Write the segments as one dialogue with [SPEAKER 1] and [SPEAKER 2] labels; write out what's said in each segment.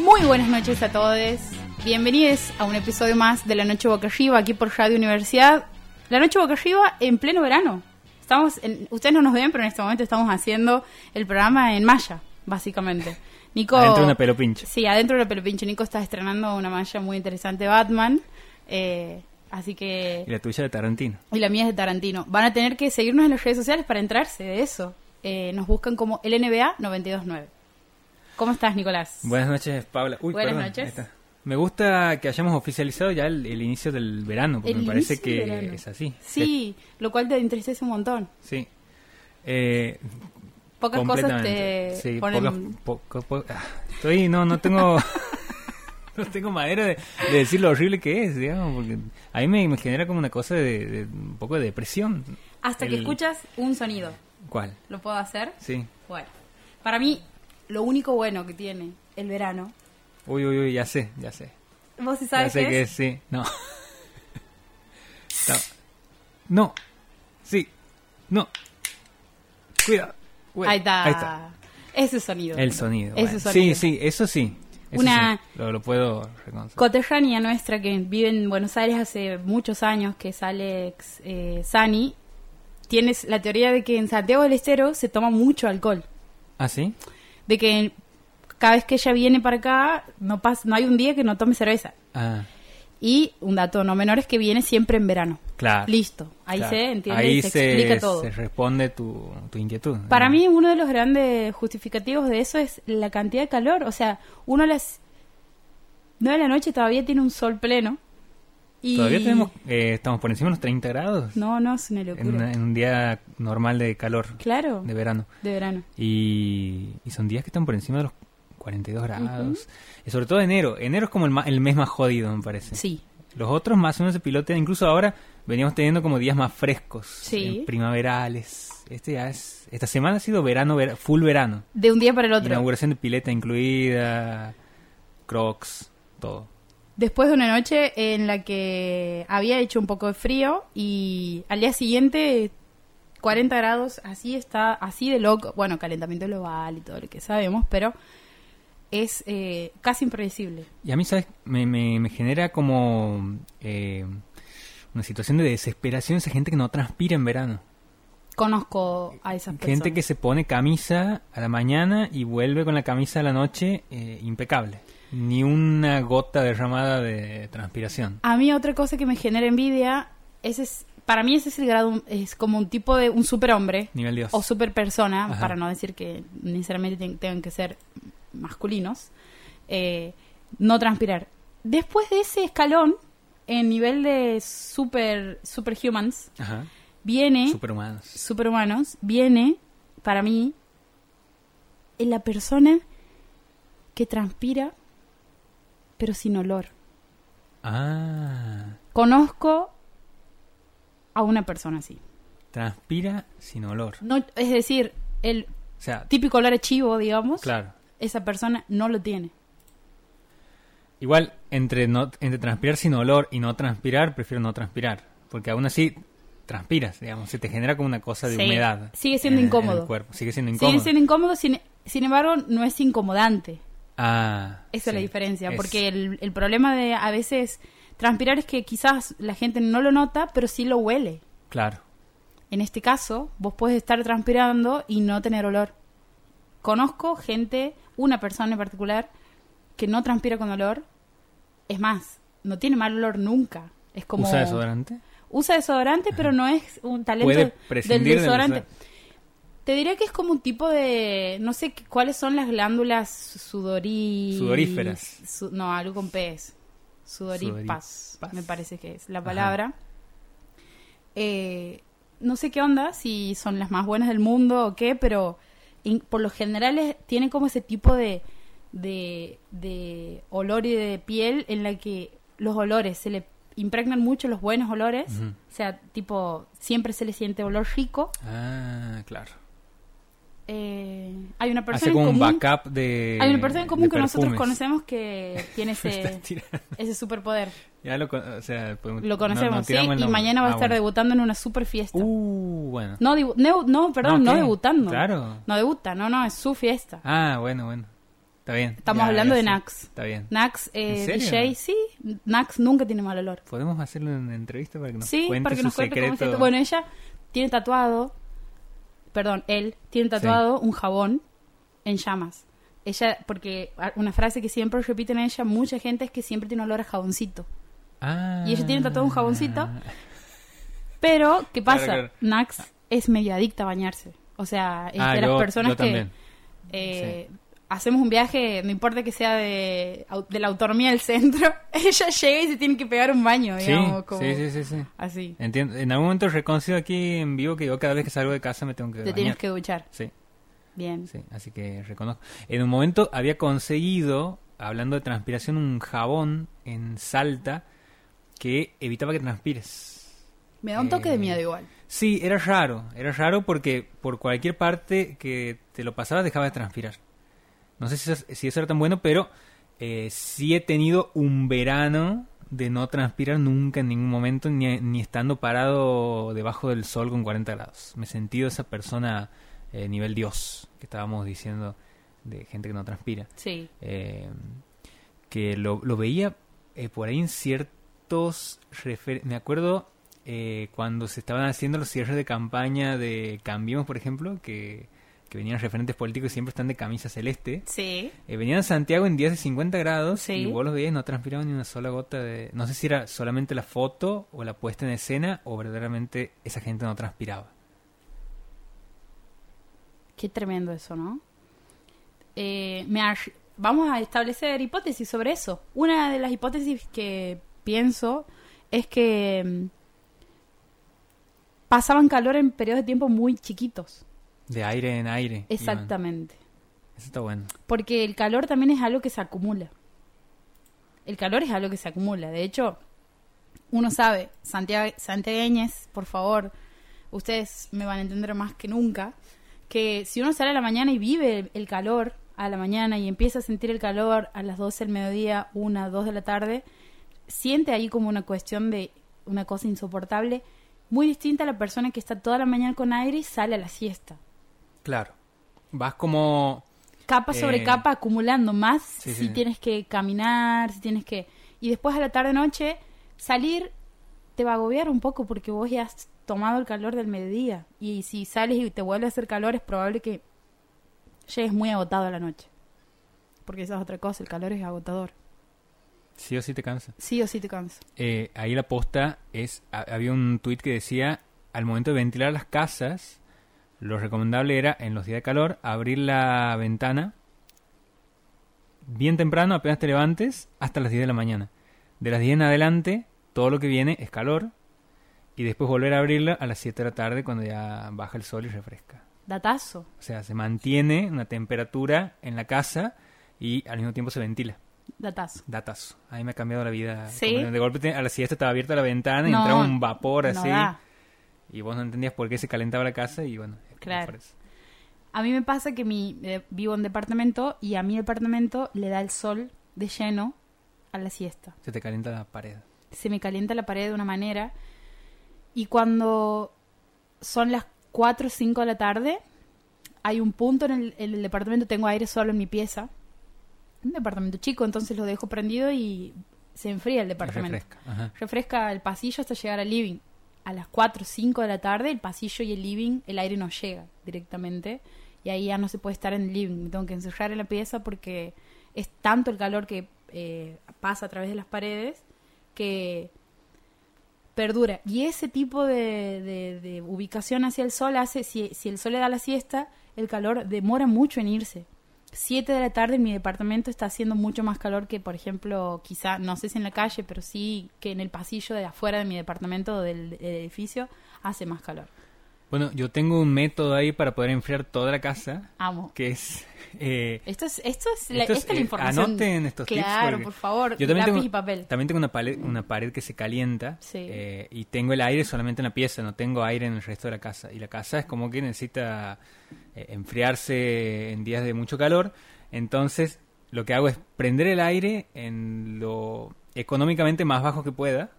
[SPEAKER 1] Muy buenas noches a todos. Bienvenidos a un episodio más de La Noche Boca Arriba aquí por Radio Universidad. La Noche Boca Arriba en pleno verano. Estamos en- ustedes no nos ven, pero en este momento estamos haciendo el programa en malla, básicamente. Nico
[SPEAKER 2] Adentro de una pelopincha.
[SPEAKER 1] Sí, adentro de una pelopincha. Nico está estrenando una malla muy interesante Batman. eh, así que
[SPEAKER 2] Y la tuya de Tarantino.
[SPEAKER 1] y la mía es de Tarantino. Van a tener que seguirnos en las redes sociales para entrarse de eso. Eh, nos buscan como LNBA929. ¿Cómo estás, Nicolás?
[SPEAKER 2] Buenas noches, Paula. Uy,
[SPEAKER 1] Buenas
[SPEAKER 2] perdón,
[SPEAKER 1] noches.
[SPEAKER 2] ahí está. Me gusta que hayamos oficializado ya el, el inicio del verano, porque
[SPEAKER 1] El
[SPEAKER 2] me parece
[SPEAKER 1] inicio del
[SPEAKER 2] que
[SPEAKER 1] verano.
[SPEAKER 2] es así.
[SPEAKER 1] Sí, lo cual te entristece un montón.
[SPEAKER 2] Sí. Eh,
[SPEAKER 1] Pocas cosas
[SPEAKER 2] completamente.
[SPEAKER 1] te
[SPEAKER 2] Sí,
[SPEAKER 1] ponen...
[SPEAKER 2] pocas- poco- po- ah, estoy, no, no tengo... No tengo manera de, de decir lo horrible que es, digamos, porque a mí me, me genera como una cosa de, de un poco de depresión.
[SPEAKER 1] Hasta que
[SPEAKER 2] El-
[SPEAKER 1] escuchas un sonido.
[SPEAKER 2] ¿Cuál?
[SPEAKER 1] ¿Lo puedo hacer?
[SPEAKER 2] Sí.
[SPEAKER 1] Bueno, para mí, lo único bueno que tiene el verano...
[SPEAKER 2] Uy, uy, uy, ya sé, ya sé.
[SPEAKER 1] ¿Vos sí
[SPEAKER 2] Ya
[SPEAKER 1] sabes
[SPEAKER 2] sé
[SPEAKER 1] qué
[SPEAKER 2] que
[SPEAKER 1] es?
[SPEAKER 2] sí, no. Ta- No, sí, no. Cuidado. Cuidado.
[SPEAKER 1] Ahí está. Ese sonido.
[SPEAKER 2] El sonido.
[SPEAKER 1] Ese
[SPEAKER 2] bueno.
[SPEAKER 1] sonido.
[SPEAKER 2] Sí, sí, eso sí. Eso
[SPEAKER 1] Una-
[SPEAKER 2] sí, Lo, lo puedo reconocer.
[SPEAKER 1] Coterránea nuestra que vive en Buenos Aires hace muchos años, que es Alex eh, Sani, tienes la teoría de que en Santiago del Estero se toma mucho alcohol.
[SPEAKER 2] ¿Ah, sí?
[SPEAKER 1] De que cada vez que ella viene para acá, no, pas- no hay un día que no tome cerveza.
[SPEAKER 2] Ah,
[SPEAKER 1] Y un dato no menor es que viene siempre en verano.
[SPEAKER 2] claro.
[SPEAKER 1] Listo, ahí
[SPEAKER 2] claro.
[SPEAKER 1] se entiende
[SPEAKER 2] Ahí
[SPEAKER 1] y se, explica todo.
[SPEAKER 2] se Ah. responde tu, tu inquietud.
[SPEAKER 1] Para mí uno de los grandes justificativos de eso es la cantidad de calor. O sea, uno a las 9 de la noche todavía tiene un sol pleno. Y...
[SPEAKER 2] Todavía tenemos, eh, estamos por encima de los 30 grados.
[SPEAKER 1] No, no, es una
[SPEAKER 2] en,
[SPEAKER 1] locura.
[SPEAKER 2] una- en un día normal de calor,
[SPEAKER 1] Claro,
[SPEAKER 2] de
[SPEAKER 1] de,
[SPEAKER 2] verano.
[SPEAKER 1] verano.
[SPEAKER 2] Y, y son días que están por encima de los 42 grados. Y sobre todo enero. Enero es como el, ma- el mes más jodido, me parece.
[SPEAKER 1] Sí.
[SPEAKER 2] Los otros más o menos se pilotean. Incluso ahora veníamos teniendo como días más frescos.
[SPEAKER 1] Sí.
[SPEAKER 2] eh, Primaverales. Este ya es, esta semana ha sido verano, vera- full verano.
[SPEAKER 1] De un día para el otro.
[SPEAKER 2] Inauguración de pileta incluida, crocs, todo.
[SPEAKER 1] Después de una noche en la que había hecho un poco de frío y al día siguiente 40 grados, así está, así de loco. Bueno, calentamiento global y todo lo que sabemos, pero es eh, casi impredecible.
[SPEAKER 2] Y a mí, ¿sabes? Me, me- me genera como eh, una situación de desesperación esa gente que no transpira en verano.
[SPEAKER 1] Conozco a esas personas.
[SPEAKER 2] Gente que se pone camisa a la mañana y vuelve con la camisa a la noche eh, impecable. Ni una gota derramada de transpiración.
[SPEAKER 1] A mí otra cosa que me genera envidia, ese es, para mí ese es el grado, es como un tipo de un superhombre
[SPEAKER 2] Nivel Dios.
[SPEAKER 1] o super persona,
[SPEAKER 2] Ajá.
[SPEAKER 1] para no decir que necesariamente ten- tengan que ser masculinos, eh, no transpirar. Después de ese escalón, en nivel de super superhumans,
[SPEAKER 2] Ajá.
[SPEAKER 1] viene
[SPEAKER 2] Superhumanos.
[SPEAKER 1] superhumanos, viene para mí en la persona que transpira pero sin olor.
[SPEAKER 2] Ah.
[SPEAKER 1] Conozco a una persona así.
[SPEAKER 2] Transpira sin olor.
[SPEAKER 1] No, es decir, el
[SPEAKER 2] O sea,
[SPEAKER 1] típico olor a chivo, digamos,
[SPEAKER 2] claro.
[SPEAKER 1] esa persona no lo tiene.
[SPEAKER 2] Igual, entre, no, entre transpirar sin olor y no transpirar, prefiero no transpirar. Porque aún así transpiras, digamos. Se te genera como una cosa de
[SPEAKER 1] Sí.
[SPEAKER 2] humedad.
[SPEAKER 1] Sigue siendo
[SPEAKER 2] en- en
[SPEAKER 1] incómodo.
[SPEAKER 2] el cuerpo. Sigue siendo incómodo.
[SPEAKER 1] Sigue siendo incómodo, sin, sin embargo, no es incomodante.
[SPEAKER 2] Ah.
[SPEAKER 1] Esa es la
[SPEAKER 2] sí.
[SPEAKER 1] diferencia,
[SPEAKER 2] Es-
[SPEAKER 1] porque el, el problema de a veces transpirar es que quizás la gente no lo nota, pero sí lo huele.
[SPEAKER 2] Claro.
[SPEAKER 1] En este caso, vos puedes estar transpirando y no tener olor. Conozco gente, una persona en particular, que no transpira con olor. Es más, no tiene mal olor nunca. Es como
[SPEAKER 2] ¿Usa desodorante?
[SPEAKER 1] usa desodorante, pero no es un talento
[SPEAKER 2] Puede
[SPEAKER 1] del- del
[SPEAKER 2] prescindir del
[SPEAKER 1] desodorante.
[SPEAKER 2] desodorante.
[SPEAKER 1] Te diría que es como un tipo de, no sé qué- cuáles son las glándulas sudorí...
[SPEAKER 2] Sudoríferas.
[SPEAKER 1] su- no, algo con P's. Sudoripas,
[SPEAKER 2] Sudoripas.
[SPEAKER 1] me parece que es la palabra. Eh, no sé qué onda, si son las más buenas del mundo o qué, pero in- por lo general es- tiene como ese tipo de, de, de olor y de piel en la que los olores se le impregnan mucho los buenos olores.
[SPEAKER 2] Ujú.
[SPEAKER 1] O sea, tipo, siempre se le siente olor rico.
[SPEAKER 2] Ah, claro.
[SPEAKER 1] Eh, hay una persona
[SPEAKER 2] Hace como
[SPEAKER 1] en
[SPEAKER 2] un
[SPEAKER 1] común,
[SPEAKER 2] backup de.
[SPEAKER 1] hay una persona en
[SPEAKER 2] de
[SPEAKER 1] común que nosotros
[SPEAKER 2] perfumes.
[SPEAKER 1] conocemos que tiene
[SPEAKER 2] Me estás
[SPEAKER 1] ese,
[SPEAKER 2] tirando.
[SPEAKER 1] ese superpoder.
[SPEAKER 2] Ya lo, con- o sea, podemos-
[SPEAKER 1] Lo
[SPEAKER 2] no-
[SPEAKER 1] conocemos,
[SPEAKER 2] no
[SPEAKER 1] ¿sí?
[SPEAKER 2] tiramos el
[SPEAKER 1] Y
[SPEAKER 2] nombre.
[SPEAKER 1] mañana va a
[SPEAKER 2] Ah,
[SPEAKER 1] estar
[SPEAKER 2] bueno.
[SPEAKER 1] debutando en una super fiesta.
[SPEAKER 2] Uh, bueno.
[SPEAKER 1] No, dibu- no, no, perdón,
[SPEAKER 2] No,
[SPEAKER 1] no,
[SPEAKER 2] ¿qué?
[SPEAKER 1] debutando.
[SPEAKER 2] Claro.
[SPEAKER 1] No debuta, no, no, es su fiesta.
[SPEAKER 2] Ah, bueno, bueno. Está bien.
[SPEAKER 1] Estamos
[SPEAKER 2] Ya,
[SPEAKER 1] hablando de
[SPEAKER 2] sí.
[SPEAKER 1] Nax.
[SPEAKER 2] Está bien.
[SPEAKER 1] Nax, eh,
[SPEAKER 2] ¿En serio?
[SPEAKER 1] DJ, sí. Nax nunca tiene mal olor.
[SPEAKER 2] Podemos hacerle una entrevista para que nos
[SPEAKER 1] sí,
[SPEAKER 2] cuente
[SPEAKER 1] para que
[SPEAKER 2] su
[SPEAKER 1] nos cuente cómo
[SPEAKER 2] secreto.
[SPEAKER 1] es esto. Bueno, ella tiene tatuado, perdón, él tiene tatuado un jabón en llamas. Ella, porque a- una frase que siempre repiten a ella mucha gente es que siempre tiene olor a jaboncito.
[SPEAKER 2] Ah.
[SPEAKER 1] y ella tiene tatuado un jaboncito. Pero, ¿qué pasa?
[SPEAKER 2] Claro, claro.
[SPEAKER 1] Nax es medio adicta a bañarse. O sea, es
[SPEAKER 2] Ah,
[SPEAKER 1] de las
[SPEAKER 2] yo-
[SPEAKER 1] personas
[SPEAKER 2] yo
[SPEAKER 1] que
[SPEAKER 2] también.
[SPEAKER 1] eh, hacemos un viaje, no importa que sea de, au- de la autonomía del centro, ella llega y se tiene que pegar un baño,
[SPEAKER 2] Sí,
[SPEAKER 1] digamos, como
[SPEAKER 2] sí, sí, sí, sí.
[SPEAKER 1] así.
[SPEAKER 2] Entiendo. En algún momento reconcido aquí en vivo que yo cada vez que salgo de casa me tengo que
[SPEAKER 1] Te
[SPEAKER 2] bañar.
[SPEAKER 1] tienes que duchar.
[SPEAKER 2] Sí,
[SPEAKER 1] Bien.
[SPEAKER 2] sí, así que reconozco. En un momento había conseguido, hablando de transpiración, un jabón en Salta que evitaba que transpires.
[SPEAKER 1] Me da un toque
[SPEAKER 2] Eh,
[SPEAKER 1] de miedo igual.
[SPEAKER 2] Sí, era raro, era raro porque por cualquier parte que te lo pasabas dejaba de transpirar. No sé si eso, si eso era tan bueno, pero eh, sí he tenido un verano de no transpirar nunca en ningún momento, ni, ni estando parado debajo del sol con 40 grados. Me he sentido esa persona eh, nivel Dios que estábamos diciendo de gente que no transpira
[SPEAKER 1] Sí.
[SPEAKER 2] eh, que lo, lo veía eh, por ahí en ciertos refer- me acuerdo eh, cuando se estaban haciendo los cierres de campaña de Cambiemos por ejemplo que, que venían referentes políticos y siempre están de camisa celeste
[SPEAKER 1] Sí.
[SPEAKER 2] Eh, venían a Santiago en días de 50 grados
[SPEAKER 1] Sí.
[SPEAKER 2] y vos los veías y no transpiraban ni una sola gota de no sé si era solamente la foto o la puesta en escena o verdaderamente esa gente no transpiraba
[SPEAKER 1] Qué tremendo eso, ¿no? Eh, me ar- Vamos a establecer hipótesis sobre eso. Una de las hipótesis que pienso es que mm, pasaban calor en periodos de tiempo muy chiquitos.
[SPEAKER 2] de aire en aire iban.
[SPEAKER 1] Exactamente.
[SPEAKER 2] eso está bueno
[SPEAKER 1] Porque el calor también es algo que se acumula. El calor es algo que se acumula. De hecho, uno sabe, Santiago, santiagueñes, por favor, ustedes me van a entender más que nunca, que si uno sale a la mañana y vive el, el calor a la mañana y empieza a sentir el calor a las 12 del mediodía, 1, 2 de la tarde, siente ahí como una cuestión de una cosa insoportable, muy distinta a la persona que está toda la mañana con aire y sale a la siesta.
[SPEAKER 2] claro vas como
[SPEAKER 1] capa sobre
[SPEAKER 2] Eh,
[SPEAKER 1] capa acumulando más
[SPEAKER 2] sí,
[SPEAKER 1] si
[SPEAKER 2] sí.
[SPEAKER 1] tienes que caminar, si tienes que y después a la tarde noche salir te va a agobiar un poco porque vos ya has tomado el calor del mediodía y si sales y te vuelve a hacer calor es probable que llegues muy agotado a la noche. Porque esa es otra cosa, el calor es agotador.
[SPEAKER 2] sí o sí te cansa
[SPEAKER 1] Sí o sí te cansa.
[SPEAKER 2] eh, ahí la posta es, ha- había un tuit que decía, al momento de ventilar las casas, lo recomendable era en los días de calor abrir la ventana bien temprano, apenas te levantes, hasta las 10 de la mañana. De las 10 en adelante, todo lo que viene es calor y después volver a abrirla a las 7 de la tarde cuando ya baja el sol y refresca.
[SPEAKER 1] Datazo.
[SPEAKER 2] O sea, se mantiene una temperatura en la casa y al mismo tiempo se ventila.
[SPEAKER 1] Datazo.
[SPEAKER 2] Datazo. A mí me ha cambiado la vida.
[SPEAKER 1] ¿Sí?
[SPEAKER 2] Como De golpe te- a la siesta estaba abierta la ventana y
[SPEAKER 1] No,
[SPEAKER 2] entraba un vapor
[SPEAKER 1] No
[SPEAKER 2] así.
[SPEAKER 1] da.
[SPEAKER 2] y vos no entendías por qué se calentaba la casa y bueno. es como
[SPEAKER 1] Claro.
[SPEAKER 2] por eso.
[SPEAKER 1] A mí me pasa que mi, eh, vivo en departamento y a mi departamento le da el sol de lleno a la siesta.
[SPEAKER 2] Se te calienta la pared.
[SPEAKER 1] se me calienta la pared de una manera. Y cuando son las 4 o 5 de la tarde, hay un punto en el, en el departamento, tengo aire solo en mi pieza. Un departamento chico, entonces lo dejo prendido y se enfría el departamento. Refresca,
[SPEAKER 2] Refresca. Ajá.
[SPEAKER 1] el pasillo hasta llegar al living. A las 4 o 5 de la tarde, el pasillo y el living, el aire no llega directamente. Y ahí ya no se puede estar en el living. Me tengo que encerrar en la pieza porque es tanto el calor que eh, pasa a través de las paredes que perdura. Y ese tipo de, de- de ubicación hacia el sol hace, si, si el sol le da la siesta, el calor demora mucho en irse. 7 de la tarde en mi departamento está haciendo mucho más calor que, por ejemplo, quizá, no sé si en la calle, pero sí que en el pasillo de afuera de mi departamento o del, del edificio hace más calor.
[SPEAKER 2] Bueno, yo tengo un método ahí para poder enfriar toda la casa.
[SPEAKER 1] Amo.
[SPEAKER 2] Que es. eh,
[SPEAKER 1] Esto es, esto es, la,
[SPEAKER 2] Esto es,
[SPEAKER 1] esta es la
[SPEAKER 2] eh,
[SPEAKER 1] información.
[SPEAKER 2] anoten estos tips
[SPEAKER 1] Claro,
[SPEAKER 2] porque
[SPEAKER 1] por favor,
[SPEAKER 2] yo también
[SPEAKER 1] lápiz
[SPEAKER 2] tengo-
[SPEAKER 1] y papel.
[SPEAKER 2] También tengo una, pale- una pared que se calienta
[SPEAKER 1] Sí.
[SPEAKER 2] eh, y tengo el aire solamente en la pieza, no tengo aire en el resto de la casa. Y la casa es como que necesita eh, enfriarse en días de mucho calor. Entonces lo que hago es prender el aire en lo económicamente más bajo que pueda,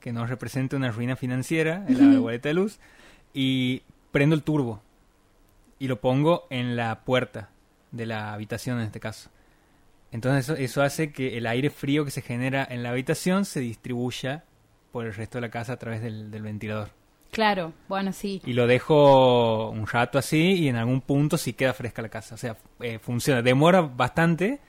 [SPEAKER 2] que no represente una ruina financiera, en la boleta de luz, y prendo el turbo y lo pongo en la puerta de la habitación en este caso. Entonces eso, eso hace que el aire frío que se genera en la habitación se distribuya por el resto de la casa a través del, del ventilador.
[SPEAKER 1] Claro, bueno, sí.
[SPEAKER 2] Y lo dejo un rato así y en algún punto sí queda fresca la casa. O sea, eh, funciona. Demora bastante,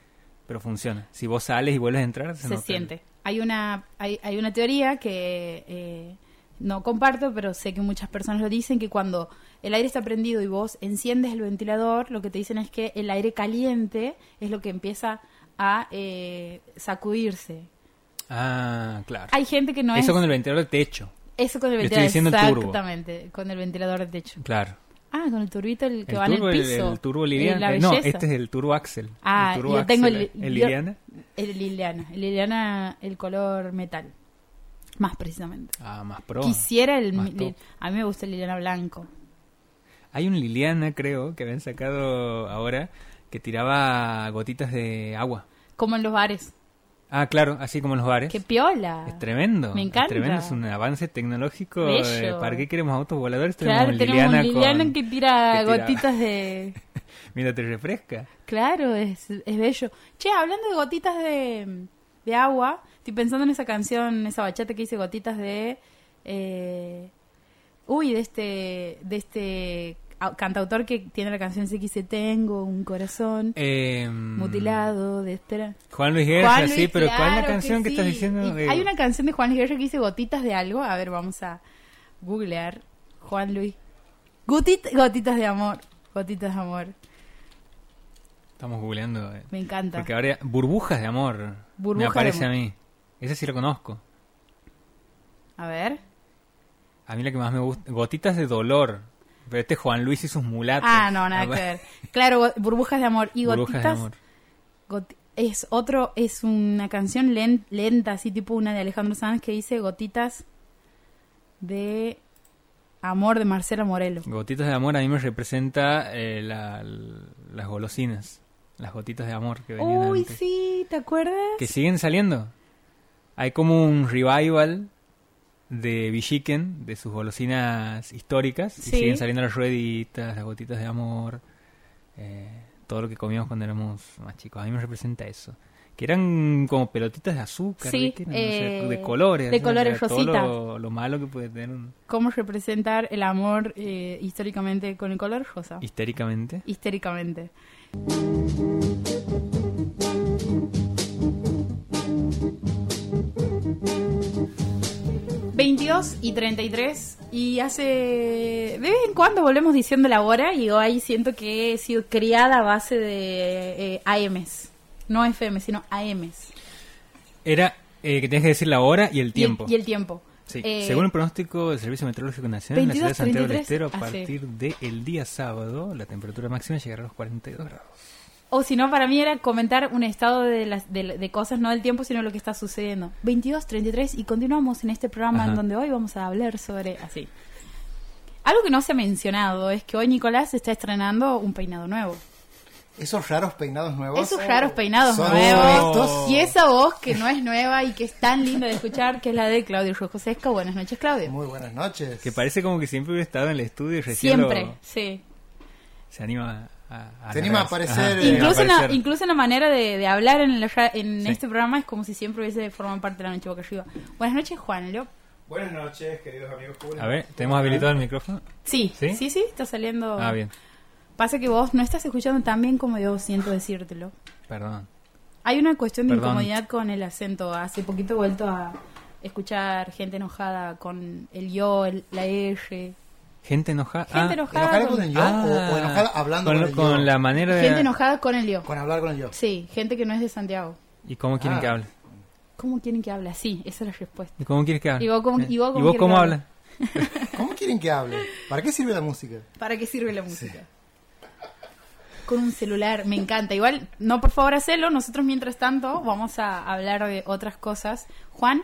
[SPEAKER 2] pero funciona. Si vos sales y vuelves a entrar,
[SPEAKER 1] se, se siente. Hay una, hay, hay una teoría que eh, no comparto, pero sé que muchas personas lo dicen, que cuando el aire está prendido y vos enciendes el ventilador, lo que te dicen es que el aire caliente es lo que empieza a eh, sacudirse.
[SPEAKER 2] Ah, claro.
[SPEAKER 1] Hay gente que no
[SPEAKER 2] Eso
[SPEAKER 1] es...
[SPEAKER 2] con el ventilador de techo.
[SPEAKER 1] Eso con el
[SPEAKER 2] Yo estoy
[SPEAKER 1] ventilador,
[SPEAKER 2] diciendo el turbo.
[SPEAKER 1] exactamente, con el ventilador de techo.
[SPEAKER 2] Claro.
[SPEAKER 1] Ah, con el turbito el que
[SPEAKER 2] el
[SPEAKER 1] va
[SPEAKER 2] turbo,
[SPEAKER 1] en
[SPEAKER 2] el,
[SPEAKER 1] el piso.
[SPEAKER 2] el turbo
[SPEAKER 1] Eh, la
[SPEAKER 2] Liliana. Eh, no,
[SPEAKER 1] belleza.
[SPEAKER 2] este es el turbo Axel.
[SPEAKER 1] Ah,
[SPEAKER 2] el turbo
[SPEAKER 1] yo tengo el,
[SPEAKER 2] Axel, el,
[SPEAKER 1] yo-
[SPEAKER 2] Liliana.
[SPEAKER 1] El Liliana. El Liliana, el color metal. Más precisamente.
[SPEAKER 2] Ah, más pro.
[SPEAKER 1] Quisiera el.
[SPEAKER 2] más
[SPEAKER 1] li-
[SPEAKER 2] top.
[SPEAKER 1] a mí me gusta el Liliana blanco.
[SPEAKER 2] Hay un Liliana, creo, que habían sacado ahora, que tiraba gotitas de agua.
[SPEAKER 1] Como en los bares.
[SPEAKER 2] Ah, claro, así como en los bares.
[SPEAKER 1] ¡Qué piola!
[SPEAKER 2] Es tremendo.
[SPEAKER 1] Me
[SPEAKER 2] es
[SPEAKER 1] encanta.
[SPEAKER 2] tremendo, es un avance tecnológico.
[SPEAKER 1] Bello.
[SPEAKER 2] eh, ¿Para qué queremos autos voladores?
[SPEAKER 1] Claro,
[SPEAKER 2] un
[SPEAKER 1] tenemos un Liliana
[SPEAKER 2] con-
[SPEAKER 1] que tira
[SPEAKER 2] que tira-
[SPEAKER 1] gotitas de.
[SPEAKER 2] Mira, te refresca.
[SPEAKER 1] Claro, es, es bello. Che, hablando de gotitas de, de agua, estoy pensando en esa canción, esa bachata que dice gotitas de... eh, uy, de este, de este au- cantautor que tiene la canción Se dice Tengo un corazón
[SPEAKER 2] Eh,
[SPEAKER 1] mutilado de espera.
[SPEAKER 2] Juan Luis Guerra,
[SPEAKER 1] Juan Luis,
[SPEAKER 2] sí, pero ¿cuál es la
[SPEAKER 1] claro
[SPEAKER 2] canción que, estás
[SPEAKER 1] sí.
[SPEAKER 2] diciendo?
[SPEAKER 1] Y
[SPEAKER 2] Eh,
[SPEAKER 1] Hay una canción de Juan Luis Guerra que dice gotitas de algo. A ver, vamos a googlear. Juan Luis. Gotit- gotitas de amor. Gotitas de amor.
[SPEAKER 2] Estamos googleando. eh,
[SPEAKER 1] Me encanta.
[SPEAKER 2] porque ahora burbujas de amor me
[SPEAKER 1] Burbujas
[SPEAKER 2] aparece
[SPEAKER 1] de
[SPEAKER 2] a
[SPEAKER 1] amor.
[SPEAKER 2] mí. Ese sí lo conozco.
[SPEAKER 1] A ver.
[SPEAKER 2] A mí la que más me gusta. Gotitas de dolor. Pero este es Juan Luis y sus mulatos.
[SPEAKER 1] Ah, no, nada que ver. Claro, go- burbujas de amor y
[SPEAKER 2] Burbujas de
[SPEAKER 1] gotitas.
[SPEAKER 2] amor.
[SPEAKER 1] goti- es otro, es una canción len- lenta, así tipo una de Alejandro Sanz que dice gotitas de amor de Marcela Morelo.
[SPEAKER 2] Gotitas de amor a mí me representa eh, la- las golosinas. Las gotitas de amor que venían
[SPEAKER 1] Uy,
[SPEAKER 2] antes.
[SPEAKER 1] sí, ¿te acuerdas?
[SPEAKER 2] que siguen saliendo. Hay como un revival de Villiquen, de sus golosinas históricas,
[SPEAKER 1] Sí.
[SPEAKER 2] y siguen saliendo las rueditas, las gotitas de amor, eh, todo lo que comíamos cuando éramos más chicos. A mí me representa eso. Que eran como pelotitas de azúcar,
[SPEAKER 1] Sí,
[SPEAKER 2] ¿de qué eran? No sé,
[SPEAKER 1] eh,
[SPEAKER 2] de colores.
[SPEAKER 1] de
[SPEAKER 2] ¿no?
[SPEAKER 1] colores,
[SPEAKER 2] Era todo
[SPEAKER 1] rosita.
[SPEAKER 2] Lo, lo malo que puede tener un-
[SPEAKER 1] ¿Cómo representar el amor eh, históricamente con el color rosa?
[SPEAKER 2] histéricamente.
[SPEAKER 1] Histéricamente. ...22 y 33... ...y hace... ...de vez en cuando volvemos diciendo la hora... ...y yo ahí siento que he sido criada a base de eh, AMs... ...no FM, sino AMs...
[SPEAKER 2] Era eh, que tenías que decir la hora y
[SPEAKER 1] Y
[SPEAKER 2] el
[SPEAKER 1] el-
[SPEAKER 2] tiempo.
[SPEAKER 1] Y el, tiempo...
[SPEAKER 2] Sí.
[SPEAKER 1] Eh,
[SPEAKER 2] Según el pronóstico del Servicio Meteorológico Nacional, en la ciudad de Santiago del
[SPEAKER 1] 22,
[SPEAKER 2] Estero, a
[SPEAKER 1] 33,
[SPEAKER 2] partir del día sábado, la temperatura máxima llegará a los 42 grados.
[SPEAKER 1] O si no, para mí era comentar un estado de, las, de, de cosas, no del tiempo, sino lo que está sucediendo. 22, 33 y continuamos en este programa en
[SPEAKER 2] Ajá.
[SPEAKER 1] donde hoy vamos a hablar sobre... Así. Algo que no se ha mencionado es que hoy Nicolás está estrenando un peinado nuevo.
[SPEAKER 3] Esos raros peinados nuevos.
[SPEAKER 1] Esos raros peinados
[SPEAKER 3] Son
[SPEAKER 1] nuevos.
[SPEAKER 3] estos.
[SPEAKER 1] Y esa voz que no es nueva y que es tan linda de escuchar, que es la de Claudio Rojo Sesca. Buenas noches, Claudio.
[SPEAKER 3] Muy buenas noches.
[SPEAKER 2] Que parece como que siempre hubiera estado en el estudio y recién lo-
[SPEAKER 1] Siempre, sí.
[SPEAKER 2] se anima a, a
[SPEAKER 3] Se anima a
[SPEAKER 2] largarse.
[SPEAKER 3] aparecer,
[SPEAKER 2] Ajá.
[SPEAKER 3] eh,
[SPEAKER 1] Incluso en, la,
[SPEAKER 2] Aparecer.
[SPEAKER 1] incluso en la manera de, de hablar en, la ra- en
[SPEAKER 2] Sí.
[SPEAKER 1] este programa es como si siempre hubiese formado parte de la noche boca arriba. Buenas noches, Juan Lop.
[SPEAKER 4] Buenas noches, queridos amigos. ¿cómo les
[SPEAKER 2] A ver,
[SPEAKER 4] va?
[SPEAKER 2] ¿tenemos habilitado el micrófono?
[SPEAKER 1] Sí, sí,
[SPEAKER 2] ¿Sí?
[SPEAKER 1] sí, está saliendo.
[SPEAKER 2] Ah, bien,
[SPEAKER 1] Pasa que vos no estás escuchando tan bien como yo siento decírtelo.
[SPEAKER 2] perdón.
[SPEAKER 1] Hay una cuestión de
[SPEAKER 2] Perdón.
[SPEAKER 1] incomodidad con el acento. Hace poquito he vuelto a escuchar gente enojada con el yo, el- la E,
[SPEAKER 2] Eh.
[SPEAKER 1] R.
[SPEAKER 2] Gente enojada.
[SPEAKER 1] Gente enojada.
[SPEAKER 3] ¿Enojada con el yo
[SPEAKER 2] Ah,
[SPEAKER 3] o, o enojada hablando
[SPEAKER 2] con,
[SPEAKER 3] con,
[SPEAKER 2] lo-
[SPEAKER 3] el yo?
[SPEAKER 2] con la manera de...
[SPEAKER 1] Gente enojada con el yo.
[SPEAKER 3] Con hablar con el yo.
[SPEAKER 1] Sí, gente que no es de Santiago.
[SPEAKER 2] ¿Y cómo quieren
[SPEAKER 3] Ah.
[SPEAKER 2] que hable?
[SPEAKER 1] ¿Cómo quieren que hable? Sí, esa es la respuesta.
[SPEAKER 2] ¿Y cómo quieres que hable?
[SPEAKER 1] ¿Y vos cómo-
[SPEAKER 2] Eh,
[SPEAKER 1] y vos cómo quieres
[SPEAKER 2] cómo
[SPEAKER 1] que
[SPEAKER 2] hablas?
[SPEAKER 1] hable?
[SPEAKER 3] ¿Cómo quieren que hable? ¿Para qué sirve la música?
[SPEAKER 1] ¿Para qué sirve la música? Con un celular, me encanta. Igual, no, por favor, hacelo. Nosotros, mientras tanto, vamos a hablar de otras cosas. Juan,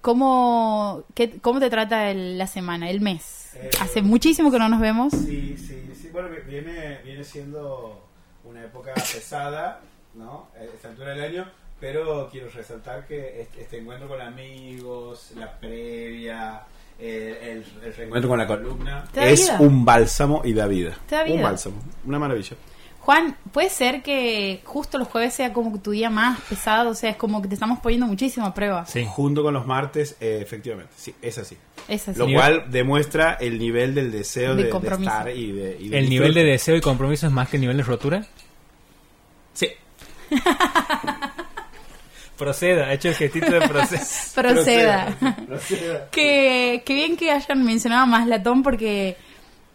[SPEAKER 1] ¿cómo, qué- cómo te trata el- la semana, el mes?
[SPEAKER 4] Eh,
[SPEAKER 1] Hace muchísimo que no nos vemos.
[SPEAKER 4] Sí, sí, sí. Bueno, vi- viene, viene siendo una época pesada, ¿no? Eh, Esta altura del año, pero quiero resaltar que este, este encuentro con amigos, la previa, eh, el, el reencuentro con la columna.
[SPEAKER 1] Te da
[SPEAKER 4] Es
[SPEAKER 1] vida.
[SPEAKER 4] un bálsamo y da vida.
[SPEAKER 1] Te da vida.
[SPEAKER 4] Un bálsamo, una maravilla.
[SPEAKER 1] Juan, puede ser que justo los jueves sea como tu día más pesado, o sea, es como que te estamos poniendo muchísima prueba.
[SPEAKER 2] Sí.
[SPEAKER 4] Junto con los martes, eh, efectivamente. Sí, es así.
[SPEAKER 1] Es así.
[SPEAKER 4] Lo
[SPEAKER 2] Sí.
[SPEAKER 4] cual demuestra el nivel del deseo
[SPEAKER 1] Del
[SPEAKER 4] de, de
[SPEAKER 1] compromiso.
[SPEAKER 4] estar y de. y
[SPEAKER 2] ¿El nivel de
[SPEAKER 4] disfrute.
[SPEAKER 2] deseo y compromiso es más que el nivel de rotura?
[SPEAKER 4] Sí.
[SPEAKER 2] Proceda, ha hecho el gestito de proceso.
[SPEAKER 1] Proceda.
[SPEAKER 4] Proceda.
[SPEAKER 1] Que, que bien que hayan mencionado a Maslatón porque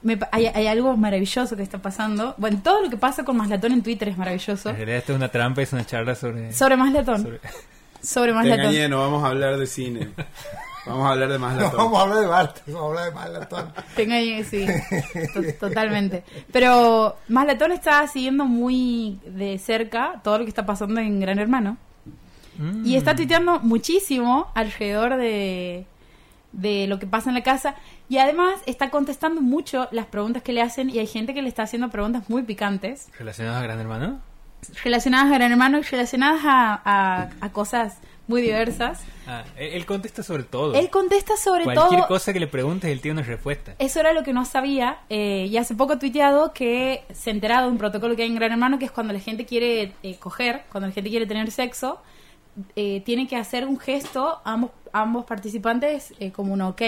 [SPEAKER 1] me pa- hay, hay algo maravilloso que está pasando. Bueno, todo lo que pasa con Maslatón en Twitter es maravilloso.
[SPEAKER 2] En realidad esto es una trampa, es una charla sobre...
[SPEAKER 1] Sobre Maslatón. Sobre,
[SPEAKER 2] sobre-
[SPEAKER 4] Te
[SPEAKER 1] Maslatón.
[SPEAKER 4] engañé, no vamos a hablar de cine. Vamos a hablar de más
[SPEAKER 3] No,
[SPEAKER 4] latón.
[SPEAKER 3] vamos a hablar de Bart, vamos a hablar de Malatón.
[SPEAKER 1] Te engañé, sí. To- Totalmente. Pero Maslatón está siguiendo muy de cerca todo lo que está pasando en Gran Hermano.
[SPEAKER 2] Mm.
[SPEAKER 1] Y está tuiteando muchísimo alrededor de, de lo que pasa en la casa. Y además está contestando mucho las preguntas que le hacen. Y hay gente que le está haciendo preguntas muy picantes.
[SPEAKER 2] ¿Relacionado a Gran Hermano?
[SPEAKER 1] Relacionadas a Gran Hermano y relacionadas a, a- a cosas muy diversas.
[SPEAKER 2] Ah, él él contesta sobre todo.
[SPEAKER 1] Él contesta sobre
[SPEAKER 2] Cualquier
[SPEAKER 1] todo...
[SPEAKER 2] cosa que le preguntes, él tiene una respuesta.
[SPEAKER 1] Eso era lo que no sabía. eh, y hace poco ha tuiteado que se ha enterado de un protocolo que hay en Gran Hermano, que es cuando la gente quiere eh, coger, cuando la gente quiere tener sexo, eh, tiene que hacer un gesto ambos, ambos participantes eh, como un ok,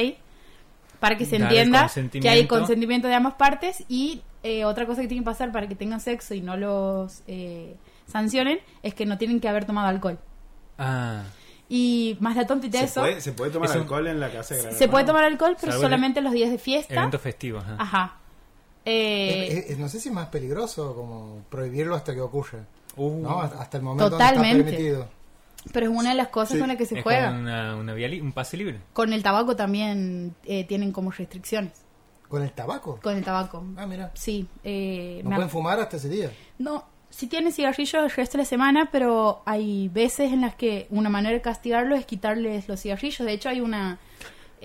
[SPEAKER 1] para que se
[SPEAKER 2] Dar el
[SPEAKER 1] entienda que hay
[SPEAKER 2] consentimiento.
[SPEAKER 1] consentimiento de ambas partes. Y eh, otra cosa que tiene que pasar para que tengan sexo y no los eh, sancionen es que no tienen que haber tomado alcohol.
[SPEAKER 2] Ah,
[SPEAKER 1] Y más la tonta
[SPEAKER 4] ¿Se,
[SPEAKER 1] eso.
[SPEAKER 4] Puede, ¿Se puede tomar
[SPEAKER 2] Eso-
[SPEAKER 4] alcohol en la casa de Gran
[SPEAKER 1] Se puede
[SPEAKER 4] Hermano?
[SPEAKER 1] tomar alcohol, pero
[SPEAKER 2] Salvo el-
[SPEAKER 1] solamente los días de fiesta.
[SPEAKER 2] eventos festivos. ajá.
[SPEAKER 1] Ajá. Eh,
[SPEAKER 3] Eh, eh, no sé si es más peligroso como prohibirlo hasta que ocurra.
[SPEAKER 2] Uh,
[SPEAKER 3] ¿no? Hasta hasta el momento
[SPEAKER 1] Totalmente.
[SPEAKER 3] donde está permitido.
[SPEAKER 1] pero es una de las cosas
[SPEAKER 4] Sí.
[SPEAKER 1] con las que se
[SPEAKER 2] es
[SPEAKER 1] juega.
[SPEAKER 2] como una, una vía li- un pase libre.
[SPEAKER 1] Con el tabaco también eh, tienen como restricciones.
[SPEAKER 3] ¿Con el tabaco?
[SPEAKER 1] Con el tabaco.
[SPEAKER 3] Ah, mira.
[SPEAKER 1] Sí. eh,
[SPEAKER 3] No
[SPEAKER 1] me
[SPEAKER 3] pueden
[SPEAKER 1] ac-
[SPEAKER 3] fumar hasta ese día.
[SPEAKER 1] no, sí tienen cigarrillos el resto de la semana, pero hay veces en las que una manera de castigarlos es quitarles los cigarrillos. De hecho, hay una...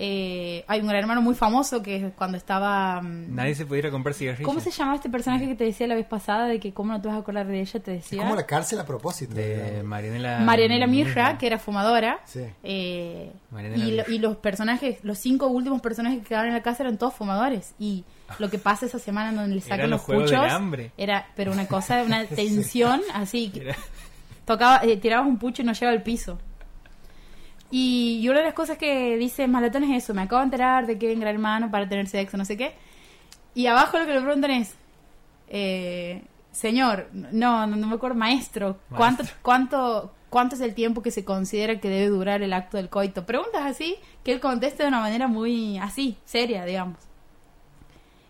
[SPEAKER 1] eh, hay un gran hermano muy famoso que es cuando estaba... mm,
[SPEAKER 2] Nadie se pudiera comprar cigarrillos.
[SPEAKER 1] ¿Cómo se llamaba este personaje que te decía la vez pasada de que cómo no te vas a acordar de ella? Te
[SPEAKER 3] Es
[SPEAKER 1] decía...
[SPEAKER 3] como la cárcel a propósito.
[SPEAKER 2] De
[SPEAKER 3] digamos.
[SPEAKER 2] Marianela...
[SPEAKER 1] Marianela Mirra, que era fumadora.
[SPEAKER 3] Sí.
[SPEAKER 1] eh,
[SPEAKER 2] Marianela
[SPEAKER 1] y, lo-
[SPEAKER 2] Mirra.
[SPEAKER 1] y los personajes, los cinco últimos personajes que quedaron en la casa eran todos fumadores. Y lo que pasa esa semana donde le sacan
[SPEAKER 2] Eran
[SPEAKER 1] los
[SPEAKER 2] los Juegos
[SPEAKER 1] cuchos.
[SPEAKER 2] del Hambre.
[SPEAKER 1] Era, pero una cosa, una tensión así. que Tocaba, eh, tirabas un pucho y no llegaba al piso. Y, y una de las cosas que dice Malatón es eso: me acabo de enterar de que en Gran Hermano para tener sexo, no sé qué. Y abajo lo que le preguntan es: eh, Señor, no, no, no me acuerdo, maestro, ¿cuánto, cuánto, ¿cuánto es el tiempo que se considera que debe durar el acto del coito? Preguntas así que él contesta de una manera muy así, seria, digamos.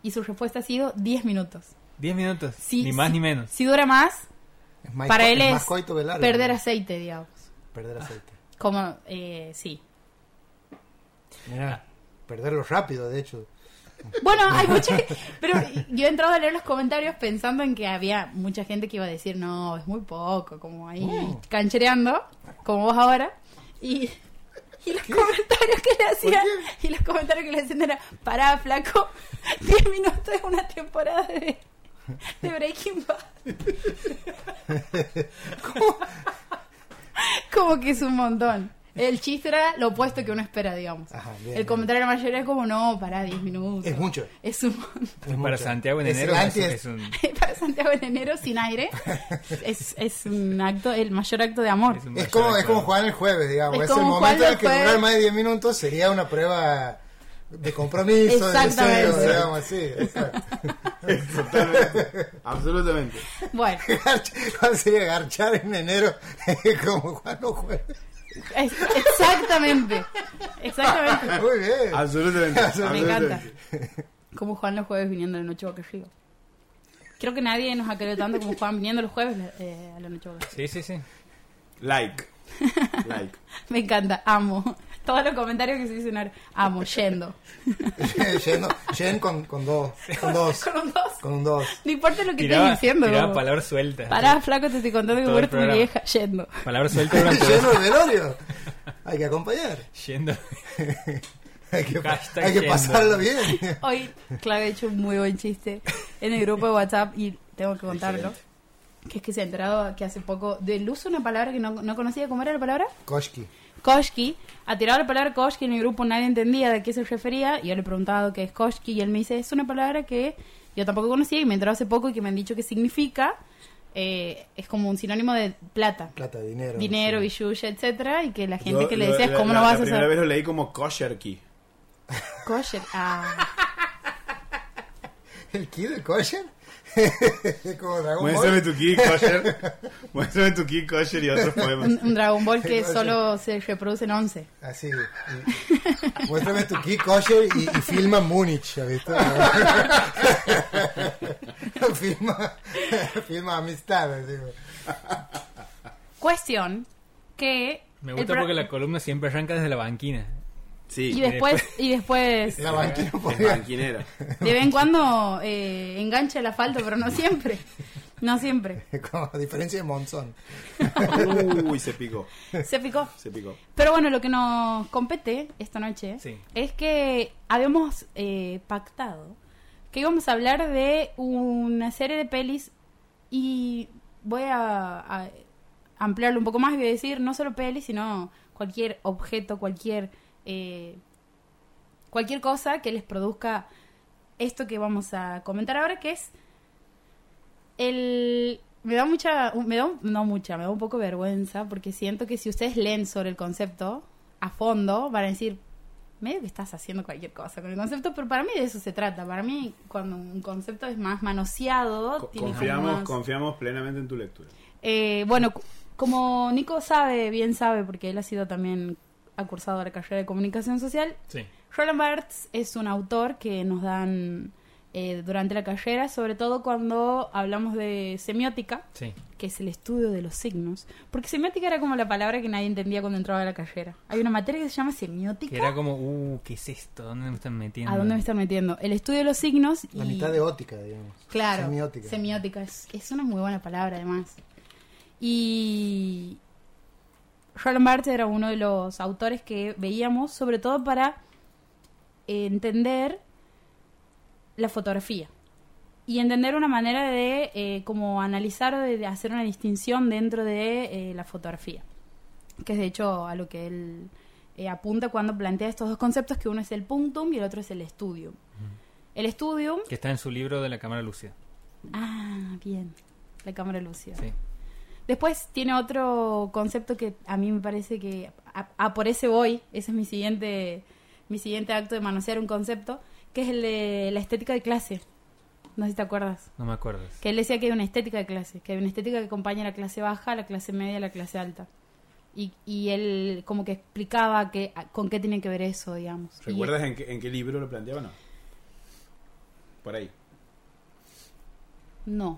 [SPEAKER 1] Y su respuesta ha sido 10 minutos.
[SPEAKER 2] 10 minutos.
[SPEAKER 1] Sí,
[SPEAKER 2] ni más
[SPEAKER 1] sí.
[SPEAKER 2] ni menos.
[SPEAKER 1] Si dura más,
[SPEAKER 3] Es más
[SPEAKER 1] para
[SPEAKER 3] co-
[SPEAKER 1] él
[SPEAKER 3] más
[SPEAKER 1] es
[SPEAKER 3] coito que largo,
[SPEAKER 1] perder
[SPEAKER 3] ¿no?
[SPEAKER 1] aceite, digamos.
[SPEAKER 3] Perder aceite.
[SPEAKER 1] Como, eh, sí.
[SPEAKER 3] Mirá, perderlo rápido, de hecho.
[SPEAKER 1] Bueno, hay mucha ge- Pero yo he entrado a leer los comentarios pensando en que había mucha gente que iba a decir, no, es muy poco, como ahí
[SPEAKER 3] Mm.
[SPEAKER 1] canchereando, como vos ahora. Y, y los comentarios que le hacían, y los comentarios que le hacían era, pará, flaco, 10 minutos es una temporada de, de Breaking Bad. como, como que es un montón. El chiste era lo opuesto que uno espera, digamos.
[SPEAKER 3] Ajá, bien,
[SPEAKER 1] el
[SPEAKER 3] bien.
[SPEAKER 1] comentario de la mayoría es como, no, pará, 10 minutos.
[SPEAKER 3] Es mucho.
[SPEAKER 1] Es un montón.
[SPEAKER 3] Es
[SPEAKER 2] Para
[SPEAKER 3] mucho.
[SPEAKER 2] Santiago en
[SPEAKER 3] Es
[SPEAKER 2] enero
[SPEAKER 3] el
[SPEAKER 2] es,
[SPEAKER 3] antes-
[SPEAKER 2] es un,
[SPEAKER 1] Para Santiago en enero sin aire es, es un acto, el mayor acto de amor.
[SPEAKER 2] es un
[SPEAKER 3] Es
[SPEAKER 2] mayor
[SPEAKER 3] como, es
[SPEAKER 2] acuerdo.
[SPEAKER 3] como jugar el jueves, digamos.
[SPEAKER 1] Es
[SPEAKER 3] Es,
[SPEAKER 1] como
[SPEAKER 3] el
[SPEAKER 1] jugar
[SPEAKER 3] momento en
[SPEAKER 1] el
[SPEAKER 3] el que
[SPEAKER 1] jueves.
[SPEAKER 3] durar más de 10 minutos sería una prueba de compromiso, de deseo,
[SPEAKER 1] Exactamente.
[SPEAKER 3] digamos, sí. exacto.
[SPEAKER 4] Totalmente. Absolutamente.
[SPEAKER 1] Bueno,
[SPEAKER 3] ¿Cuál sería garchar en enero? Es como jugar los jueves.
[SPEAKER 1] es- exactamente. Exactamente.
[SPEAKER 3] Muy bien.
[SPEAKER 4] Absolutamente.
[SPEAKER 1] Me
[SPEAKER 4] absolutamente.
[SPEAKER 1] encanta. Como Juan los jueves viniendo a la noche boca arriba. Creo que nadie nos ha querido tanto como Juan viniendo los jueves eh, a la noche boca arriba.
[SPEAKER 2] Sí, sí, sí.
[SPEAKER 4] Like. Like.
[SPEAKER 1] Me encanta, amo. Todos los comentarios que se dicen ahora, amo, yendo.
[SPEAKER 3] Yen, Yen con, con dos. Con dos.
[SPEAKER 1] Con un dos.
[SPEAKER 3] Con un dos.
[SPEAKER 1] No importa lo que
[SPEAKER 2] Tiraba,
[SPEAKER 1] estés diciendo.
[SPEAKER 2] tiraba
[SPEAKER 1] como,
[SPEAKER 2] palabras sueltas.
[SPEAKER 1] Pará, flaco, te estoy contando que
[SPEAKER 2] Todo el
[SPEAKER 1] muerto mi
[SPEAKER 2] programa.
[SPEAKER 1] vieja, yendo.
[SPEAKER 2] Palabras sueltas durante dos-
[SPEAKER 3] Lleno de velorio. Hay que acompañar.
[SPEAKER 2] Yendo.
[SPEAKER 3] Hay que,
[SPEAKER 2] Hashtag
[SPEAKER 3] hay que
[SPEAKER 2] yendo.
[SPEAKER 3] pasarlo bien.
[SPEAKER 1] Hoy, Clave ha hecho un muy buen chiste en el grupo de WhatsApp y tengo que contarlo. Que es que se ha enterado que hace poco del uso de una palabra que no, no conocía. ¿Cómo era la palabra?
[SPEAKER 3] Koshki.
[SPEAKER 1] Koshki. Ha tirado la palabra Koshki en el grupo, nadie entendía de qué se refería. Y yo le he preguntado qué es Koshki y él me dice, es una palabra que yo tampoco conocía y me entró hace poco y que me han dicho que significa, eh, es como un sinónimo de plata.
[SPEAKER 3] Plata, dinero.
[SPEAKER 1] Dinero,
[SPEAKER 3] sí.
[SPEAKER 1] billulla, etcétera, y que la gente
[SPEAKER 4] Yo
[SPEAKER 1] que le
[SPEAKER 4] lo-
[SPEAKER 1] decía
[SPEAKER 4] la-
[SPEAKER 1] ¿cómo
[SPEAKER 4] la-
[SPEAKER 1] no vas
[SPEAKER 4] La
[SPEAKER 1] a
[SPEAKER 4] primera
[SPEAKER 1] hacer
[SPEAKER 4] vez lo leí como kosher key.
[SPEAKER 1] kosher? Ah,
[SPEAKER 3] ¿El kid del kosher? Como Dragon
[SPEAKER 4] Muéstrame
[SPEAKER 3] Ball.
[SPEAKER 4] tu key kosher. Muéstrame tu key kosher y otros poemas.
[SPEAKER 1] un, un Dragon Ball que
[SPEAKER 3] Kosher.
[SPEAKER 1] solo se reproduce en 11.
[SPEAKER 3] Así. y- Muéstrame tu kid kosher y, y filma Múnich, ¿has visto? filma, filma amistad. así, güey.
[SPEAKER 1] Cuestión que...
[SPEAKER 2] Me
[SPEAKER 1] el
[SPEAKER 2] gusta
[SPEAKER 1] pro-
[SPEAKER 2] porque la columna siempre arranca desde la banquina.
[SPEAKER 1] Y
[SPEAKER 4] Sí,
[SPEAKER 1] después, y después
[SPEAKER 3] La banquina
[SPEAKER 4] es
[SPEAKER 3] podía.
[SPEAKER 4] banquinera.
[SPEAKER 1] de vez en cuando eh, engancha el asfalto, pero no siempre. No siempre.
[SPEAKER 3] Como a diferencia de Monzón.
[SPEAKER 4] Uy, se picó.
[SPEAKER 1] Se picó.
[SPEAKER 4] Se picó.
[SPEAKER 1] Pero bueno, lo que nos compete esta noche
[SPEAKER 2] Sí.
[SPEAKER 1] es que habíamos eh, pactado que íbamos a hablar de una serie de pelis y voy a, a ampliarlo un poco más y voy a decir no solo pelis, sino cualquier objeto, cualquier, eh, cualquier cosa que les produzca esto que vamos a comentar ahora, que es el me da mucha me da un- no mucha me da un poco vergüenza porque siento que si ustedes leen sobre el concepto a fondo van a decir medio que estás haciendo cualquier cosa con el concepto pero para mí de eso se trata para mí cuando un concepto es más manoseado
[SPEAKER 4] Co-
[SPEAKER 1] Oh, tiene como
[SPEAKER 4] Confiamos,
[SPEAKER 1] más-
[SPEAKER 4] confiamos plenamente en tu lectura.
[SPEAKER 1] Eh, bueno cu- como Nico sabe bien sabe porque él ha sido también ha cursado la carrera de comunicación social
[SPEAKER 2] Sí.
[SPEAKER 1] Roland Barthes es un autor que nos dan eh, durante la carrera sobre todo cuando hablamos de semiótica
[SPEAKER 2] Sí.
[SPEAKER 1] que es el estudio de los signos. Porque semiótica era como la palabra que nadie entendía cuando entraba a la carrera. Hay una materia que se llama
[SPEAKER 2] Que
[SPEAKER 1] semiótica.
[SPEAKER 2] era como, uh, ¿qué es esto? ¿Dónde me están metiendo?
[SPEAKER 1] ¿A dónde me están metiendo? El estudio de los signos.
[SPEAKER 3] La
[SPEAKER 1] y-
[SPEAKER 3] mitad de ótica, digamos.
[SPEAKER 1] Claro.
[SPEAKER 3] Semiótica.
[SPEAKER 1] Semiótica. Es, es una muy buena palabra, además. Y. Roland Barthes era uno de los autores que veíamos, sobre todo para eh, entender la fotografía. Y entender una manera de eh, como analizar o de de hacer una distinción dentro de eh, la fotografía. Que es de hecho a lo que él eh, apunta cuando plantea estos dos conceptos, que uno es el punctum y el otro es el estudium. El estudium
[SPEAKER 2] Que está en su libro de la cámara lúcida.
[SPEAKER 1] Ah, bien. La cámara lúcida.
[SPEAKER 2] Sí.
[SPEAKER 1] Después tiene otro concepto que a mí me parece que... a- a por ese voy. Ese es mi siguiente, mi siguiente acto de manosear un concepto, que es el de la estética de clase. No sé si te acuerdas.
[SPEAKER 2] No me acuerdo.
[SPEAKER 1] Que él decía que hay una estética de clase, que hay una estética que acompaña a la clase baja, a la clase media, a la clase alta. Y, y él como que explicaba que, a- con qué tiene que ver eso, digamos. Y-
[SPEAKER 4] ¿Recuerdas en qué, en qué libro lo planteaba o no? Por ahí.
[SPEAKER 1] No,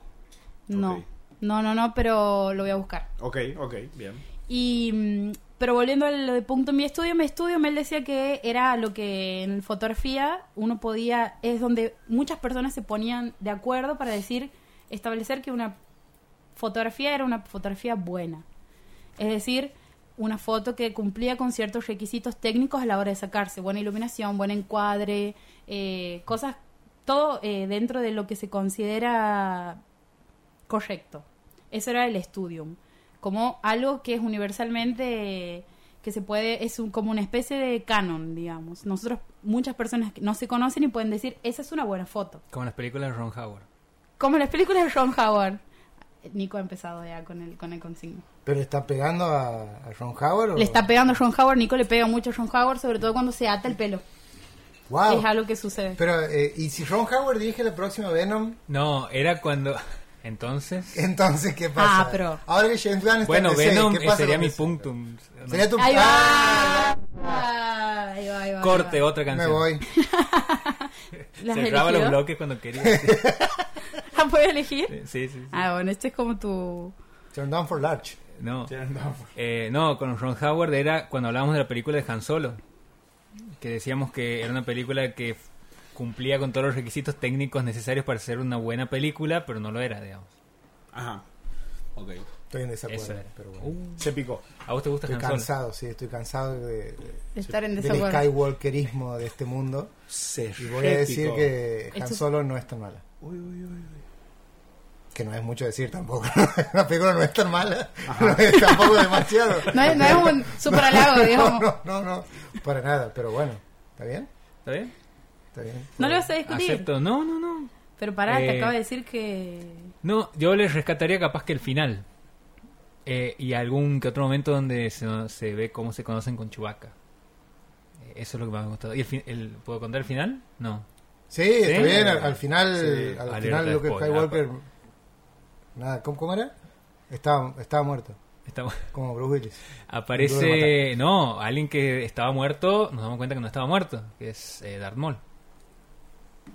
[SPEAKER 1] no.
[SPEAKER 4] Ok.
[SPEAKER 1] No, no, no, pero lo voy a buscar.
[SPEAKER 4] Ok, ok, bien.
[SPEAKER 1] Y, mm, pero volviendo a lo de punto mi estudio, mi estudio, él decía que era lo que en fotografía uno podía, es donde muchas personas se ponían de acuerdo para decir, establecer que una fotografía era una fotografía buena. Es decir, una foto que cumplía con ciertos requisitos técnicos a la hora de sacarse, buena iluminación, buen encuadre, eh, cosas, todo eh, dentro de lo que se considera correcto. Eso era el estudium, como algo que es universalmente eh, que se puede es un- como una especie de canon, digamos. Nosotros muchas personas que no se conocen y pueden decir, "Esa es una buena foto."
[SPEAKER 2] Como las películas de Ron Howard.
[SPEAKER 1] Como las películas de Ron Howard. Nico ha empezado ya con el con el consigno.
[SPEAKER 3] ¿Pero le está pegando a, a Ron
[SPEAKER 2] Oh.
[SPEAKER 3] Howard? o-
[SPEAKER 1] Le está pegando a Ron Howard, Nico le pega mucho a Ron Howard, sobre todo cuando se ata el pelo.
[SPEAKER 2] Ah.
[SPEAKER 3] Wow.
[SPEAKER 1] Es algo que sucede.
[SPEAKER 3] Pero, eh, ¿y si Ron Howard dirige la próxima Venom?
[SPEAKER 2] No, era cuando... Entonces...
[SPEAKER 3] Entonces, ¿qué pasa?
[SPEAKER 1] Ah, pero-
[SPEAKER 3] Ahora que James Gunn está
[SPEAKER 2] Bueno,
[SPEAKER 3] en DC,
[SPEAKER 2] Venom
[SPEAKER 3] Este ¿qué
[SPEAKER 2] eh,
[SPEAKER 3] pasa
[SPEAKER 2] sería
[SPEAKER 3] con
[SPEAKER 2] mi
[SPEAKER 3] eso?
[SPEAKER 2] punctum.
[SPEAKER 3] Sería tu...
[SPEAKER 1] Ahí
[SPEAKER 3] Ah,
[SPEAKER 1] va. Ahí va, ahí va, ahí
[SPEAKER 2] Corte,
[SPEAKER 1] va.
[SPEAKER 2] otra
[SPEAKER 3] me
[SPEAKER 2] canción.
[SPEAKER 3] voy.
[SPEAKER 1] ¿Las
[SPEAKER 2] Cerraba los
[SPEAKER 1] elegido?
[SPEAKER 2] bloques cuando quería. Sí,
[SPEAKER 1] ¿Las puedes elegir?
[SPEAKER 2] sí, sí. sí.
[SPEAKER 1] Ah, bueno, este es como tu...
[SPEAKER 3] Turn down for large.
[SPEAKER 2] No.
[SPEAKER 1] Ah.
[SPEAKER 4] No,
[SPEAKER 2] Eh, no, con Ron Howard era cuando hablábamos de la película de Han Solo, que decíamos que era una película que f- cumplía con todos los requisitos técnicos necesarios para ser una buena película, pero no lo era, digamos.
[SPEAKER 4] Ajá. Ok.
[SPEAKER 3] Estoy en
[SPEAKER 2] Eso
[SPEAKER 3] desacuerdo.
[SPEAKER 2] era. Uh.
[SPEAKER 3] Pero bueno.
[SPEAKER 4] Se picó.
[SPEAKER 2] ¿A vos te gusta
[SPEAKER 3] Estoy
[SPEAKER 2] Han Solo?
[SPEAKER 3] cansado, sí, estoy cansado de, de-
[SPEAKER 1] de estar en
[SPEAKER 3] del
[SPEAKER 1] desacuerdo.
[SPEAKER 3] skywalkerismo de este mundo.
[SPEAKER 4] Se
[SPEAKER 3] Y voy a decir que Han
[SPEAKER 1] Esto-
[SPEAKER 3] Solo no es tan mala.
[SPEAKER 4] Uy, uy, uy, uy.
[SPEAKER 3] Que no es mucho decir tampoco. la película no es tan mala. No es tampoco demasiado.
[SPEAKER 1] No es, no es un super halago,
[SPEAKER 3] no,
[SPEAKER 1] digamos. No,
[SPEAKER 3] no, no, no, para nada. Pero bueno, ¿está bien?
[SPEAKER 2] ¿Está bien?
[SPEAKER 3] ¿Está bien?
[SPEAKER 1] lo vas a discutir.
[SPEAKER 2] Acepto. No, no, no.
[SPEAKER 1] Pero pará,
[SPEAKER 2] Eh,
[SPEAKER 1] te acabo de decir que.
[SPEAKER 2] No, yo les rescataría capaz que el final. Eh, y algún que otro momento donde se, se ve cómo se conocen con Chewbacca. Eh, Eso es lo que más me ha gustado. ¿Y el, fin- el- ¿Puedo contar el final? No.
[SPEAKER 3] Sí, está
[SPEAKER 2] Sí.
[SPEAKER 3] bien. Al, al final,
[SPEAKER 2] Sí,
[SPEAKER 3] al
[SPEAKER 2] alerta
[SPEAKER 3] final Luke
[SPEAKER 2] spoiler.
[SPEAKER 3] Skywalker. Nada, ¿cómo, cómo era? Estaba, estaba muerto,
[SPEAKER 2] Estamos...
[SPEAKER 3] como Bruce Willis. Duro
[SPEAKER 2] Aparece, no, alguien que estaba muerto, nos damos cuenta que no estaba muerto, que es eh, Darth Maul.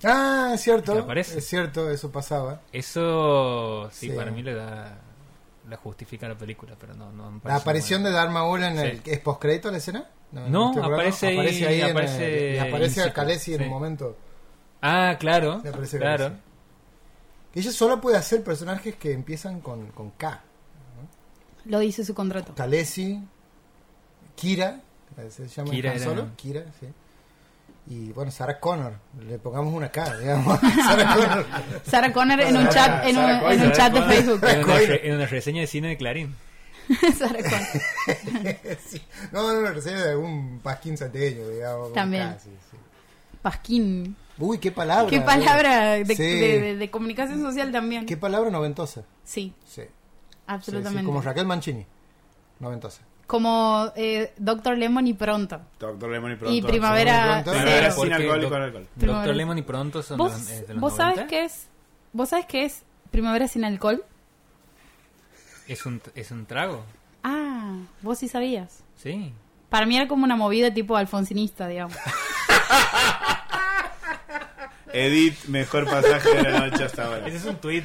[SPEAKER 3] Ah, es cierto.
[SPEAKER 2] Que aparece.
[SPEAKER 3] Es cierto, eso pasaba.
[SPEAKER 2] Eso sí,
[SPEAKER 3] Sí.
[SPEAKER 2] para mí le da la justifica a la película, pero no no me
[SPEAKER 3] La
[SPEAKER 2] parece
[SPEAKER 3] aparición
[SPEAKER 2] muy
[SPEAKER 3] de Darth Maul en el
[SPEAKER 2] Sí.
[SPEAKER 3] es postcrédito la escena?
[SPEAKER 2] No,
[SPEAKER 3] estoy acordando.
[SPEAKER 2] aparece ahí-
[SPEAKER 3] en
[SPEAKER 2] aparece
[SPEAKER 3] el- y aparece a
[SPEAKER 2] Insigne,
[SPEAKER 3] Khaleesi en
[SPEAKER 2] sí.
[SPEAKER 3] un momento.
[SPEAKER 2] buena. Ah, claro.
[SPEAKER 3] Me parece que
[SPEAKER 2] claro.
[SPEAKER 3] sí. Que ella solo puede hacer personajes que empiezan con, con K.
[SPEAKER 1] Lo dice su contrato.
[SPEAKER 3] Khaleesi, Kira, se llama
[SPEAKER 2] Kira
[SPEAKER 3] Han
[SPEAKER 2] era-
[SPEAKER 3] Solo, Kira, sí. Y bueno, Sarah Connor, le pongamos una K, digamos. Sarah Connor.
[SPEAKER 1] Sarah Connor en un
[SPEAKER 4] Sarah-
[SPEAKER 1] chat, en
[SPEAKER 4] Sarah
[SPEAKER 1] un, en
[SPEAKER 4] Connor.
[SPEAKER 1] un chat de Facebook.
[SPEAKER 2] En una,
[SPEAKER 3] Coño.
[SPEAKER 2] re- en una reseña de cine de Clarín.
[SPEAKER 1] Sarah Connor.
[SPEAKER 3] Sí. No, no, no, reseña de algún pasquín salteño, digamos. con
[SPEAKER 1] También.
[SPEAKER 3] K, sí, sí.
[SPEAKER 1] Pasquín.
[SPEAKER 3] Uy, qué palabra.
[SPEAKER 1] Qué palabra de,
[SPEAKER 3] Sí.
[SPEAKER 1] de- de- de comunicación social también.
[SPEAKER 3] Qué palabra noventosa.
[SPEAKER 1] Sí,
[SPEAKER 3] Sí. sí, sí,
[SPEAKER 1] absolutamente.
[SPEAKER 3] como Raquel Mancini. Noventosa.
[SPEAKER 1] Como eh, Doctor Lemon y pronto.
[SPEAKER 4] Doctor Lemon y
[SPEAKER 1] y
[SPEAKER 4] pronto.
[SPEAKER 1] primavera.
[SPEAKER 3] Pronto.
[SPEAKER 1] cero.
[SPEAKER 4] Primavera
[SPEAKER 2] Cero.
[SPEAKER 4] sin alcohol y
[SPEAKER 2] Porque
[SPEAKER 4] con alcohol.
[SPEAKER 1] Primavera.
[SPEAKER 2] Doctor Lemon y pronto son
[SPEAKER 1] ¿Vos,
[SPEAKER 2] los- eh, de los
[SPEAKER 1] vos sabes
[SPEAKER 2] 90.
[SPEAKER 1] qué es? ¿Vos sabes qué es primavera sin alcohol?
[SPEAKER 2] Es un es un trago.
[SPEAKER 1] Ah, vos sí sabías.
[SPEAKER 2] Sí.
[SPEAKER 1] Para mí era como una movida tipo alfonsinista, digamos.
[SPEAKER 4] Edith, mejor pasaje de la noche hasta ahora.
[SPEAKER 2] Ese es un tweet.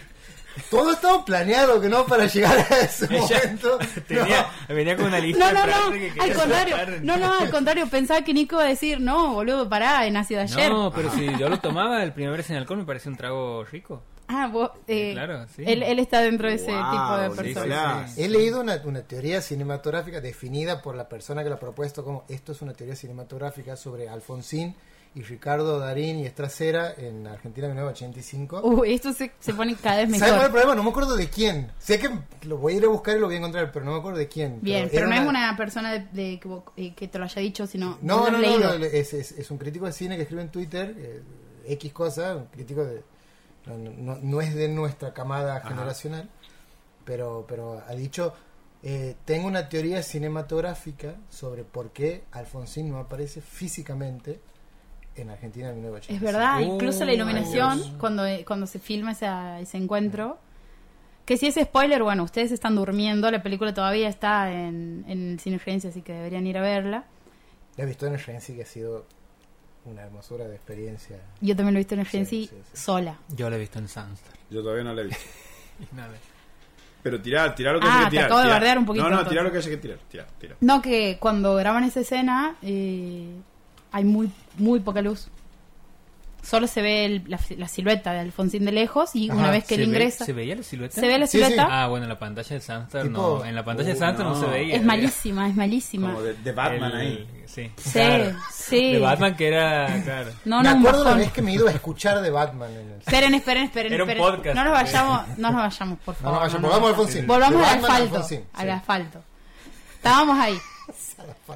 [SPEAKER 3] Todo estaba planeado que no para llegar a ese
[SPEAKER 2] Ella
[SPEAKER 3] momento.
[SPEAKER 2] tenía venía con una lista
[SPEAKER 1] No,
[SPEAKER 2] de
[SPEAKER 1] no,
[SPEAKER 2] frases que
[SPEAKER 1] no,
[SPEAKER 2] quería
[SPEAKER 1] al contrario.
[SPEAKER 2] sacar.
[SPEAKER 1] No, no, al contrario. Pensaba que Nico iba a decir, no, boludo, pará, he nacido ayer.
[SPEAKER 2] No, pero si yo lo tomaba el primavera sin alcohol me parecía un trago rico.
[SPEAKER 1] Ah, vos, eh,
[SPEAKER 2] Sí, claro, sí.
[SPEAKER 1] él, él está dentro de ese
[SPEAKER 4] Wow,
[SPEAKER 1] tipo de
[SPEAKER 2] sí,
[SPEAKER 1] personas.
[SPEAKER 4] Nicolás.
[SPEAKER 3] He leído una, una teoría cinematográfica definida por la persona que la ha propuesto como esto es una teoría cinematográfica sobre Alfonsín y Ricardo Darín y Estracera en Argentina 1985.
[SPEAKER 1] Uy, esto se, se pone cada vez
[SPEAKER 3] ¿Sabes cuál es el
[SPEAKER 1] mejor.
[SPEAKER 3] problema? No me acuerdo de quién. Sé que lo voy a ir a buscar y lo voy a encontrar, pero no me acuerdo de quién.
[SPEAKER 1] Bien,
[SPEAKER 3] era
[SPEAKER 1] pero no es una persona de, de que, vos- eh, que te lo haya dicho, sino vos lo
[SPEAKER 3] No,
[SPEAKER 1] has
[SPEAKER 3] no, no,
[SPEAKER 1] leído.
[SPEAKER 3] no, es, es- es un crítico de cine que escribe en Twitter eh, X cosa, un crítico de... No, no- no es de nuestra camada generacional, pero, pero ha dicho, eh, tengo una teoría cinematográfica sobre por qué Alfonsín no aparece físicamente en Argentina en 1980.
[SPEAKER 1] Es verdad,
[SPEAKER 2] Oh,
[SPEAKER 1] incluso la iluminación,
[SPEAKER 2] Dios.
[SPEAKER 1] cuando, eh, cuando se filma esa- ese encuentro. Que si es spoiler, bueno, ustedes están durmiendo, la película todavía está en, en Cinegerencia, así que deberían ir a verla.
[SPEAKER 3] La he visto en Renzi que ha sido una hermosura de experiencia.
[SPEAKER 1] Yo también lo he visto en Urgencia
[SPEAKER 3] Sí, sí, sí.
[SPEAKER 1] sola.
[SPEAKER 2] Yo lo he visto en Sunstar.
[SPEAKER 4] Yo todavía no la he visto.
[SPEAKER 2] Y nada.
[SPEAKER 4] Pero tirá, tirá lo que
[SPEAKER 1] Ah,
[SPEAKER 4] haya
[SPEAKER 1] te
[SPEAKER 4] que tirar.
[SPEAKER 1] acabo de
[SPEAKER 4] tirá.
[SPEAKER 1] bardear un poquito,
[SPEAKER 4] No, no,
[SPEAKER 1] entonces.
[SPEAKER 4] tirá lo que haya que tirar. Tirá, tirá.
[SPEAKER 1] No, que cuando graban esa escena eh, hay muy, muy poca luz. Solo se ve el- la, la silueta de Alfonsín de lejos y una
[SPEAKER 3] Ajá,
[SPEAKER 1] vez que él
[SPEAKER 2] ¿Se ve-
[SPEAKER 1] ingresa
[SPEAKER 2] ¿Se veía la silueta?
[SPEAKER 1] se ve la
[SPEAKER 3] Sí, sí.
[SPEAKER 1] silueta.
[SPEAKER 2] Ah, bueno, en la pantalla de Sunstar
[SPEAKER 3] Tipo-
[SPEAKER 2] no. En la pantalla de
[SPEAKER 4] Uh,
[SPEAKER 2] Sunstar no.
[SPEAKER 4] no.
[SPEAKER 2] se veía.
[SPEAKER 1] es malísima, es malísima.
[SPEAKER 4] Como de, de Batman
[SPEAKER 2] El-
[SPEAKER 4] ahí.
[SPEAKER 2] Sí.
[SPEAKER 1] Sí,
[SPEAKER 2] Claro.
[SPEAKER 1] sí.
[SPEAKER 2] De Batman que era, claro.
[SPEAKER 1] No,
[SPEAKER 3] me
[SPEAKER 1] no, un
[SPEAKER 3] acuerdo la
[SPEAKER 1] bajón.
[SPEAKER 3] vez que me he ido a escuchar de Batman en el...
[SPEAKER 1] Esperen, esperen, esperen.
[SPEAKER 2] Era un
[SPEAKER 1] esperen.
[SPEAKER 2] podcast.
[SPEAKER 1] No nos vayamos, no nos vayamos, por
[SPEAKER 3] eh. No, no,
[SPEAKER 1] favor.
[SPEAKER 3] vaya,
[SPEAKER 1] no nos
[SPEAKER 3] volvamos a
[SPEAKER 1] vayamos.
[SPEAKER 3] Alfonsín.
[SPEAKER 1] Volvamos
[SPEAKER 3] De
[SPEAKER 1] al
[SPEAKER 3] Batman a
[SPEAKER 1] asfalto.
[SPEAKER 3] Alfonsín,
[SPEAKER 1] Al
[SPEAKER 3] sí.
[SPEAKER 1] asfalto. Estábamos ahí.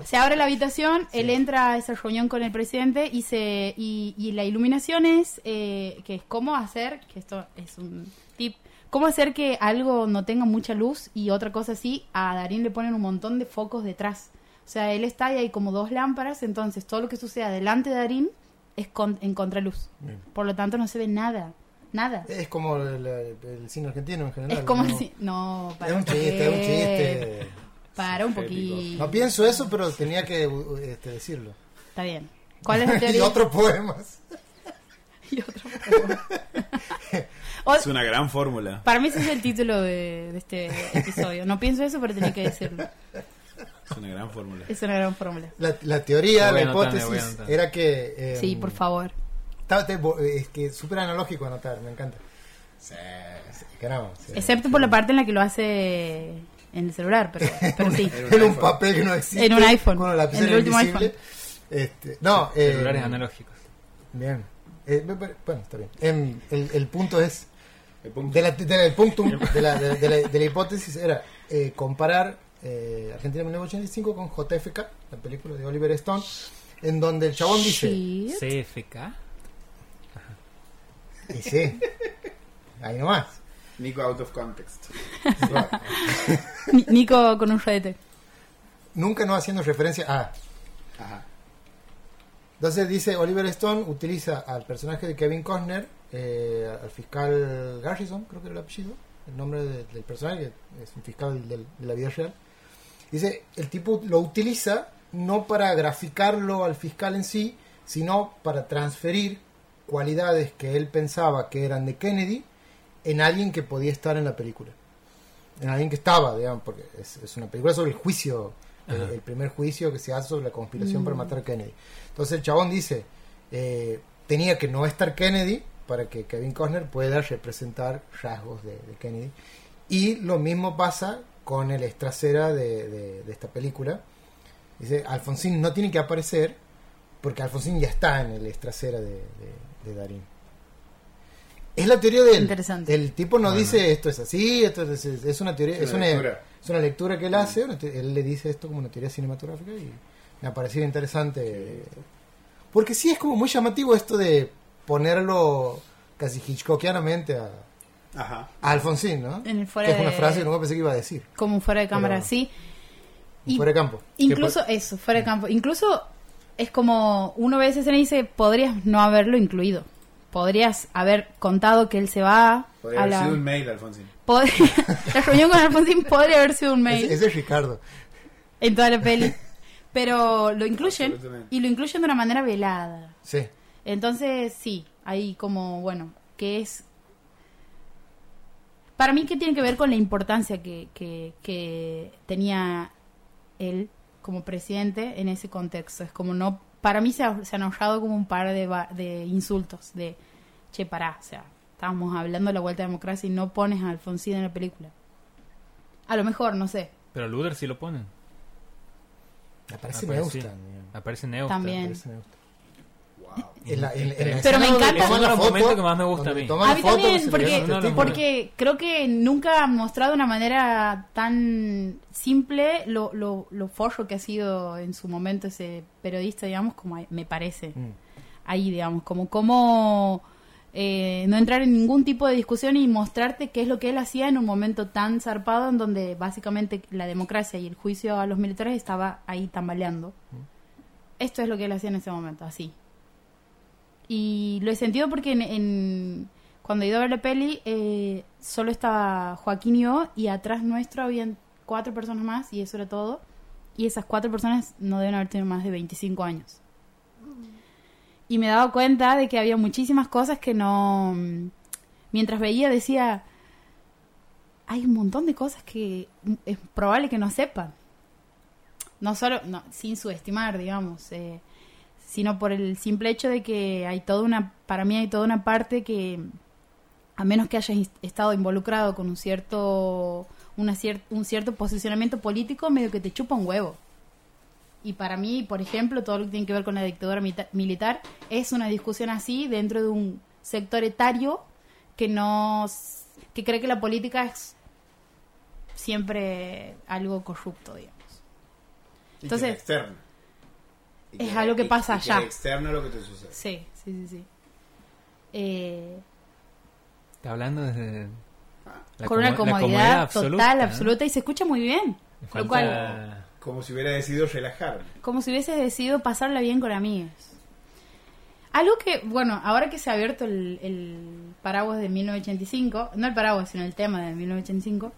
[SPEAKER 1] Se abre la habitación, él entra a esa reunión con el presidente y se y, y la iluminación es eh, que es cómo hacer que esto es un tip cómo hacer que algo no tenga mucha luz y otra cosa así a Darín le ponen un montón de focos detrás o sea él está y hay como dos lámparas entonces todo lo que sucede delante de Darín es con- en contraluz
[SPEAKER 3] Bien.
[SPEAKER 1] por lo tanto no se ve nada nada
[SPEAKER 3] Es como el, el cine argentino en general.
[SPEAKER 1] es como
[SPEAKER 3] ¿no?
[SPEAKER 1] si no para
[SPEAKER 3] Es un chiste, es un chiste.
[SPEAKER 1] para un
[SPEAKER 4] Sintético.
[SPEAKER 1] poquito
[SPEAKER 3] No pienso eso, pero tenía que uh, este, decirlo.
[SPEAKER 1] está bien ¿Cuál es la
[SPEAKER 3] y
[SPEAKER 1] teoría?
[SPEAKER 3] otros poemas.
[SPEAKER 1] y otro poema. O-
[SPEAKER 4] Es una gran fórmula.
[SPEAKER 1] para mí ese es el título de, de este episodio. No pienso eso, pero tenía que decirlo.
[SPEAKER 4] Es una gran fórmula.
[SPEAKER 1] Es una gran fórmula.
[SPEAKER 3] La, la teoría,
[SPEAKER 2] Lo voy
[SPEAKER 3] la
[SPEAKER 2] a anotar, lo voy a
[SPEAKER 3] hipótesis
[SPEAKER 2] anotar.
[SPEAKER 3] era que. eh,
[SPEAKER 4] Em,
[SPEAKER 1] Sí, por favor.
[SPEAKER 3] ta- te- bo- Es que súper analógico anotar, me encanta. Sí, sí, ganamos, sí.
[SPEAKER 1] Excepto
[SPEAKER 4] em.
[SPEAKER 1] por la parte en la que lo hace en el celular, pero, pero sí.
[SPEAKER 3] En un papel que no existe.
[SPEAKER 1] En un iPhone,
[SPEAKER 3] Con la lapicera
[SPEAKER 1] en el último
[SPEAKER 3] invisible.
[SPEAKER 1] iPhone.
[SPEAKER 3] Este, no, eh,
[SPEAKER 2] Celulares analógicos.
[SPEAKER 3] Bien. Eh, me pare- bueno, está bien. Em, el- el punto es.
[SPEAKER 4] El punto.
[SPEAKER 3] De la, de la- el punctum, de la, de, de la, de la hipótesis era eh, comparar eh, Argentina 1985 con JFK, la película de Oliver Stone, en donde el chabón dice,
[SPEAKER 1] Sí.
[SPEAKER 2] CFK.
[SPEAKER 3] Y sí. Ahí nomás.
[SPEAKER 4] Nico out of context.
[SPEAKER 1] Ni- Nico con un rodete.
[SPEAKER 3] Nunca no haciendo referencia a.
[SPEAKER 4] Ajá.
[SPEAKER 3] Entonces dice Oliver Stone utiliza al personaje de Kevin Costner, eh, al fiscal Garrison, creo que era el apellido, el nombre de- del personaje, que es un fiscal del- de la vida real. Dice, el tipo lo utiliza no para graficarlo al fiscal en sí, sino para transferir cualidades que él pensaba que eran de Kennedy en alguien que podía estar en la película. En alguien que estaba, digamos, porque es, es una película sobre el juicio, el, el primer juicio que se hace sobre la conspiración para matar a Kennedy. Entonces el chabón dice, eh, tenía que no estar Kennedy para que Kevin Costner pueda representar rasgos de, de Kennedy. Y lo mismo pasa con el extracera de, de- de esta película. Dice, Alfonsín no tiene que aparecer porque Alfonsín ya está en el extracera de, de- de Darín. Es la teoría del
[SPEAKER 1] Interesante.
[SPEAKER 3] El tipo no dice esto es así, esto es, es- es una teoría,
[SPEAKER 4] Es
[SPEAKER 3] es
[SPEAKER 4] una
[SPEAKER 3] una,
[SPEAKER 4] lectura.
[SPEAKER 3] es una lectura que él hace, una te- él le dice esto como una teoría cinematográfica y me ha parecido interesante. Porque sí es como muy llamativo esto de ponerlo casi hitchcockianamente a,
[SPEAKER 4] Ajá.
[SPEAKER 3] a Alfonsín, ¿no?
[SPEAKER 1] En el fuera
[SPEAKER 3] que es una
[SPEAKER 1] de-
[SPEAKER 3] frase que nunca pensé que iba a decir.
[SPEAKER 1] Como fuera de cámara,
[SPEAKER 3] Pero-
[SPEAKER 1] sí.
[SPEAKER 3] Y
[SPEAKER 1] Y-
[SPEAKER 3] fuera de campo.
[SPEAKER 1] Incluso eso, fuera
[SPEAKER 4] Mm.
[SPEAKER 1] de campo. Incluso es como uno ve esa escena y dice, podrías no haberlo incluido. Podrías haber contado que él se va
[SPEAKER 4] Podría
[SPEAKER 1] a
[SPEAKER 4] haber
[SPEAKER 1] la...
[SPEAKER 4] sido un mail, Alfonsín.
[SPEAKER 1] Podría- la reunión con Alfonsín podría haber sido un mail
[SPEAKER 3] Ese, ese es Ricardo.
[SPEAKER 1] en toda la peli. Pero lo incluyen
[SPEAKER 4] Absolutamente.
[SPEAKER 1] y lo incluyen de una manera velada.
[SPEAKER 3] Sí.
[SPEAKER 1] Entonces, sí, ahí como, bueno, que es... Para mí que tiene que ver con la importancia que, que, que tenía él como presidente en ese contexto. Es como no... Para mí se ha, se han ahorrado como un par de, va- de insultos de, che, pará, o sea, estábamos hablando de la vuelta a la democracia y no pones a Alfonsín en la película. A lo mejor, no sé,
[SPEAKER 2] Pero Luder sí lo ponen.
[SPEAKER 3] Aparece me
[SPEAKER 2] Aparece.
[SPEAKER 3] gusta.
[SPEAKER 2] Aparece Neo.
[SPEAKER 1] también.
[SPEAKER 3] Aparece me gusta.
[SPEAKER 4] Wow.
[SPEAKER 3] En la- en- en la
[SPEAKER 2] Pero
[SPEAKER 3] escena
[SPEAKER 1] me
[SPEAKER 3] donde
[SPEAKER 1] encanta.
[SPEAKER 3] toman la
[SPEAKER 2] Es uno de los
[SPEAKER 3] foto,
[SPEAKER 2] momentos que más me gusta a
[SPEAKER 3] donde
[SPEAKER 2] mí.
[SPEAKER 3] toman
[SPEAKER 1] A
[SPEAKER 3] la
[SPEAKER 1] mí
[SPEAKER 3] foto,
[SPEAKER 1] también,
[SPEAKER 3] se le ve
[SPEAKER 1] porque,
[SPEAKER 3] este
[SPEAKER 2] no, no,
[SPEAKER 3] tipo.
[SPEAKER 1] porque creo que nunca han mostrado de una manera tan simple lo, lo, lo forro que ha sido en su momento ese periodista, digamos, como ahí- me parece.
[SPEAKER 3] Mm.
[SPEAKER 1] Ahí, digamos, como cómo eh, no entrar en ningún tipo de discusión y mostrarte qué es lo que él hacía en un momento tan zarpado en donde básicamente la democracia y el juicio a los militares estaba ahí tambaleando. Esto es lo que él hacía en ese momento, así. Y lo he sentido porque en, en- cuando he ido a ver la peli, eh, solo estaba Joaquín y yo, y atrás nuestro habían cuatro personas más, y eso era todo. Y esas cuatro personas no deben haber tenido más de 25 años. Y me he dado cuenta de que había muchísimas cosas que no... mm, Mientras veía decía, hay un montón de cosas que es probable que no sepan. No solo, no, sin subestimar, digamos. eh, sino por el simple hecho de que hay toda una, para mí hay toda una parte que, a menos que hayas is- estado involucrado con un cierto, una cier- un cierto posicionamiento político, medio que te chupa un huevo. Y para mí, por ejemplo, todo lo que tiene que ver con la dictadura mita- militar es una discusión así dentro de un sector etario que no, s- que cree que la política es siempre algo corrupto, digamos.
[SPEAKER 4] Y
[SPEAKER 1] Entonces-
[SPEAKER 4] que es externo. Y
[SPEAKER 1] Es algo que
[SPEAKER 4] y-
[SPEAKER 1] pasa
[SPEAKER 4] y que
[SPEAKER 1] allá.
[SPEAKER 4] es externo lo que te sucede.
[SPEAKER 1] Sí, sí, sí, sí. Eh,
[SPEAKER 2] Está hablando desde. la
[SPEAKER 1] con una
[SPEAKER 2] como- la
[SPEAKER 1] comodidad, total,
[SPEAKER 2] ¿no?
[SPEAKER 1] absoluta y se escucha muy bien. Lo
[SPEAKER 2] Falta-
[SPEAKER 1] cual,
[SPEAKER 4] Como si hubiera decidido relajarme.
[SPEAKER 1] como si hubieses decidido pasarla bien con amigos. Algo que, bueno, ahora que se ha abierto el, el paraguas de 1985, no el paraguas, sino el tema de 1985,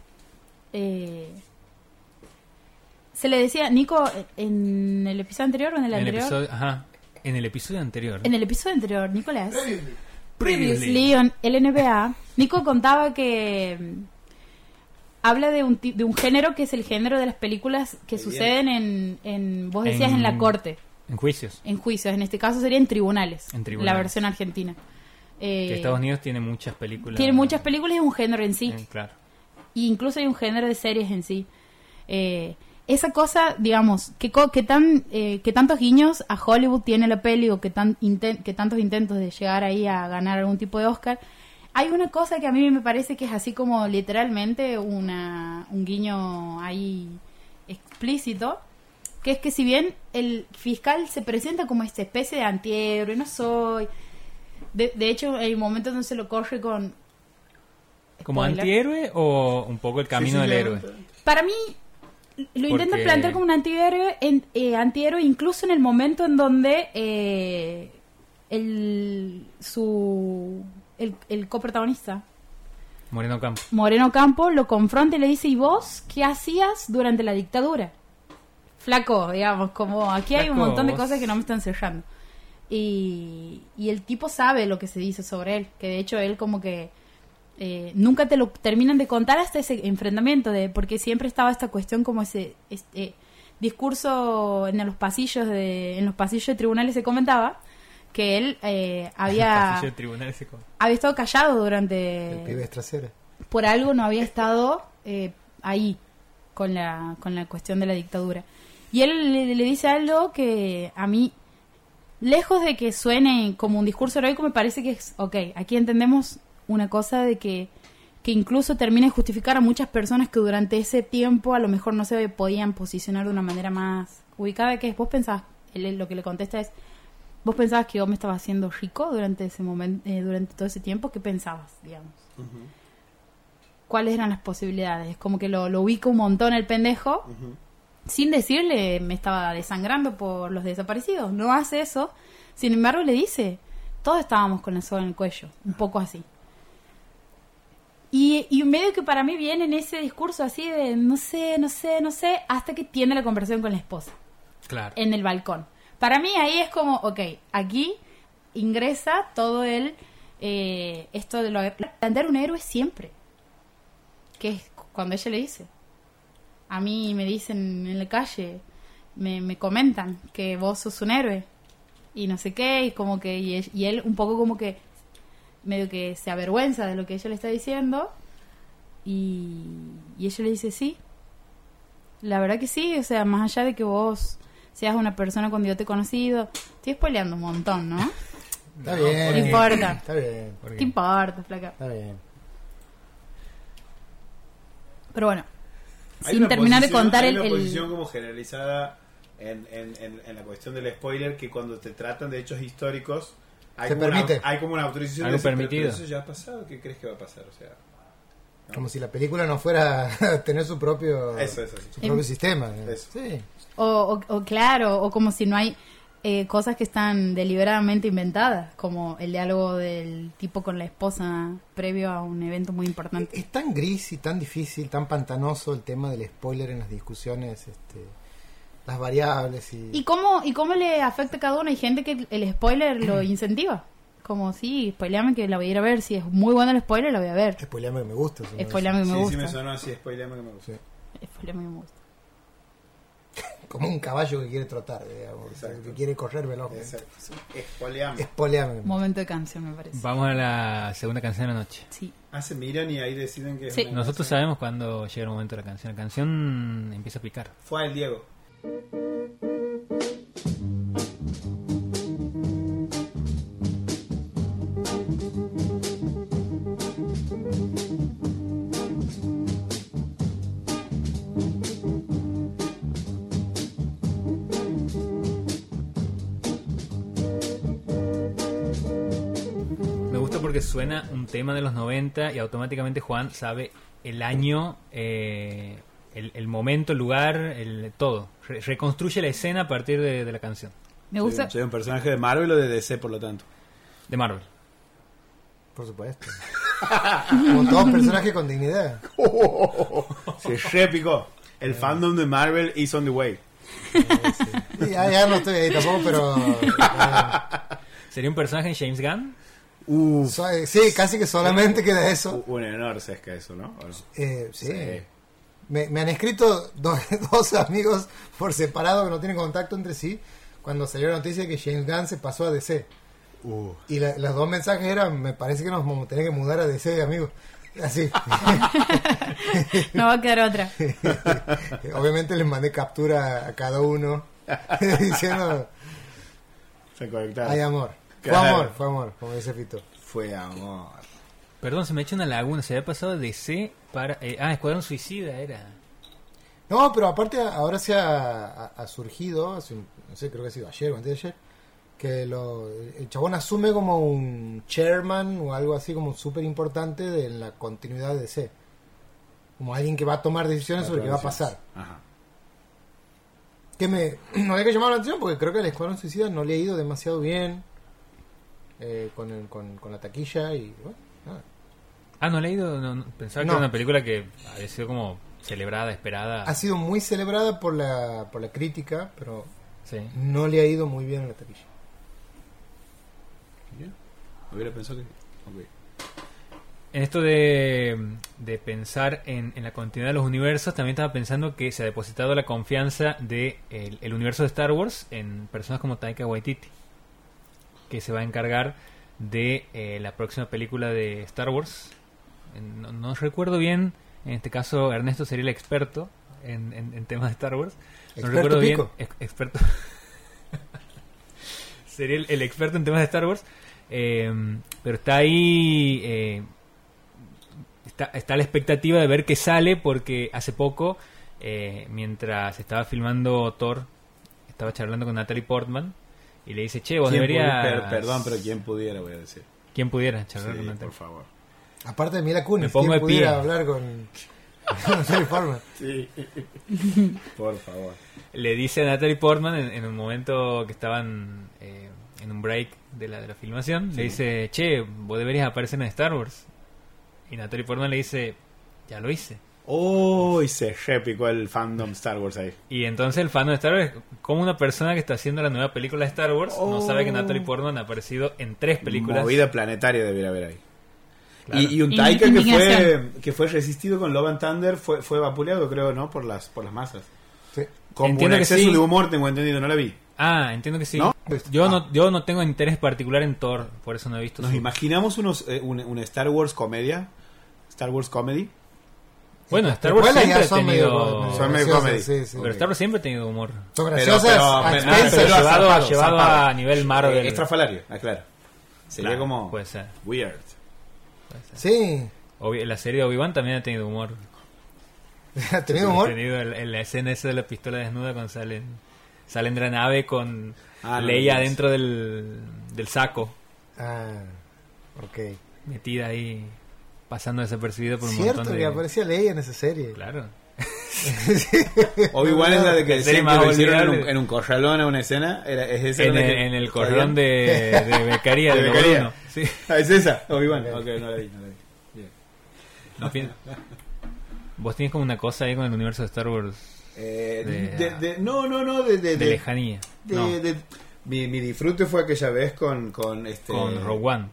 [SPEAKER 1] eh, se le decía, Nico, en el episodio anterior o en el
[SPEAKER 2] En el
[SPEAKER 1] anterior,
[SPEAKER 2] episodio, ajá, en el episodio anterior.
[SPEAKER 1] en el episodio anterior, Nicolás,
[SPEAKER 2] Previously.
[SPEAKER 1] Previously on LNBA, Nico contaba que mm, habla de un, ti- de un género que es el género de las películas que
[SPEAKER 4] Muy
[SPEAKER 1] suceden en, en, vos decías, en,
[SPEAKER 2] En-
[SPEAKER 1] la corte,
[SPEAKER 2] En juicios.
[SPEAKER 1] en juicios, en este caso sería en tribunales,
[SPEAKER 2] En tribunales.
[SPEAKER 1] la versión argentina. Eh,
[SPEAKER 2] Que Estados Unidos tiene muchas películas.
[SPEAKER 1] tiene muchas películas y es un género en sí.
[SPEAKER 2] Eh, claro.
[SPEAKER 1] Y incluso hay un género de series en sí. Eh, esa cosa, digamos, que, co- que, tan, eh, que tantos guiños a Hollywood tiene la peli o que, tan inten- que tantos intentos de llegar ahí a ganar algún tipo de Oscar, hay una cosa que a mí me parece que es así como literalmente una, un guiño ahí explícito, que es que si bien el fiscal se presenta como esta especie de antihéroe, no soy, De, de hecho, hay momentos donde se lo corre con...
[SPEAKER 2] ¿Como
[SPEAKER 1] Spoiler.
[SPEAKER 2] antihéroe o un poco el camino
[SPEAKER 3] sí,
[SPEAKER 2] del
[SPEAKER 3] claro.
[SPEAKER 2] héroe?
[SPEAKER 1] Para mí, lo intentan
[SPEAKER 2] Porque-
[SPEAKER 1] plantear como un antihéroe, en- eh, antihéroe incluso en el momento en donde eh, el, su, el, el coprotagonista,
[SPEAKER 2] Moreno Campo.
[SPEAKER 1] Moreno Campo, lo confronta y le dice, ¿y vos qué hacías durante la dictadura? Flaco, digamos, como aquí hay un
[SPEAKER 2] Flaco,
[SPEAKER 1] montón de
[SPEAKER 2] vos-
[SPEAKER 1] cosas que no me están cerrando. Y, y el tipo sabe lo que se dice sobre él, que de hecho él como que eh, nunca te lo terminan de contar hasta ese enfrentamiento, de porque siempre estaba esta cuestión como ese este, discurso en los pasillos de en los pasillos de tribunales se comentaba que él eh, había,
[SPEAKER 2] Pasillo de tribunal ese co-
[SPEAKER 1] había estado callado durante
[SPEAKER 3] El pibe es trasera.
[SPEAKER 1] por algo no había estado eh, ahí con la, con la cuestión de la dictadura. Y él le, le dice algo que a mí, lejos de que suene como un discurso heroico, me parece que es, ok, aquí entendemos una cosa de que, que incluso termina de justificar a muchas personas que durante ese tiempo a lo mejor no se podían posicionar de una manera más ubicada, que es, vos pensás, él lo que le contesta es, vos pensabas que vos me estaba haciendo rico durante ese momento, durante todo ese tiempo, ¿qué pensabas, digamos? cuáles eran las posibilidades. Como que lo, lo ubica un montón el pendejo, sin decirle me estaba desangrando por los desaparecidos. No hace eso. Sin embargo, le dice, todos estábamos con la soga en el cuello, un poco así. Y, y medio que para mí viene en ese discurso así de no sé, no sé, no sé, hasta que tiene la conversación con la esposa
[SPEAKER 2] Claro.
[SPEAKER 1] en el balcón. Para mí ahí es como, ok, aquí ingresa todo el... eh, esto de lo... Plantear un héroe siempre. Que es cuando ella le dice. A mí me dicen en la calle, me, me comentan que vos sos un héroe. Y no sé qué, y como que... Y, e- y él un poco como que... Medio que se avergüenza de lo que ella le está diciendo. Y, y ella le dice, sí, la verdad que sí, o sea, más allá de que vos seas una persona con te conocido, estoy spoileando un montón, ¿no?
[SPEAKER 3] Está
[SPEAKER 2] No,
[SPEAKER 3] bien.
[SPEAKER 1] No importa.
[SPEAKER 3] Está bien. pues,
[SPEAKER 2] ¿Por
[SPEAKER 1] ¿Qué
[SPEAKER 2] qué?
[SPEAKER 1] importa, flaca?
[SPEAKER 3] Está bien.
[SPEAKER 1] Pero bueno,
[SPEAKER 4] Hay
[SPEAKER 1] sin
[SPEAKER 4] una
[SPEAKER 1] terminar de
[SPEAKER 4] posición-
[SPEAKER 1] contar
[SPEAKER 4] hay
[SPEAKER 1] el...
[SPEAKER 4] una
[SPEAKER 1] el-
[SPEAKER 4] posición como generalizada en, en- en- en la cuestión del spoiler que cuando te tratan de hechos históricos hay,
[SPEAKER 3] Se
[SPEAKER 4] como, una-
[SPEAKER 3] permite.
[SPEAKER 4] hay como una autorización
[SPEAKER 2] Algo
[SPEAKER 4] de decir,
[SPEAKER 2] permitido.
[SPEAKER 4] "Pero, pero eso ya ha pasado qué crees que va a pasar o sea
[SPEAKER 3] Como si la película no fuera a tener su propio,
[SPEAKER 4] eso eso sí.
[SPEAKER 3] su propio
[SPEAKER 1] Em-
[SPEAKER 3] sistema. ¿eh?
[SPEAKER 4] Eso.
[SPEAKER 3] Sí.
[SPEAKER 1] o, o- o claro, o como si no hay eh, cosas que están deliberadamente inventadas, como el diálogo del tipo con la esposa previo a un evento muy importante.
[SPEAKER 3] Es tan gris y tan difícil, tan pantanoso el tema del spoiler en las discusiones, este, las variables y...
[SPEAKER 1] ¿Y cómo, ¿Y cómo le afecta a cada uno? Hay gente que el spoiler lo incentiva. Como, sí, spoileame que la voy a ir a ver. Si es muy bueno el spoiler, la voy a ver.
[SPEAKER 3] Spoileame que me gusta. eso no es-
[SPEAKER 1] Spoileame que me
[SPEAKER 4] sí, sí
[SPEAKER 1] gusta.
[SPEAKER 4] me sonó así spoiler que me gusta
[SPEAKER 3] Sí.
[SPEAKER 1] Spoileame que me gusta.
[SPEAKER 3] Como un caballo que quiere trotar, digamos,
[SPEAKER 4] Exacto.
[SPEAKER 3] que quiere correr ¿eh? velozmente.
[SPEAKER 4] Exacto. Espoleamos.
[SPEAKER 3] Spoileame.
[SPEAKER 1] Momento de canción, me parece.
[SPEAKER 2] Vamos a la segunda canción de la noche.
[SPEAKER 1] Sí.
[SPEAKER 4] Ah, se miran y ahí deciden que es
[SPEAKER 1] Sí.
[SPEAKER 4] una-
[SPEAKER 2] Nosotros sabemos cuándo llega el momento de la canción. La canción empieza a picar.
[SPEAKER 4] Fue al Diego.
[SPEAKER 2] Me gusta porque suena un tema de los 90 y automáticamente Juan sabe el año, eh, el, el momento, el lugar, el todo. Re- reconstruye la escena a partir de, de la canción
[SPEAKER 1] Me gusta.
[SPEAKER 4] Soy un personaje de Marvel o de DC, por lo tanto.
[SPEAKER 2] de Marvel.
[SPEAKER 3] Por supuesto. Como todos personajes con dignidad.
[SPEAKER 4] Se repicó. El fandom de Marvel is on the way.
[SPEAKER 3] Sí, ya, ya no estoy ahí tampoco, pero... eh,
[SPEAKER 2] ¿Sería un personaje en James Gunn?
[SPEAKER 4] Uh,
[SPEAKER 3] so- eh, sí, casi que solamente queda eso.
[SPEAKER 4] un honor sesca eso, ¿no? ¿O no?
[SPEAKER 3] Eh, sí.
[SPEAKER 4] Sí.
[SPEAKER 3] Me, me han escrito do- dos amigos por separado que no tienen contacto entre sí cuando salió la noticia de que James Gunn se pasó a DC.
[SPEAKER 4] Uh.
[SPEAKER 3] Y la- los dos mensajes eran, me parece que nos vamos a tener que mudar a DC, amigo. Así.
[SPEAKER 1] No va a quedar otra.
[SPEAKER 3] Obviamente les mandé captura a cada uno diciendo,
[SPEAKER 4] Se conectaron.
[SPEAKER 3] ay amor. Fue
[SPEAKER 4] Claro.
[SPEAKER 3] amor, fue amor, como dice Fito.
[SPEAKER 4] Fue amor.
[SPEAKER 2] Perdón, se me ha hecho una laguna. Se había pasado de C para... eh, ah, Escuadrón Suicida era.
[SPEAKER 3] No, pero aparte ahora se ha, ha- ha surgido, hace un- no sé, creo que ha sido ayer o antes de ayer, que lo, el chabón asume como un chairman o algo así como súper importante de la continuidad de C. Como alguien que va a tomar decisiones sobre qué va a pasar.
[SPEAKER 4] Ajá.
[SPEAKER 3] Que me, no había que llamar la atención porque creo que el Escuadrón Suicida no le ha ido demasiado bien eh, con, el- con, con la taquilla y bueno, nada.
[SPEAKER 2] Ah, no he leído. No, no, Pensaba que
[SPEAKER 3] No.
[SPEAKER 2] era una película que había sido como celebrada, esperada.
[SPEAKER 3] Ha sido muy celebrada por la, por la crítica, pero
[SPEAKER 2] Sí.
[SPEAKER 3] no le ha ido muy bien en la taquilla.
[SPEAKER 4] Bien. Hubiera pensado que. ok.
[SPEAKER 2] En esto de, de pensar en, en la continuidad de los universos, también estaba pensando que se ha depositado la confianza de el, el universo de Star Wars en personas como Taika Waititi, que se va a encargar de eh, la próxima película de Star Wars. En- No, no recuerdo bien, en este caso Ernesto sería el experto en, en- en temas de Star Wars. No
[SPEAKER 3] Experto
[SPEAKER 2] recuerdo
[SPEAKER 3] pico.
[SPEAKER 2] bien. ex- experto. sería el, el experto en temas de Star Wars. Eh, pero está ahí eh, está, está la expectativa de ver qué sale porque hace poco, eh, mientras estaba filmando Thor, estaba charlando con Natalie Portman y le dice, che, vos
[SPEAKER 4] ¿Quién
[SPEAKER 2] deberías...
[SPEAKER 4] pudi- per- perdón, pero quien pudiera, voy a decir.
[SPEAKER 2] ¿Quién pudiera charlar
[SPEAKER 4] Sí,
[SPEAKER 2] con Natalie?
[SPEAKER 4] por favor.
[SPEAKER 3] Aparte de Mila Kunis,
[SPEAKER 2] Me pongo
[SPEAKER 3] ¿quién
[SPEAKER 2] de
[SPEAKER 3] pudiera
[SPEAKER 2] pie.
[SPEAKER 3] hablar con... con Natalie Portman?
[SPEAKER 4] Sí. por favor.
[SPEAKER 2] Le dice a Natalie Portman en, en un momento que estaban eh, en un break de la, de la filmación, le dice, che, vos deberías aparecer en Star Wars. Y Natalie Portman le dice, ya lo hice.
[SPEAKER 4] Uy, se repicó el fandom Star Wars ahí.
[SPEAKER 2] Y entonces el fan de Star Wars, como una persona que está haciendo la nueva película de Star Wars, no
[SPEAKER 4] Oh.
[SPEAKER 2] sabe que Natalie Portman ha aparecido en tres películas.
[SPEAKER 4] Movida planetaria debería haber ahí.
[SPEAKER 2] Claro.
[SPEAKER 4] Y, y un
[SPEAKER 1] Y-
[SPEAKER 4] Taika que fue,
[SPEAKER 1] indignación.
[SPEAKER 4] que fue resistido con Love and Thunder fue, fue vapuleado, creo, ¿no? Por las, por las masas.
[SPEAKER 3] Sí.
[SPEAKER 4] Con
[SPEAKER 2] Entiendo
[SPEAKER 4] un
[SPEAKER 2] que
[SPEAKER 4] exceso
[SPEAKER 2] sí.
[SPEAKER 4] de humor, tengo entendido, no la vi.
[SPEAKER 2] Ah, entiendo que sí.
[SPEAKER 4] ¿No? Ah.
[SPEAKER 2] Yo no yo no tengo interés particular en Thor, por eso no he visto.
[SPEAKER 4] Nos
[SPEAKER 2] su-
[SPEAKER 4] imaginamos unos, eh, un- una Star Wars comedia. Star Wars comedy.
[SPEAKER 2] Bueno, Star Wars
[SPEAKER 3] Secuelas
[SPEAKER 2] siempre ha
[SPEAKER 3] ya son
[SPEAKER 2] tenido
[SPEAKER 3] medio-
[SPEAKER 4] Son medio
[SPEAKER 3] graciosas,
[SPEAKER 4] comedy.
[SPEAKER 3] sí, sí.
[SPEAKER 2] pero Star Wars siempre ha tenido humor.
[SPEAKER 3] Son
[SPEAKER 4] Pero-
[SPEAKER 3] graciosas
[SPEAKER 4] pero-
[SPEAKER 3] a
[SPEAKER 4] pero-
[SPEAKER 3] expensas
[SPEAKER 4] pero
[SPEAKER 3] de
[SPEAKER 2] llevado,
[SPEAKER 4] zarpado,
[SPEAKER 2] a, llevado
[SPEAKER 4] zarpado.
[SPEAKER 2] a nivel Marvel.
[SPEAKER 4] Eh, extrafalario, aclaro. Sería
[SPEAKER 2] Claro,
[SPEAKER 4] como
[SPEAKER 2] puede ser.
[SPEAKER 4] weird.
[SPEAKER 3] Sí,
[SPEAKER 2] Obvi- la serie de Obi-Wan también ha tenido humor.
[SPEAKER 3] ha tenido humor.
[SPEAKER 2] Ha tenido el- el- la escena esa de la pistola desnuda cuando salen salen de la nave con
[SPEAKER 4] Ah, no,
[SPEAKER 2] Leia
[SPEAKER 4] no, no.
[SPEAKER 2] dentro del, del saco.
[SPEAKER 3] Ah, ok.
[SPEAKER 2] metida ahí, pasando desapercibida por un
[SPEAKER 3] Cierto
[SPEAKER 2] montón de...
[SPEAKER 3] que aparecía Leia en esa serie.
[SPEAKER 2] Claro.
[SPEAKER 4] Obi-Wan es la de que
[SPEAKER 2] La serie
[SPEAKER 4] decían
[SPEAKER 2] más
[SPEAKER 4] que lo hicieron en
[SPEAKER 2] olvidable.
[SPEAKER 4] un, en un corralón a una escena. Era, es esa
[SPEAKER 2] En
[SPEAKER 4] la
[SPEAKER 2] el,
[SPEAKER 4] que-
[SPEAKER 2] en el corralón de, de becaría
[SPEAKER 4] De
[SPEAKER 2] de
[SPEAKER 4] becaría.
[SPEAKER 2] Logroño. Sí.
[SPEAKER 4] Ah, es esa, Obi-Wan. Ok, no la vi, no la vi. Bien.
[SPEAKER 2] No pienso- Vos tenés como una cosa ahí con el universo de Star Wars
[SPEAKER 4] Eh,
[SPEAKER 2] De-
[SPEAKER 4] de- de- no, no, no, de, de,
[SPEAKER 2] de
[SPEAKER 4] de-
[SPEAKER 2] lejanía.
[SPEAKER 4] de-
[SPEAKER 2] no,
[SPEAKER 4] de- mi, mi disfrute fue aquella vez con, con este
[SPEAKER 2] con Rogue One.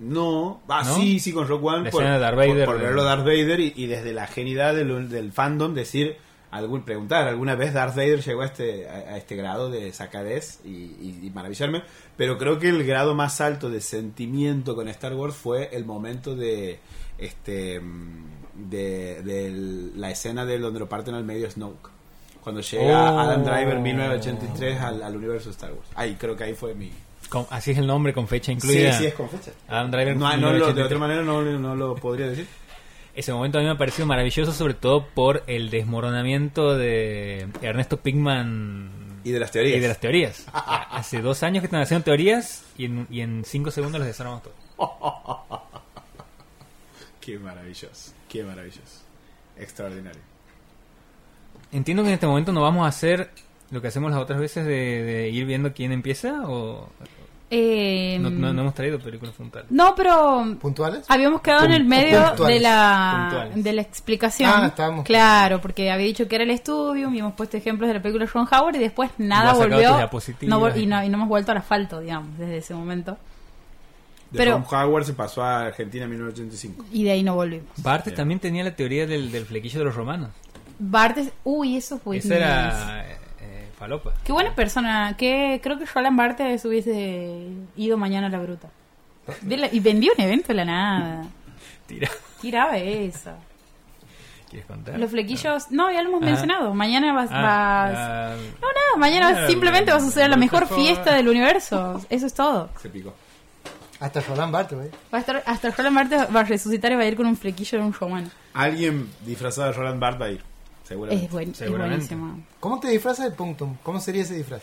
[SPEAKER 4] No, ah,
[SPEAKER 2] ¿No?
[SPEAKER 4] sí, sí, con Rock One
[SPEAKER 2] La
[SPEAKER 4] por,
[SPEAKER 2] escena de Darth
[SPEAKER 4] por-
[SPEAKER 2] Vader.
[SPEAKER 4] por verlo Darth Vader y, y desde la genialidad del, del fandom decir algún preguntar alguna vez Darth Vader llegó a este a, a este grado de sacadez y, y- y maravillarme, pero creo que el grado más alto de sentimiento con Star Wars fue el momento de este mm, de, de la escena de donde lo parten al medio Snoke cuando llega
[SPEAKER 2] Oh.
[SPEAKER 4] Adam Driver 1983 al, al universo Star Wars. Ahí creo que ahí fue mi
[SPEAKER 2] Con- así es el nombre, con fecha incluida.
[SPEAKER 4] Sí, sí, es con fecha.
[SPEAKER 2] Adam Driver.
[SPEAKER 4] No, no lo- de
[SPEAKER 2] 1983.
[SPEAKER 4] otra manera no, no lo podría decir.
[SPEAKER 2] Ese momento a mí me ha parecido maravilloso, sobre todo por el desmoronamiento de Ernesto Pigman
[SPEAKER 4] Y de las
[SPEAKER 2] y
[SPEAKER 4] teorías.
[SPEAKER 2] de las teorías. Hace dos años que están haciendo teorías y en, y en cinco segundos las desarmamos todas.
[SPEAKER 4] Qué maravilloso, qué maravilloso. Extraordinario.
[SPEAKER 2] Entiendo que en este momento no vamos a hacer lo que hacemos las otras veces de, de ir viendo quién empieza o
[SPEAKER 1] Eh,
[SPEAKER 2] no, no- no hemos traído películas frontales.
[SPEAKER 1] no, pero
[SPEAKER 3] ¿Puntuales?
[SPEAKER 1] habíamos quedado en el medio
[SPEAKER 3] puntuales,
[SPEAKER 1] de la
[SPEAKER 2] puntuales.
[SPEAKER 1] de la explicación.
[SPEAKER 3] Ah, estábamos-
[SPEAKER 1] Claro, porque había dicho que era el estudio y hemos puesto ejemplos de la película de Ron Howard y después
[SPEAKER 2] No
[SPEAKER 1] nada
[SPEAKER 2] has sacado
[SPEAKER 1] volvió
[SPEAKER 2] tus diapositivas.
[SPEAKER 1] no vol- y, no, y no hemos vuelto al asfalto, digamos, desde ese momento.
[SPEAKER 4] De
[SPEAKER 1] Pero-
[SPEAKER 4] Tom Howard se pasó a Argentina en 1985.
[SPEAKER 1] Y de ahí no volvimos.
[SPEAKER 2] Bartes
[SPEAKER 4] Bien.
[SPEAKER 2] también tenía la teoría del, del flequillo de los romanos.
[SPEAKER 1] Bartes, uy, eso fue
[SPEAKER 2] Esa era eh, eh, falopa.
[SPEAKER 1] Qué buena persona. Que creo que Roland Barthes hubiese ido mañana a la bruta. De la- y vendió un evento de la nada.
[SPEAKER 2] Tira.
[SPEAKER 1] Tiraba eso.
[SPEAKER 2] ¿Quieres contar?
[SPEAKER 1] Los flequillos. No, ya lo hemos
[SPEAKER 2] Ajá.
[SPEAKER 1] mencionado. Mañana vas. vas-
[SPEAKER 2] Ah,
[SPEAKER 1] No, no, mañana vas-
[SPEAKER 2] Ah,
[SPEAKER 1] simplemente va a suceder la
[SPEAKER 2] bruta
[SPEAKER 1] mejor
[SPEAKER 2] joven.
[SPEAKER 1] fiesta del universo. Eso es todo.
[SPEAKER 4] Se picó.
[SPEAKER 3] Hasta Roland Barthes, ¿eh? güey.
[SPEAKER 1] Va a estar, hasta Roland Barthes va a resucitar y va a ir con un flequillo en un romano.
[SPEAKER 4] Alguien disfrazado de Roland Barthes va a ir, seguramente.
[SPEAKER 1] Es, buen, es
[SPEAKER 2] Seguramente.
[SPEAKER 1] buenísimo.
[SPEAKER 3] ¿Cómo te disfrazas de Punctum? ¿Cómo sería ese disfraz?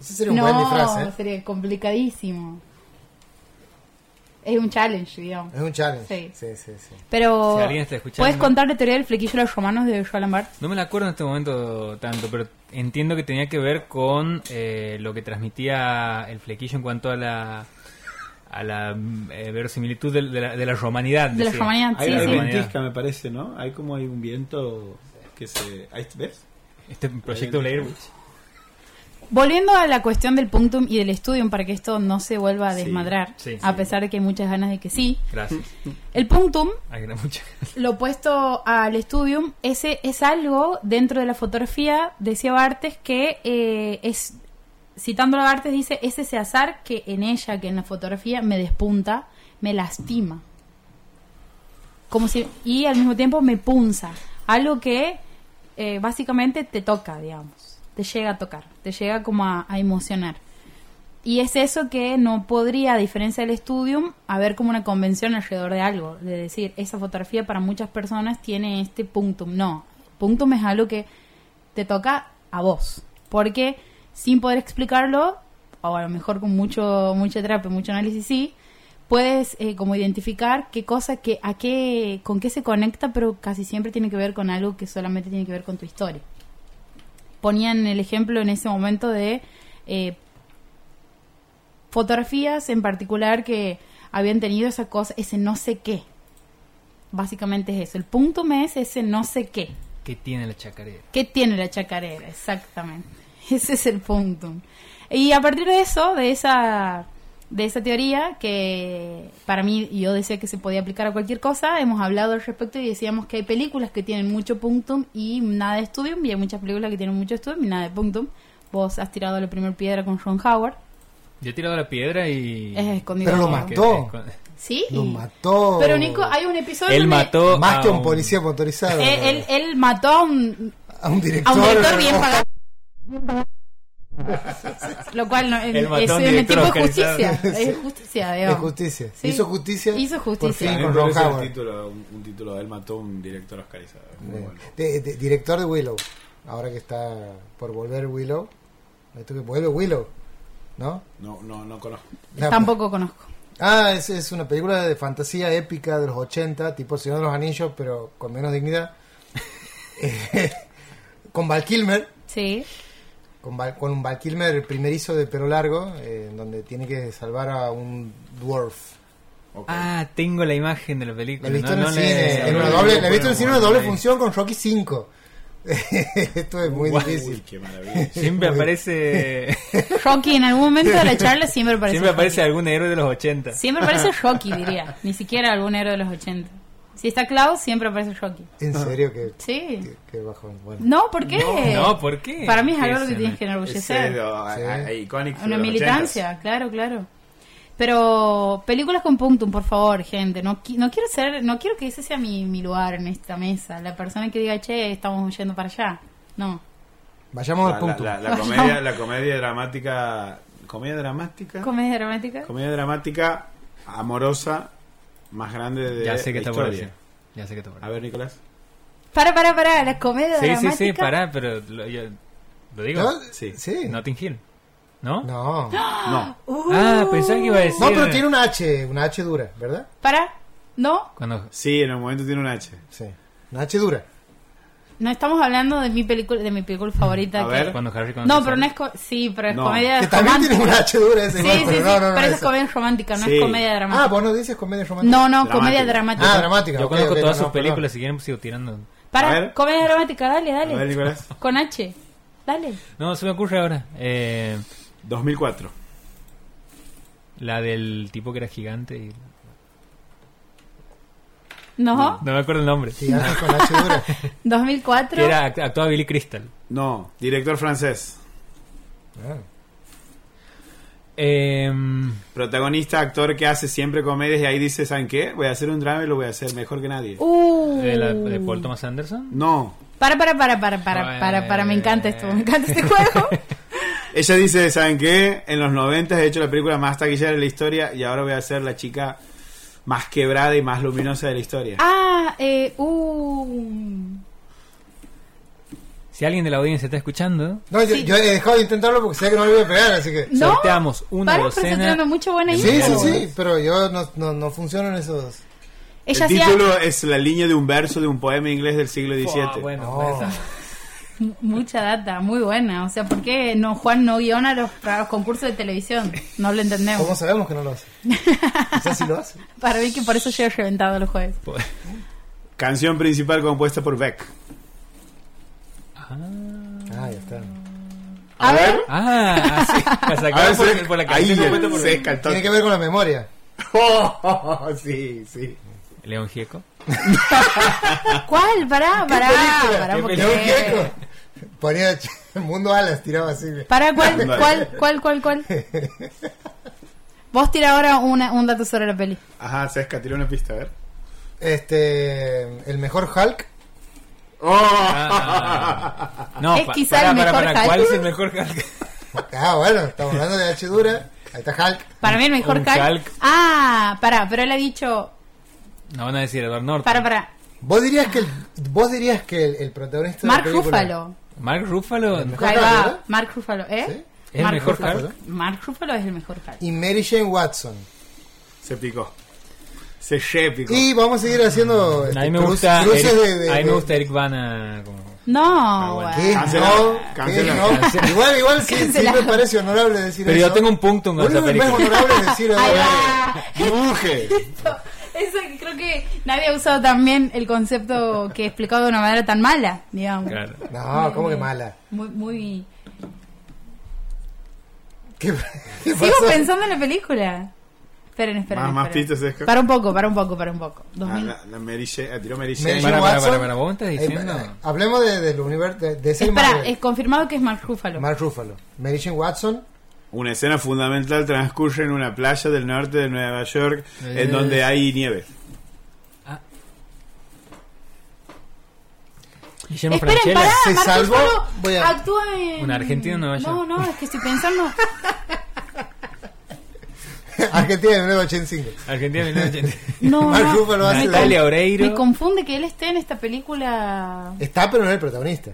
[SPEAKER 3] Ese sería un buen disfraz, ¿eh?
[SPEAKER 1] sería complicadísimo. Es un challenge, digamos.
[SPEAKER 3] Es un challenge.
[SPEAKER 1] Sí.
[SPEAKER 3] sí, sí. sí.
[SPEAKER 1] Pero,
[SPEAKER 2] Si alguien está escuchando-
[SPEAKER 1] ¿puedes contar la teoría del flequillo de los romanos de Joel Lambert?
[SPEAKER 2] No me la acuerdo en este momento tanto, pero entiendo que tenía que ver con eh, lo que transmitía el flequillo en cuanto a la a la mm, eh, verosimilitud del- de, la, de la romanidad.
[SPEAKER 1] De la
[SPEAKER 2] decía.
[SPEAKER 1] romanidad,
[SPEAKER 4] Hay
[SPEAKER 1] sí,
[SPEAKER 4] una
[SPEAKER 1] sí.
[SPEAKER 4] ventisca, me parece, ¿no? Hay como hay un viento que se... ahí- ¿Ves?
[SPEAKER 2] Este proyecto Blair Witch.
[SPEAKER 1] Volviendo a la cuestión del punctum y del estudium para que esto no se vuelva a
[SPEAKER 4] Sí,
[SPEAKER 1] desmadrar,
[SPEAKER 2] sí,
[SPEAKER 1] a
[SPEAKER 2] sí.
[SPEAKER 1] pesar de que hay muchas ganas de que sí.
[SPEAKER 2] Gracias.
[SPEAKER 1] El punctum,
[SPEAKER 2] Ay, era mucha.
[SPEAKER 1] lo opuesto al estudium, ese es algo dentro de la fotografía, decía Bartes, que eh, es, citando a Bartes, dice, es ese azar que en ella, que en la fotografía, me despunta, me lastima. Como si, y al mismo tiempo me punza. Algo que eh, básicamente te toca, digamos. Te llega a tocar, te llega como a, a emocionar. Y es eso que no podría, a diferencia del estudium, haber como una convención alrededor de algo. De decir, esa fotografía para muchas personas tiene este punctum. No, punctum es algo que te toca a vos. Porque sin poder explicarlo, o a lo mejor con mucho, mucha terapia, mucho análisis, sí, puedes eh, como identificar qué cosa, que, a qué, con qué se conecta, pero casi siempre tiene que ver con algo que solamente tiene que ver con tu historia. Ponían el ejemplo en ese momento de eh, fotografías en particular que habían tenido esa cosa, ese no sé qué. Básicamente es eso. El punto es ese no sé qué.
[SPEAKER 2] ¿Qué tiene la chacarera?
[SPEAKER 1] ¿Qué tiene la chacarera? Exactamente. Ese es el punto. Y a partir de eso, de esa, de esa teoría, que para mí yo decía que se podía aplicar a cualquier cosa, hemos hablado al respecto y decíamos que hay películas que tienen mucho punctum y nada de estudium, y hay muchas películas que tienen mucho estudium y nada de punctum. Vos has tirado la primera piedra con Ron Howard.
[SPEAKER 2] Yo he tirado la piedra y...
[SPEAKER 1] Es escondido.
[SPEAKER 3] Pero lo
[SPEAKER 1] como-
[SPEAKER 3] mató.
[SPEAKER 2] que-
[SPEAKER 3] Mató.
[SPEAKER 1] Sí.
[SPEAKER 3] Lo mató.
[SPEAKER 1] Pero Nico, hay un episodio.
[SPEAKER 2] Él
[SPEAKER 1] donde-
[SPEAKER 2] mató
[SPEAKER 3] Más
[SPEAKER 2] a
[SPEAKER 3] que un policía motorizado.
[SPEAKER 1] Él, él- él mató a un,
[SPEAKER 3] a un director.
[SPEAKER 1] a un director bien pagado. Lo cual no, en-
[SPEAKER 2] El matón
[SPEAKER 1] es en el
[SPEAKER 2] director
[SPEAKER 1] tipo de
[SPEAKER 2] Oscarizado.
[SPEAKER 1] justicia. Es justicia,
[SPEAKER 3] Es
[SPEAKER 1] digamos.
[SPEAKER 3] justicia.
[SPEAKER 1] Sí.
[SPEAKER 3] Hizo justicia.
[SPEAKER 1] Hizo justicia.
[SPEAKER 3] Por
[SPEAKER 4] A
[SPEAKER 3] fin
[SPEAKER 4] mí
[SPEAKER 3] con
[SPEAKER 4] me
[SPEAKER 3] Ron
[SPEAKER 4] parece un
[SPEAKER 3] Howard.
[SPEAKER 4] título, un, un título de él mató a un director oscarizado. Muy bueno.
[SPEAKER 3] De- de- director de Willow. Ahora que está por volver Willow. Esto que vuelve Willow. ¿No?
[SPEAKER 4] No, no, no conozco.
[SPEAKER 3] La-
[SPEAKER 1] Tampoco conozco.
[SPEAKER 3] Ah, es, es una película de fantasía épica de los 80, tipo El Señor de los Anillos, pero con menos dignidad. Eh, con Val Kilmer.
[SPEAKER 1] Sí.
[SPEAKER 3] Con, Val- con un Val Kilmer primerizo de pelo largo, eh, donde tiene que salvar a un dwarf.
[SPEAKER 4] Ok.
[SPEAKER 2] Ah, tengo la imagen de la película.
[SPEAKER 3] La he visto
[SPEAKER 2] no,
[SPEAKER 3] en el
[SPEAKER 2] no
[SPEAKER 3] cine,
[SPEAKER 2] le-
[SPEAKER 3] en
[SPEAKER 2] no
[SPEAKER 3] una
[SPEAKER 2] le-
[SPEAKER 3] doble, la
[SPEAKER 2] no
[SPEAKER 3] he visto en el
[SPEAKER 2] le-
[SPEAKER 3] cine en una doble
[SPEAKER 2] no le-
[SPEAKER 3] función con Rocky 5. Esto es muy
[SPEAKER 2] Guau.
[SPEAKER 4] Uy,
[SPEAKER 3] difícil.
[SPEAKER 4] qué maravilla.
[SPEAKER 2] Siempre aparece...
[SPEAKER 1] Rocky, en algún momento de la charla siempre aparece.
[SPEAKER 2] Siempre
[SPEAKER 1] Rocky.
[SPEAKER 2] aparece algún héroe de los 80.
[SPEAKER 1] Siempre aparece Rocky, diría. Ni siquiera algún héroe de los 80. Si está Klaus, siempre aparece Rocky.
[SPEAKER 3] En
[SPEAKER 2] Ah.
[SPEAKER 3] serio que,
[SPEAKER 1] Sí.
[SPEAKER 3] que- que bajón. Bueno.
[SPEAKER 1] No, ¿por qué?
[SPEAKER 2] No, ¿por qué?
[SPEAKER 1] Para mí es algo
[SPEAKER 2] Ese
[SPEAKER 1] que
[SPEAKER 2] no-
[SPEAKER 1] tienes que enorgullecer.
[SPEAKER 4] Ese, lo-
[SPEAKER 3] Sí.
[SPEAKER 4] a- a- icónico de
[SPEAKER 1] Una
[SPEAKER 4] los
[SPEAKER 1] militancia, claro, claro. Pero películas con punctum, por favor, gente. No, qui- no quiero ser, no quiero que ese sea mi, mi lugar en esta mesa. La persona que diga, che, estamos yendo para allá. No.
[SPEAKER 3] Vayamos al
[SPEAKER 4] 80s.
[SPEAKER 3] punto.
[SPEAKER 4] La, la- la comedia, la comedia dramática. ¿Comedia dramática?
[SPEAKER 1] ¿Comedia dramática?
[SPEAKER 4] Comedia dramática amorosa más grande de
[SPEAKER 2] Ya sé que
[SPEAKER 4] la
[SPEAKER 2] está por
[SPEAKER 4] historia.
[SPEAKER 2] decir. Ya sé que está por
[SPEAKER 4] A ver, Nicolás.
[SPEAKER 1] Para, para, para, la comedia
[SPEAKER 2] Sí, sí,
[SPEAKER 1] dramática.
[SPEAKER 2] sí, pará, pero lo, yo- ¿lo digo.
[SPEAKER 3] ¿No?
[SPEAKER 4] Sí.
[SPEAKER 3] Sí. No.
[SPEAKER 2] Notting Hill. ¿No?
[SPEAKER 3] No.
[SPEAKER 4] No.
[SPEAKER 1] Uh,
[SPEAKER 2] Ah, pensaba que iba a decir.
[SPEAKER 3] pero tiene una H, una H dura, ¿verdad?
[SPEAKER 1] Para, no,
[SPEAKER 2] Cuando...
[SPEAKER 4] Sí, en el momento tiene un H.
[SPEAKER 3] Sí. Una H dura.
[SPEAKER 1] no estamos hablando de mi película, de mi película favorita.
[SPEAKER 4] A
[SPEAKER 1] que-
[SPEAKER 4] ver.
[SPEAKER 2] Cuando Harry
[SPEAKER 1] No,
[SPEAKER 2] conoce
[SPEAKER 1] pero
[SPEAKER 2] a-
[SPEAKER 1] no es, co- sí, pero es
[SPEAKER 4] No.
[SPEAKER 1] comedia
[SPEAKER 3] Que también tiene
[SPEAKER 1] romántica.
[SPEAKER 3] una H dura ese
[SPEAKER 1] Sí,
[SPEAKER 3] igual,
[SPEAKER 1] sí,
[SPEAKER 3] pero
[SPEAKER 1] sí,
[SPEAKER 3] no, no, no,
[SPEAKER 1] pero esa es
[SPEAKER 3] esa.
[SPEAKER 1] comedia romántica, no
[SPEAKER 4] Sí.
[SPEAKER 1] es comedia
[SPEAKER 3] Ah,
[SPEAKER 1] dramática.
[SPEAKER 3] vos no dices comedia romántica.
[SPEAKER 1] no, no, comedia
[SPEAKER 4] Dramática.
[SPEAKER 1] dramática.
[SPEAKER 3] Ah, dramática.
[SPEAKER 2] Yo
[SPEAKER 3] ok,
[SPEAKER 2] conozco
[SPEAKER 3] ok,
[SPEAKER 2] todas
[SPEAKER 3] no,
[SPEAKER 2] sus
[SPEAKER 3] perdón.
[SPEAKER 2] películas, si quieren sigo tirando.
[SPEAKER 1] Para,
[SPEAKER 4] A ver.
[SPEAKER 1] comedia dramática, dale,
[SPEAKER 4] A
[SPEAKER 1] dale.
[SPEAKER 4] ver, Nicolás.
[SPEAKER 1] Con H. Dale.
[SPEAKER 2] No, se me ocurre ahora. Eh,
[SPEAKER 4] 2004.
[SPEAKER 2] la del tipo que era gigante. y-
[SPEAKER 1] No.
[SPEAKER 2] No me acuerdo el nombre.
[SPEAKER 3] Sí, haces con H dura.
[SPEAKER 1] 2004.
[SPEAKER 2] Que era, act- actuaba Billy Crystal.
[SPEAKER 4] No, director francés.
[SPEAKER 3] Ah,
[SPEAKER 2] Eh,
[SPEAKER 4] Protagonista, actor que hace siempre comedias y ahí dice, ¿saben qué? Voy a hacer un drama y lo voy a hacer mejor que nadie.
[SPEAKER 1] Uh.
[SPEAKER 2] de, la- de Paul Thomas Anderson.
[SPEAKER 4] No.
[SPEAKER 1] Para, para, para, para, para, para, para, me encanta esto, me encanta este juego.
[SPEAKER 4] Ella dice, ¿saben qué? En los 90 he hecho la película más taquillera de la historia y ahora voy a ser la chica más quebrada y más
[SPEAKER 1] eh,
[SPEAKER 4] luminosa de la historia.
[SPEAKER 1] Ah, eh, uh.
[SPEAKER 2] Si alguien de la audiencia está escuchando,
[SPEAKER 3] No, yo,
[SPEAKER 1] Sí.
[SPEAKER 3] yo he dejado de intentarlo porque sé que no le voy a pegar, así que.
[SPEAKER 1] No,
[SPEAKER 2] sorteamos una
[SPEAKER 1] Para, pero está
[SPEAKER 2] docena.
[SPEAKER 1] tirando mucho buena
[SPEAKER 2] Sí,
[SPEAKER 3] Sí,
[SPEAKER 1] info.
[SPEAKER 3] sí, sí, pero yo no, no, no funciono en esos.
[SPEAKER 1] Ella
[SPEAKER 4] el
[SPEAKER 1] hacía
[SPEAKER 4] título es la línea de un verso de un poema inglés del siglo XVII.
[SPEAKER 2] Ah, bueno,
[SPEAKER 3] No.
[SPEAKER 2] esa.
[SPEAKER 1] m- mucha data, muy buena. O sea, ¿por qué no Juan no guiona los, para los concursos de televisión? No lo entendemos.
[SPEAKER 3] ¿Cómo sabemos que no lo hace? Quizás sí lo hace.
[SPEAKER 1] Para mí que por eso llego reventado los jueves.
[SPEAKER 4] Canción principal compuesta por Beck.
[SPEAKER 3] Ah, ya está.
[SPEAKER 1] A ver,
[SPEAKER 2] Ah, sí. La
[SPEAKER 4] A ver,
[SPEAKER 2] sacaron por,
[SPEAKER 4] se-
[SPEAKER 2] por la
[SPEAKER 4] ahí
[SPEAKER 2] canción compuesta por-
[SPEAKER 4] se escantó.
[SPEAKER 3] Tiene que ver con la memoria.
[SPEAKER 4] Oh, sí, sí.
[SPEAKER 2] León Gieco.
[SPEAKER 1] ¿cuál? Pará, pará,
[SPEAKER 3] película?
[SPEAKER 1] pará,
[SPEAKER 2] ¿Qué
[SPEAKER 1] porque-
[SPEAKER 3] León Gieco ponía ch- el mundo alas, tiraba así.
[SPEAKER 1] Pará, ¿cuál,
[SPEAKER 4] Dale.
[SPEAKER 1] cuál, cuál, cuál, cuál? Vos tira ahora una, un dato sobre la peli.
[SPEAKER 4] Ajá, Sesca, tiró una pista, a ver.
[SPEAKER 3] Este, el mejor Hulk.
[SPEAKER 4] Ah. Oh.
[SPEAKER 2] Ah, No,
[SPEAKER 1] Es
[SPEAKER 2] pa-
[SPEAKER 1] quizá
[SPEAKER 2] pará,
[SPEAKER 1] el
[SPEAKER 2] pará,
[SPEAKER 1] mejor
[SPEAKER 2] pará,
[SPEAKER 1] Hulk.
[SPEAKER 2] ¿Cuál es el mejor Hulk?
[SPEAKER 3] Ah, bueno, estamos hablando de H dura. Ahí está Hulk.
[SPEAKER 1] Para mí el mejor
[SPEAKER 2] Un
[SPEAKER 1] Hulk.
[SPEAKER 2] Hulk.
[SPEAKER 1] Ah, pará, pero él ha dicho.
[SPEAKER 2] No van a decir Edward Norton.
[SPEAKER 1] Pará, pará.
[SPEAKER 3] ¿Vos dirías que el, vos dirías que el, el protagonista de la
[SPEAKER 1] Mark
[SPEAKER 3] película-
[SPEAKER 1] Ruffalo.
[SPEAKER 2] Mark Ruffalo.
[SPEAKER 3] mejor
[SPEAKER 1] Ahí
[SPEAKER 3] Hulk,
[SPEAKER 1] va.
[SPEAKER 3] ¿verdad?
[SPEAKER 1] Mark Ruffalo, ¿eh?
[SPEAKER 2] ¿Es el
[SPEAKER 1] Mark
[SPEAKER 2] mejor
[SPEAKER 1] Ruffalo.
[SPEAKER 2] Hulk?
[SPEAKER 1] Mark Ruffalo es el mejor Hulk.
[SPEAKER 3] Y Mary Jane Watson.
[SPEAKER 4] Se picó. Se ye picó.
[SPEAKER 3] Y vamos a seguir haciendo este,
[SPEAKER 2] A mí me
[SPEAKER 3] cru-
[SPEAKER 2] gusta.
[SPEAKER 3] cruces
[SPEAKER 2] Eric,
[SPEAKER 3] de, de-
[SPEAKER 2] a mí me
[SPEAKER 3] de-
[SPEAKER 2] gusta Eric Bana. como-
[SPEAKER 1] No,
[SPEAKER 2] bueno.
[SPEAKER 1] bueno.
[SPEAKER 3] ¿Qué?
[SPEAKER 4] Cancela,
[SPEAKER 3] No,
[SPEAKER 4] cancela,
[SPEAKER 3] ¿qué? No. Igual, igual sí, sí
[SPEAKER 1] Cancela.
[SPEAKER 3] me parece honorable decir
[SPEAKER 2] Pero
[SPEAKER 3] eso.
[SPEAKER 2] yo tengo un punto en
[SPEAKER 3] Lo único
[SPEAKER 2] esa
[SPEAKER 3] que me es
[SPEAKER 2] película.
[SPEAKER 3] honorable es decir
[SPEAKER 1] Ahí
[SPEAKER 3] honorable.
[SPEAKER 1] va.
[SPEAKER 4] Dibuje.
[SPEAKER 1] Eso creo que nadie ha usado también el concepto que he explicado de una manera tan mala, digamos.
[SPEAKER 2] Claro.
[SPEAKER 3] No, ¿cómo que mala?
[SPEAKER 1] Muy, muy.
[SPEAKER 3] ¿Qué, qué
[SPEAKER 1] Sigo
[SPEAKER 3] pasó?
[SPEAKER 1] pensando en la película. Esperen, esperen.
[SPEAKER 4] Más- más
[SPEAKER 1] esperen.
[SPEAKER 4] pistas, Sesca.
[SPEAKER 1] Para un poco, para un poco, para un poco. Dos
[SPEAKER 4] Ah,
[SPEAKER 1] mil-
[SPEAKER 4] la, la Mary Jane- ah, tiró Mary
[SPEAKER 2] Para,
[SPEAKER 3] Mary
[SPEAKER 4] Jane.
[SPEAKER 3] Jane
[SPEAKER 2] para,
[SPEAKER 3] Watson.
[SPEAKER 2] para, para, vos me estás
[SPEAKER 3] Eh,
[SPEAKER 2] diciendo.
[SPEAKER 3] eh, hablemos de, del universo de, de ese
[SPEAKER 1] Espera,
[SPEAKER 3] Marvel.
[SPEAKER 1] es confirmado que es Mark Ruffalo.
[SPEAKER 3] Mark Ruffalo. Mary Jane Watson.
[SPEAKER 4] Una escena fundamental transcurre en una playa del norte de Nueva York en
[SPEAKER 2] Eh.
[SPEAKER 4] donde hay nieve.
[SPEAKER 2] Guillermo
[SPEAKER 1] Esperen,
[SPEAKER 2] Francella.
[SPEAKER 1] pará,
[SPEAKER 3] Se
[SPEAKER 1] Mark
[SPEAKER 3] salvó,
[SPEAKER 1] Ruffalo
[SPEAKER 3] voy a-
[SPEAKER 1] actúa en...
[SPEAKER 2] Un argentino en Nueva
[SPEAKER 1] No,
[SPEAKER 2] York.
[SPEAKER 1] no, es que estoy pensando...
[SPEAKER 3] Argentina de 1985.
[SPEAKER 2] Argentina 1980.
[SPEAKER 1] No,
[SPEAKER 3] Mark
[SPEAKER 1] no,
[SPEAKER 3] Ruffalo hace de-
[SPEAKER 2] Natalia
[SPEAKER 1] me
[SPEAKER 2] Oreiro.
[SPEAKER 1] confunde que él esté en esta película...
[SPEAKER 3] Está, pero no es el protagonista.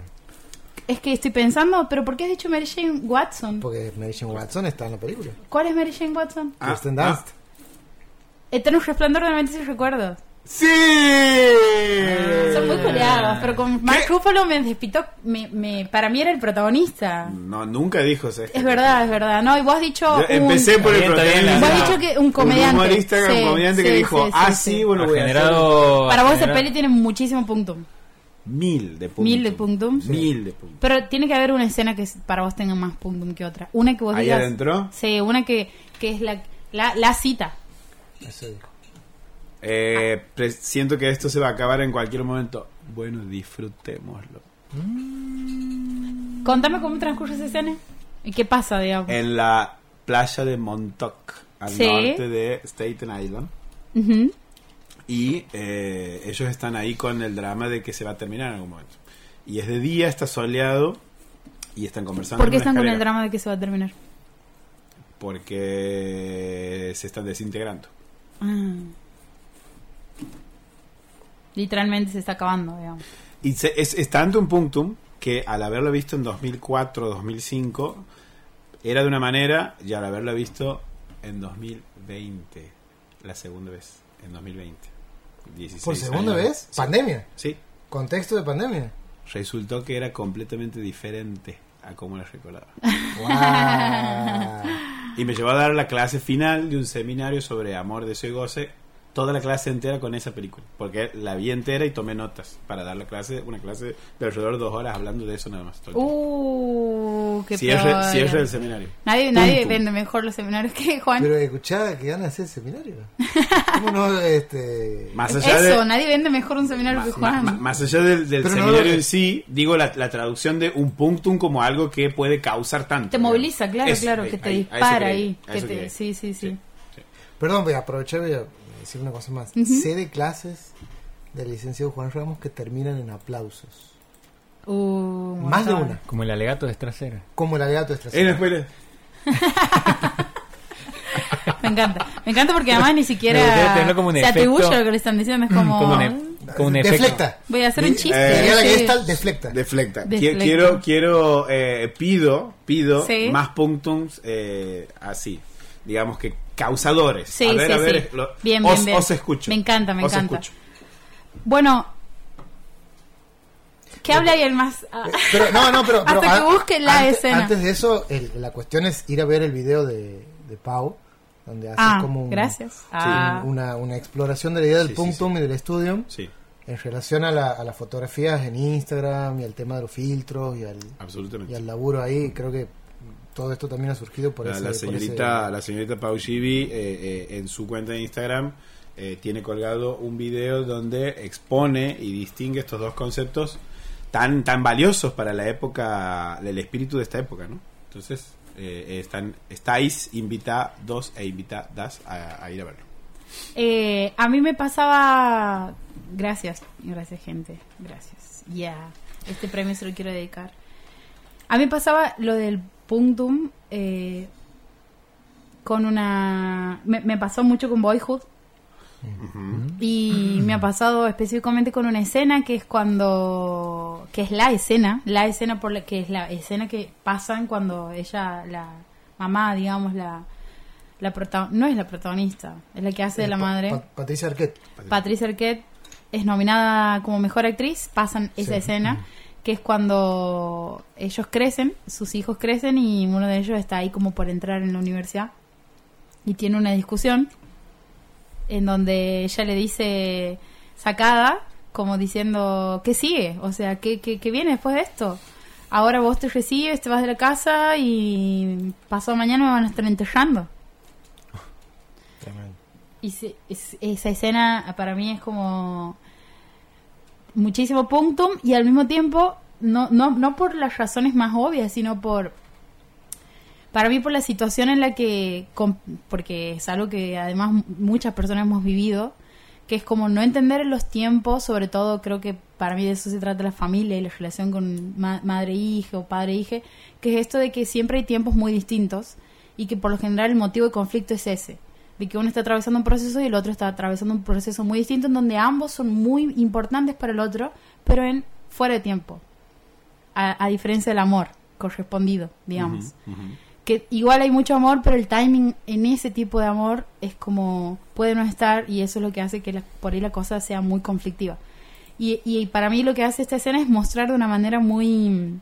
[SPEAKER 1] Es que estoy pensando, pero ¿por qué has dicho Mary Jane Watson?
[SPEAKER 3] Porque Mary Jane Watson está en la película.
[SPEAKER 1] ¿Cuál es Mary Jane Watson?
[SPEAKER 4] Ah,
[SPEAKER 3] Kirsten
[SPEAKER 4] ah.
[SPEAKER 3] Dunst.
[SPEAKER 1] Eterno resplandor de la mente sin recuerdos.
[SPEAKER 4] ¡Sí! Ah.
[SPEAKER 1] Son
[SPEAKER 3] Eh,
[SPEAKER 1] muy coleados, pero con Mark Ruffalo me despitó, me, me- para mí era el protagonista.
[SPEAKER 4] No, nunca dijo eso.
[SPEAKER 1] Es verdad, es verdad. No, y vos has dicho
[SPEAKER 4] Yo
[SPEAKER 1] Oh, un-
[SPEAKER 4] empecé por el
[SPEAKER 2] Está bien, está bien.
[SPEAKER 4] protagonista.
[SPEAKER 1] Vos has dicho que un comediante.
[SPEAKER 4] Un humorista, un
[SPEAKER 1] Sí,
[SPEAKER 4] comediante que
[SPEAKER 1] sí, sí,
[SPEAKER 4] dijo,
[SPEAKER 1] sí,
[SPEAKER 4] ah,
[SPEAKER 1] sí.
[SPEAKER 4] sí, bueno,
[SPEAKER 2] Ha
[SPEAKER 4] voy a hacer
[SPEAKER 2] generado.
[SPEAKER 1] Para
[SPEAKER 2] ha
[SPEAKER 1] vos esa
[SPEAKER 2] generado-
[SPEAKER 1] peli tiene muchísimo punto.
[SPEAKER 4] mil de puntos.
[SPEAKER 1] Mil de puntum.
[SPEAKER 4] Mil de puntos.
[SPEAKER 1] Pero tiene que haber una escena que es- para vos tenga más puntum que otra. Una que vos
[SPEAKER 4] Ahí
[SPEAKER 1] digas.
[SPEAKER 4] adentro.
[SPEAKER 1] Sí, una que, que es la, la, la cita.
[SPEAKER 3] Eso dijo.
[SPEAKER 4] Eh, pre- siento que esto se va a acabar en cualquier momento. Bueno, disfrutémoslo.
[SPEAKER 1] Contame cómo transcurre esa escena. ¿Y qué pasa, digamos?
[SPEAKER 4] En la playa de Montauk, al
[SPEAKER 1] Sí.
[SPEAKER 4] norte de Staten Island.
[SPEAKER 1] Ujú.
[SPEAKER 4] Y eh, ellos están ahí con el drama de que se va a terminar en algún momento. Y es de día, está soleado y están conversando.
[SPEAKER 1] ¿Por qué
[SPEAKER 4] en una
[SPEAKER 1] están con el
[SPEAKER 4] escalera.
[SPEAKER 1] drama de que se va a terminar?
[SPEAKER 4] Porque se están desintegrando.
[SPEAKER 1] Ah. Literalmente se está acabando, digamos.
[SPEAKER 4] Y se- es, es tanto un punctum que al haberlo visto en 2004, 2005, era de una manera y al haberlo visto en 2020, la segunda vez, en 2020. 16
[SPEAKER 3] ¿Por segunda
[SPEAKER 4] años.
[SPEAKER 3] vez? Pandemia.
[SPEAKER 4] Sí,
[SPEAKER 3] Contexto de pandemia.
[SPEAKER 4] resultó que era completamente diferente a como la recordaba.
[SPEAKER 3] Guau.
[SPEAKER 4] Y me llevó a dar la clase final de un seminario sobre amor, deseo y goce. Toda la clase entera con esa película. Porque la vi entera y tomé notas para dar la clase, una clase de alrededor de dos horas hablando de eso nada más. todo el tiempo.
[SPEAKER 1] Uh, qué
[SPEAKER 4] cierre,
[SPEAKER 1] piola.
[SPEAKER 4] cierre del seminario.
[SPEAKER 1] Nadie, nadie
[SPEAKER 4] Punto.
[SPEAKER 1] vende mejor los seminarios que Juan.
[SPEAKER 3] Pero escuchá que van a hacer seminario. ¿Cómo no este
[SPEAKER 4] Más allá
[SPEAKER 1] Eso,
[SPEAKER 4] de.
[SPEAKER 1] nadie vende mejor un seminario que
[SPEAKER 4] Más,
[SPEAKER 1] Juan.
[SPEAKER 4] ma- más allá del, del
[SPEAKER 3] Pero no
[SPEAKER 4] seminario
[SPEAKER 3] lo-
[SPEAKER 4] en sí, digo la, la traducción de un punctum como algo que puede causar tanto.
[SPEAKER 1] Te
[SPEAKER 4] digamos.
[SPEAKER 1] moviliza, claro,
[SPEAKER 4] Eso,
[SPEAKER 1] claro,
[SPEAKER 4] ahí-
[SPEAKER 1] que te
[SPEAKER 4] eh, ahí- a eso
[SPEAKER 1] dispara
[SPEAKER 4] quería ir,
[SPEAKER 1] ahí.
[SPEAKER 4] a
[SPEAKER 1] que
[SPEAKER 4] eso
[SPEAKER 1] te-
[SPEAKER 4] quería ir.
[SPEAKER 1] sí, sí, sí,
[SPEAKER 4] Sí.
[SPEAKER 3] Perdón, voy a aprovechar voy a decir una cosa más. Sé de clases del licenciado Juan Ramos que terminan en aplausos.
[SPEAKER 1] Uh, un
[SPEAKER 3] Más de
[SPEAKER 1] montón.
[SPEAKER 3] una.
[SPEAKER 2] Como el alegato de Strasser.
[SPEAKER 3] Como el alegato de
[SPEAKER 4] Eh, no,
[SPEAKER 3] Estrasburgo.
[SPEAKER 4] spoiler.
[SPEAKER 1] Me encanta. Me encanta porque además ni
[SPEAKER 2] Me gustaría
[SPEAKER 1] siquiera
[SPEAKER 2] tenerlo como un
[SPEAKER 1] se atribuye
[SPEAKER 2] efecto-
[SPEAKER 1] a lo que le están diciendo. Es como.
[SPEAKER 2] Como un, con un efecto.
[SPEAKER 3] deflecta.
[SPEAKER 1] Voy a hacer un
[SPEAKER 3] Di-
[SPEAKER 1] chiste.
[SPEAKER 4] Eh,
[SPEAKER 3] Diría la
[SPEAKER 1] sí.
[SPEAKER 3] Gestalt, deflecta.
[SPEAKER 4] Deflecta. Qui-
[SPEAKER 1] Deflecta.
[SPEAKER 4] Quiero, quiero, eh, pido, pido
[SPEAKER 1] Sí.
[SPEAKER 4] más punctums eh, así, digamos que causadores.
[SPEAKER 1] Sí,
[SPEAKER 4] a ver,
[SPEAKER 1] sí,
[SPEAKER 4] a ver,
[SPEAKER 1] sí.
[SPEAKER 4] lo-
[SPEAKER 1] Bien,
[SPEAKER 4] os,
[SPEAKER 1] bien, bien.
[SPEAKER 4] os escucho.
[SPEAKER 1] Me encanta, me
[SPEAKER 4] Os
[SPEAKER 1] encanta.
[SPEAKER 4] escucho.
[SPEAKER 1] Bueno, ¿qué habla ahí el más? Ah,
[SPEAKER 4] Eh.
[SPEAKER 3] Pero, no, no, pero, pero
[SPEAKER 1] Hasta que
[SPEAKER 3] an-
[SPEAKER 1] busque la
[SPEAKER 3] antes,
[SPEAKER 1] escena.
[SPEAKER 3] Antes de eso, el- la cuestión es ir a ver el video de, de Pau, donde hace
[SPEAKER 1] Ah,
[SPEAKER 3] como un-
[SPEAKER 1] gracias.
[SPEAKER 3] un-
[SPEAKER 1] Ah.
[SPEAKER 3] una, una exploración de la idea del
[SPEAKER 4] Sí, sí,
[SPEAKER 3] punctum y del studium
[SPEAKER 4] Sí,
[SPEAKER 3] en relación a, la- a las fotografías en Instagram y al tema de los filtros y al, y
[SPEAKER 4] absolutamente.
[SPEAKER 3] al laburo ahí. Creo que todo esto también ha surgido por
[SPEAKER 4] La,
[SPEAKER 3] ese-
[SPEAKER 4] la
[SPEAKER 3] por ese-
[SPEAKER 4] señorita, la señorita Pau Shibi, eh, eh, en su cuenta de Instagram eh, tiene colgado un video donde expone y distingue estos dos conceptos tan, tan valiosos para la época, el espíritu de esta época, ¿no? Entonces, eh, están, estáis invitados e invitadas a, a ir a verlo.
[SPEAKER 1] Eh, a mí me pasaba. Gracias, gracias, gente. Gracias. Ya. Este premio se lo quiero dedicar. A mí me pasaba lo del Punctum eh, con una. Me, me pasó mucho con Boyhood. Y me ha pasado específicamente con una escena que es cuando. que es la escena. La escena por la que es la escena que pasan cuando ella, la mamá, digamos, la. La prota- no es la protagonista, es la que hace de la
[SPEAKER 3] Pa-
[SPEAKER 1] madre.
[SPEAKER 3] Pa- Patricia Arquette.
[SPEAKER 1] Patricia Arquette es nominada como mejor actriz, pasan esa
[SPEAKER 3] Sí.
[SPEAKER 1] escena, que es cuando ellos crecen, sus hijos crecen y uno de ellos está ahí como por entrar en la universidad y tiene una discusión en donde ella le dice sacada, como diciendo, ¿qué sigue? O sea, ¿qué, qué, qué viene después de esto? Ahora vos te recibes, te vas de la casa y pasado mañana me van a estar enterrando.
[SPEAKER 3] Tremendo.
[SPEAKER 1] Y se- es- esa escena para mí es como muchísimo punctum y al mismo tiempo, no, no, no por las razones más obvias, sino por... Para mí por la situación en la que... com- Porque es algo que además m- muchas personas hemos vivido, que es como no entender los tiempos, sobre todo creo que para mí de eso se trata la familia y la relación con ma- madre-hija o padre-hija, que es esto de que siempre hay tiempos muy distintos y que por lo general el motivo de conflicto es ese, de que uno está atravesando un proceso y el otro está atravesando un proceso muy distinto en donde ambos son muy importantes para el otro, pero en fuera de tiempo, a, a diferencia del amor correspondido, digamos
[SPEAKER 4] Ujú, ujú.
[SPEAKER 1] que igual hay mucho amor, pero el timing en ese tipo de amor es como puede no estar y eso es lo que hace que la- por ahí la cosa sea muy conflictiva. Y, y para mí lo que hace esta escena es mostrar de una manera muy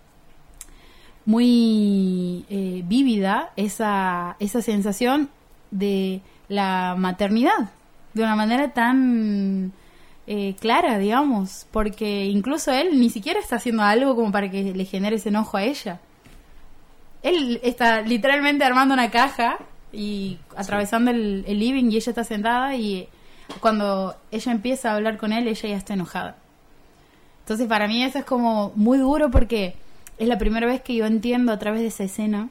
[SPEAKER 1] muy eh, vívida esa, esa sensación de la maternidad, de una manera tan eh, clara, digamos, porque incluso él ni siquiera está haciendo algo como para que le genere ese enojo a ella. Él está literalmente armando una caja y atravesando el, el living y ella está sentada y cuando ella empieza a hablar con él, ella ya está enojada. Entonces para mí eso es como muy duro porque es la primera vez que yo entiendo a través de esa escena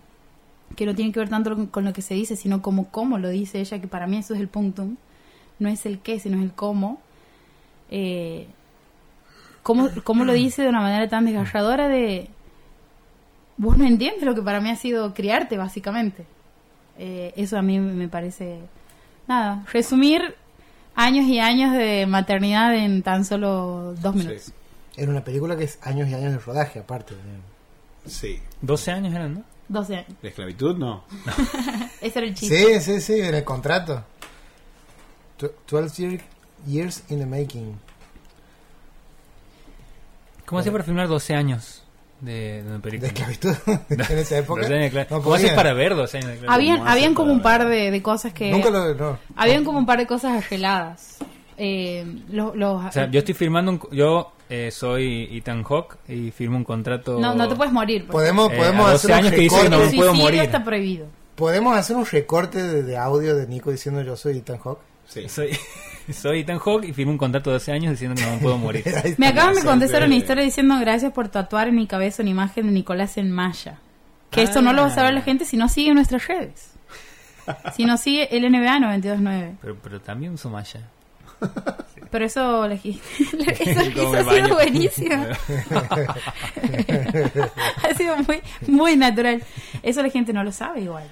[SPEAKER 1] que no tiene que ver tanto con- con lo que se dice, sino como cómo lo dice ella, que para mí eso es el punctum. No es el qué, sino es el cómo. Eh, cómo, cómo lo dice de una manera tan desgarradora de... Vos no entiendes lo que para mí ha sido criarte, básicamente. Eh, eso a mí me parece... Nada, resumir años y años de maternidad en tan solo dos minutos.
[SPEAKER 4] Sí,
[SPEAKER 3] Era una película que es años y años de rodaje, aparte.
[SPEAKER 4] sí.
[SPEAKER 2] 12 años eran, ¿no?
[SPEAKER 1] 12 años.
[SPEAKER 4] ¿La esclavitud? No.
[SPEAKER 1] Ese era el chiste.
[SPEAKER 3] Sí, sí, sí, en el contrato. Tw- 12 year- years in the making.
[SPEAKER 2] ¿Cómo hacía para filmar 12 años de, de una
[SPEAKER 3] De
[SPEAKER 2] película?
[SPEAKER 3] esclavitud en esa época.
[SPEAKER 2] 12 años de clase.
[SPEAKER 3] No
[SPEAKER 2] ¿Cómo haces
[SPEAKER 3] podían.
[SPEAKER 2] para ver 12 años de clase?
[SPEAKER 1] Habían,
[SPEAKER 4] ¿Cómo
[SPEAKER 1] habían
[SPEAKER 4] hace
[SPEAKER 1] como un
[SPEAKER 4] para-
[SPEAKER 1] par de, de cosas que...
[SPEAKER 3] Nunca lo. No.
[SPEAKER 1] Habían como un par de cosas arregladas. Eh, los, los-
[SPEAKER 2] O sea, yo estoy firmando un... Yo eh, soy Ethan Hawke y firmo un contrato...
[SPEAKER 1] no, no te puedes morir. pues.
[SPEAKER 3] Podemos,
[SPEAKER 2] Eh,
[SPEAKER 3] podemos,
[SPEAKER 2] a 12
[SPEAKER 3] hacer un
[SPEAKER 2] años que dice
[SPEAKER 1] El
[SPEAKER 2] que no
[SPEAKER 3] recorte,
[SPEAKER 2] me puedo
[SPEAKER 1] suicidio
[SPEAKER 2] morir.
[SPEAKER 1] está prohibido.
[SPEAKER 3] podemos hacer un recorte de, de audio de Nico diciendo yo soy Ethan Hawke.
[SPEAKER 4] Sí.
[SPEAKER 2] Soy, soy Ethan Hawke y firmo un contrato de 12 años diciendo que no me puedo morir.
[SPEAKER 3] Ahí
[SPEAKER 1] Me
[SPEAKER 3] está.
[SPEAKER 1] acaban de
[SPEAKER 4] sí,
[SPEAKER 1] contestar
[SPEAKER 4] sí.
[SPEAKER 1] una historia diciendo gracias por tatuar en mi cabeza una imagen de Nicolás en Maya. Que esto no lo va a
[SPEAKER 2] Ah.
[SPEAKER 1] saber la gente si no sigue nuestras redes. Si no sigue LNBA 929.
[SPEAKER 2] Pero, pero también uso malla.
[SPEAKER 1] Pero eso, la, gi- la- esa
[SPEAKER 2] Y
[SPEAKER 1] risa
[SPEAKER 2] como me
[SPEAKER 1] ha sido
[SPEAKER 2] baño.
[SPEAKER 1] buenísima. ha sido muy, muy natural. Eso la gente no lo sabe igual.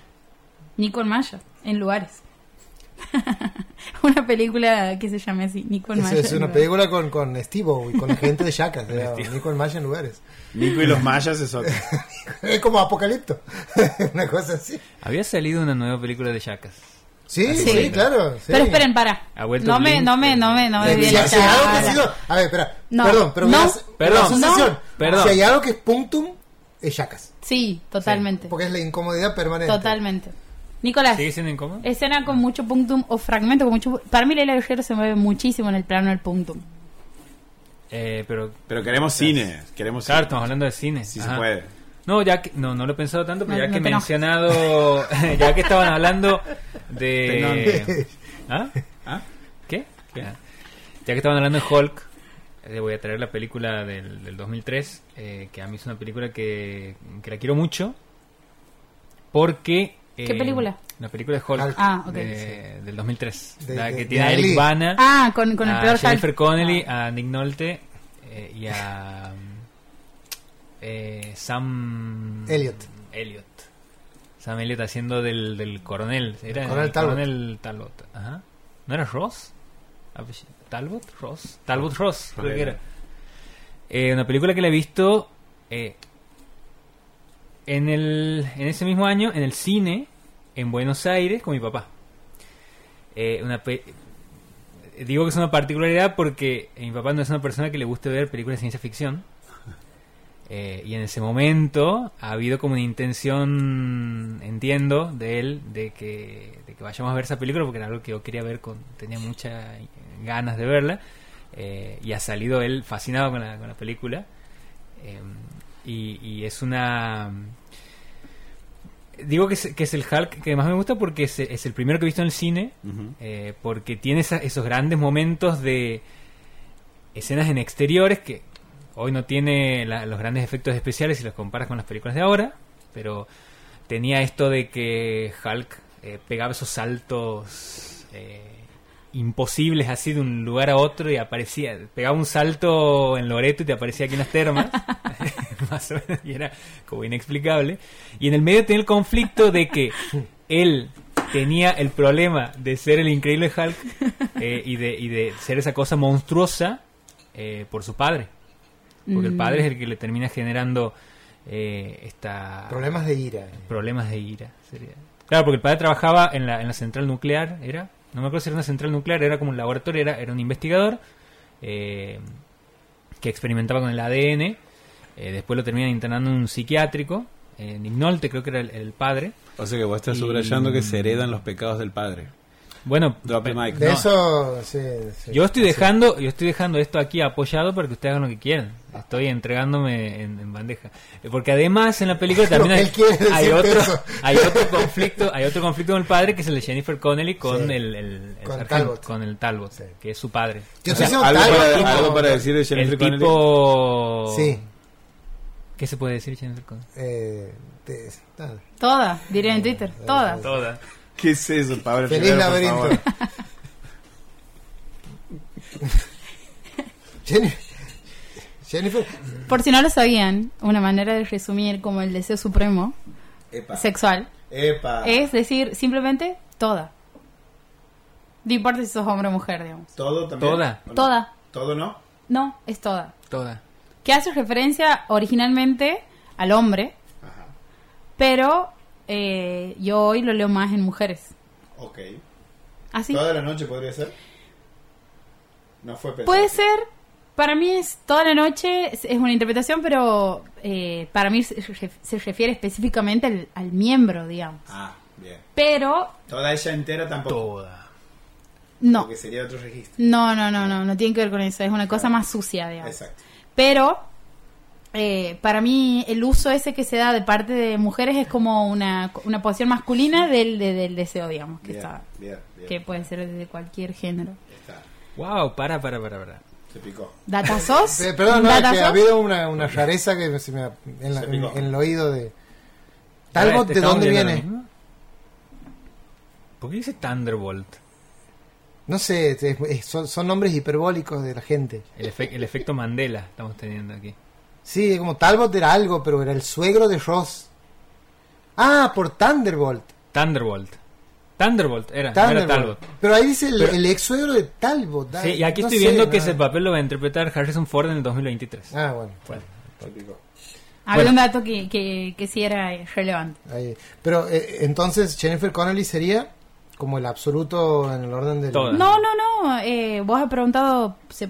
[SPEAKER 1] Ni con Maya, en lugares. una película que se llame así, Nicole
[SPEAKER 3] Eso
[SPEAKER 1] Mayer.
[SPEAKER 3] es una película con, con Steve y con la gente de Shaka,
[SPEAKER 2] Steve.
[SPEAKER 3] Nico el Maya en lugares.
[SPEAKER 5] Nico y los mayas es otro.
[SPEAKER 3] Es como Apocalipto, una cosa así.
[SPEAKER 2] Había salido una nueva película de Shakas.
[SPEAKER 3] Sí,
[SPEAKER 1] Sí.
[SPEAKER 3] sí, claro. sí.
[SPEAKER 1] Pero esperen, para.
[SPEAKER 2] Ha vuelto
[SPEAKER 1] No me,
[SPEAKER 2] Blink.
[SPEAKER 1] no me, no me, no me
[SPEAKER 3] Si
[SPEAKER 1] vi
[SPEAKER 3] si
[SPEAKER 1] la
[SPEAKER 3] hay algo que ha
[SPEAKER 1] cara.
[SPEAKER 3] sido- A ver, espera.
[SPEAKER 1] No,
[SPEAKER 3] Perdón, pero
[SPEAKER 1] no,
[SPEAKER 3] me das-
[SPEAKER 2] perdón,
[SPEAKER 3] me das sensación.
[SPEAKER 1] no.
[SPEAKER 2] Perdón.
[SPEAKER 3] Si hay algo que es punctum, es Shakas.
[SPEAKER 1] Sí, totalmente.
[SPEAKER 3] Porque es la incomodidad permanente.
[SPEAKER 1] Totalmente. Nicolás,
[SPEAKER 2] ¿Sigue siendo incómodo?
[SPEAKER 1] escena con mucho punctum o fragmento con mucho... Para mí Leila Guerrero se mueve muchísimo en el plano del punctum.
[SPEAKER 2] Eh, pero
[SPEAKER 5] Pero queremos cine. Queremos
[SPEAKER 2] claro,
[SPEAKER 5] cine.
[SPEAKER 2] estamos hablando de cine.
[SPEAKER 5] Si
[SPEAKER 2] Ajá.
[SPEAKER 5] se puede.
[SPEAKER 2] No, ya que, no, no lo he pensado tanto, pero
[SPEAKER 1] No,
[SPEAKER 2] ya
[SPEAKER 1] no
[SPEAKER 2] que
[SPEAKER 1] te enojes.
[SPEAKER 2] mencionado, ya que estaban hablando de... ¿Ah?
[SPEAKER 5] ¿Ah?
[SPEAKER 2] ¿Qué? ¿Qué? Ah. Ya que estaban hablando de Hulk, eh, voy a traer la película del, del 2003, eh, que a mí es una película que, que la quiero mucho, porque... eh,
[SPEAKER 1] ¿Qué película?
[SPEAKER 2] La película de Hulk.
[SPEAKER 3] Hulk.
[SPEAKER 1] Ah, ok.
[SPEAKER 2] de- Del 2003.
[SPEAKER 3] De-
[SPEAKER 2] la
[SPEAKER 3] de-
[SPEAKER 2] que
[SPEAKER 3] de
[SPEAKER 2] tiene a
[SPEAKER 3] Ali.
[SPEAKER 2] Eric Bana,
[SPEAKER 1] Ah, con, con el
[SPEAKER 2] a
[SPEAKER 1] peor Hulk.
[SPEAKER 2] Jennifer Connelly,
[SPEAKER 1] Ah.
[SPEAKER 2] a Nick Nolte eh, y a... eh, Sam...
[SPEAKER 3] Elliot.
[SPEAKER 2] Elliot. Sam Elliot haciendo del, del coronel. Era
[SPEAKER 3] Coronel
[SPEAKER 2] el
[SPEAKER 3] Talbot.
[SPEAKER 2] coronel Talbot. Ajá. ¿No era Ross? Apell- ¿Talbot? Ross. Talbot Ross, creo que era. Eh, una película que la he visto eh, en, el, en ese mismo año, en el cine, en Buenos Aires, con mi papá. Eh, una pe- Digo que es una particularidad porque eh, mi papá no es una persona que le guste ver películas de ciencia ficción. Eh, y en ese momento ha habido como una intención, entiendo, de él, de que, de que vayamos a ver esa película, porque era algo que yo quería ver, con, tenía muchas ganas de verla, eh, y ha salido él fascinado con la, con la película. Eh, y, y es una... Digo que es, que es el Hulk que más me gusta porque es, es el primero que he visto en el cine,
[SPEAKER 5] Ujú.
[SPEAKER 2] eh, porque tiene esa- esos grandes momentos de escenas en exteriores que hoy no tiene la- los grandes efectos especiales si los comparas con las películas de ahora, pero tenía esto de que Hulk eh, pegaba esos saltos eh, imposibles así de un lugar a otro y aparecía, pegaba un salto en Loreto y te aparecía aquí en las termas, más o menos, y era como inexplicable. Y en el medio tenía el conflicto de que él tenía el problema de ser el increíble Hulk eh, y, de, y de ser esa cosa monstruosa eh, por su padre. Porque el
[SPEAKER 1] Mm.
[SPEAKER 2] padre es el que le termina generando eh, esta
[SPEAKER 3] Problemas de ira.
[SPEAKER 2] problemas de ira. sería. Claro, porque el padre trabajaba en la, en la central nuclear, ¿era? No me acuerdo si era una central nuclear, era como un laboratorio, era, era un investigador eh, que experimentaba con el ADN. eh, después lo terminan internando en un psiquiátrico. Eh, Nick Nolte creo que era el, el padre.
[SPEAKER 5] O sea que vos estás
[SPEAKER 2] Y-
[SPEAKER 5] subrayando que se heredan los pecados del padre.
[SPEAKER 2] Bueno,
[SPEAKER 5] Drop the
[SPEAKER 2] pe-
[SPEAKER 5] mic.
[SPEAKER 3] De
[SPEAKER 2] no,
[SPEAKER 3] eso, sí, sí.
[SPEAKER 2] yo estoy dejando, yo estoy dejando esto aquí apoyado para que ustedes hagan lo que quieran. Estoy entregándome en, en bandeja. Eh, Porque además en la película
[SPEAKER 3] Lo
[SPEAKER 2] también
[SPEAKER 3] que
[SPEAKER 2] hay,
[SPEAKER 3] él quiere es
[SPEAKER 2] hay
[SPEAKER 3] decirte
[SPEAKER 2] otro,
[SPEAKER 3] eso.
[SPEAKER 2] hay otro conflicto, hay otro conflicto con el padre que es el de Jennifer Connelly con el,
[SPEAKER 3] Sí.
[SPEAKER 2] el- el
[SPEAKER 3] Con
[SPEAKER 2] sargento,
[SPEAKER 3] Talbot.
[SPEAKER 2] con el Talbot,
[SPEAKER 3] Sí.
[SPEAKER 2] que es su padre.
[SPEAKER 3] Yo
[SPEAKER 5] O sea,
[SPEAKER 3] estoy diciendo
[SPEAKER 5] algo,
[SPEAKER 3] tal,
[SPEAKER 5] para,
[SPEAKER 3] tipo-
[SPEAKER 5] algo para decir de Jennifer
[SPEAKER 2] el
[SPEAKER 5] Connelly.
[SPEAKER 2] tipo
[SPEAKER 3] Sí.
[SPEAKER 2] ¿Qué se puede decir de Jennifer Connelly?
[SPEAKER 3] Eh, te- nada.
[SPEAKER 1] Toda, diré en Twitter,
[SPEAKER 3] Ah,
[SPEAKER 1] toda.
[SPEAKER 2] Toda.
[SPEAKER 5] ¿Qué es eso, Pablo?
[SPEAKER 3] Feliz
[SPEAKER 5] Rivero, por
[SPEAKER 3] laberinto.
[SPEAKER 5] favor?
[SPEAKER 3] Jenny- Jennifer,
[SPEAKER 1] Por si no lo sabían, una manera de resumir como el deseo supremo
[SPEAKER 4] Epa.
[SPEAKER 1] sexual
[SPEAKER 4] Epa.
[SPEAKER 1] es decir simplemente toda. No importa si sos hombre o mujer, digamos.
[SPEAKER 4] Todo también.
[SPEAKER 2] Toda.
[SPEAKER 4] ¿O no?
[SPEAKER 1] Toda.
[SPEAKER 4] Todo no.
[SPEAKER 1] No, es toda.
[SPEAKER 2] Toda.
[SPEAKER 1] que hace referencia originalmente al hombre, pero eh, yo hoy lo leo más en mujeres.
[SPEAKER 4] Ok.
[SPEAKER 1] Así.
[SPEAKER 4] Toda la noche podría ser. No fue pensado.
[SPEAKER 1] Puede ser, para mí es toda la noche, es, es una interpretación, pero eh, para mí se, se refiere específicamente al, al miembro, digamos.
[SPEAKER 4] Ah, bien.
[SPEAKER 1] Pero
[SPEAKER 4] Toda ella entera tampoco.
[SPEAKER 2] Toda.
[SPEAKER 1] no,
[SPEAKER 4] Porque sería otro registro.
[SPEAKER 1] no, no, no, no, no tiene que ver con eso, es una cosa más sucia, digamos.
[SPEAKER 4] Exacto.
[SPEAKER 1] Pero eh, para mí el uso ese que se da de parte de mujeres es como una, una posición masculina del, de- del deseo, digamos, que,
[SPEAKER 4] Bien,
[SPEAKER 1] está,
[SPEAKER 4] bien, bien.
[SPEAKER 1] que puede ser de cualquier género.
[SPEAKER 4] Está.
[SPEAKER 2] Wow, para, para, para, para.
[SPEAKER 4] Se picó.
[SPEAKER 1] ¿Datazos?
[SPEAKER 3] eh, perdón, no, es que
[SPEAKER 1] ¿Datazos?
[SPEAKER 3] ha habido una, una rareza que se me, en, la-
[SPEAKER 4] Se picó.
[SPEAKER 3] en- en el oído de...
[SPEAKER 2] Ahora,
[SPEAKER 3] Talbot,
[SPEAKER 2] ¿te
[SPEAKER 3] ¿de
[SPEAKER 2] estamos
[SPEAKER 3] dónde
[SPEAKER 2] viendo lo
[SPEAKER 3] viene?
[SPEAKER 2] mismo? ¿Por qué dice Thunderbolt?
[SPEAKER 3] No sé, es- es- son, son nombres hiperbólicos de la gente.
[SPEAKER 2] El, efe- el efecto Mandela estamos teniendo aquí.
[SPEAKER 3] Sí, como Talbot era algo, pero era el suegro de Ross. Ah, por Thunderbolt.
[SPEAKER 2] Thunderbolt. Thunderbolt era, Ah, no era
[SPEAKER 3] Thunderbolt.
[SPEAKER 2] Talbot.
[SPEAKER 3] Pero ahí dice el,
[SPEAKER 2] Pero-
[SPEAKER 3] el ex suegro de Talbot.
[SPEAKER 2] Sí,
[SPEAKER 3] dale,
[SPEAKER 2] y aquí
[SPEAKER 3] no
[SPEAKER 2] estoy
[SPEAKER 3] sé,
[SPEAKER 2] viendo que
[SPEAKER 3] no.
[SPEAKER 2] ese papel lo va a interpretar Harrison Ford en el 2023.
[SPEAKER 3] Ah, bueno.
[SPEAKER 1] Había
[SPEAKER 2] Bueno.
[SPEAKER 1] un dato que, que, que sí era eh, relevante.
[SPEAKER 3] ahí. Pero eh, entonces Jennifer Connelly sería como el absoluto en el orden del...
[SPEAKER 2] Todas.
[SPEAKER 1] No, no, no. eh, vos has preguntado se-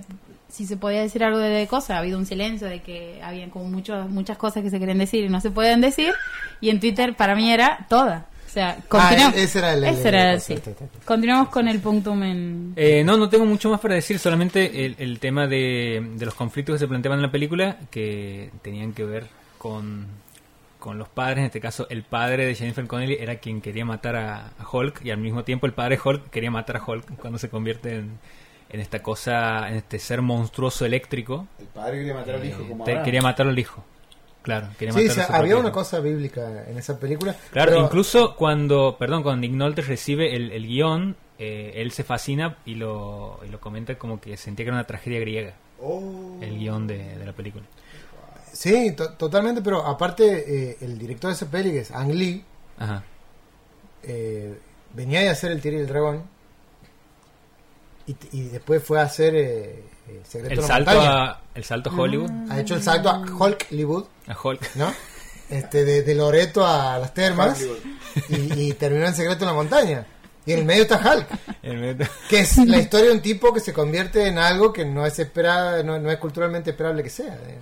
[SPEAKER 1] si se podía decir algo de, de cosas. Ha habido un silencio de que habían como muchos, muchas cosas que se querían decir y no se pueden decir. Y en Twitter para mí era toda. O sea, continuamos.
[SPEAKER 3] Ah, ese era el- el-
[SPEAKER 1] Ese era
[SPEAKER 3] el-
[SPEAKER 1] el-
[SPEAKER 3] el-
[SPEAKER 1] sí.
[SPEAKER 3] el- el- el-
[SPEAKER 1] Continuamos con el punctum en...
[SPEAKER 2] Eh, no, no tengo mucho más para decir, solamente el, el tema de, de los conflictos que se planteaban en la película que tenían que ver con, con los padres. En este caso, el padre de Jennifer Connelly era quien quería matar a, a Hulk y al mismo tiempo el padre de Hulk quería matar a Hulk cuando se convierte en, en esta cosa, en este ser monstruoso eléctrico.
[SPEAKER 4] El padre quería matar al hijo
[SPEAKER 2] Eh,
[SPEAKER 4] como
[SPEAKER 2] te-
[SPEAKER 4] ahora.
[SPEAKER 2] quería matar al hijo. Claro, quería
[SPEAKER 3] Sí,
[SPEAKER 2] matar
[SPEAKER 3] sí,
[SPEAKER 2] a su
[SPEAKER 3] había
[SPEAKER 2] propio
[SPEAKER 3] una
[SPEAKER 2] hijo.
[SPEAKER 3] cosa bíblica en esa película.
[SPEAKER 2] Claro,
[SPEAKER 3] pero-
[SPEAKER 2] incluso cuando, perdón, cuando Nick Nolte recibe el, el guión, eh, él se fascina y lo, y lo comenta como que sentía que era una tragedia griega,
[SPEAKER 4] Oh.
[SPEAKER 2] el guión de, de la película.
[SPEAKER 3] Sí, to- totalmente, pero aparte eh, el director de esa peli, que es Ang Lee,
[SPEAKER 2] Ajá.
[SPEAKER 3] eh, venía de hacer El Tigre y el Dragón y, t- y después fue a hacer eh, eh,
[SPEAKER 2] El
[SPEAKER 3] Secreto en la
[SPEAKER 2] salto,
[SPEAKER 3] Montaña.
[SPEAKER 2] a, el salto a Hollywood,
[SPEAKER 3] Ha hecho el salto a Hulk Hollywood,
[SPEAKER 2] a Hulk.
[SPEAKER 3] ¿no? Este, de, de Loreto a las termas y, y terminó en Secreto en la Montaña. Y en el medio está Hulk,
[SPEAKER 2] El meta-
[SPEAKER 3] que es la historia de un tipo que se convierte en algo que no es esperada, no, no es culturalmente esperable que sea. eh.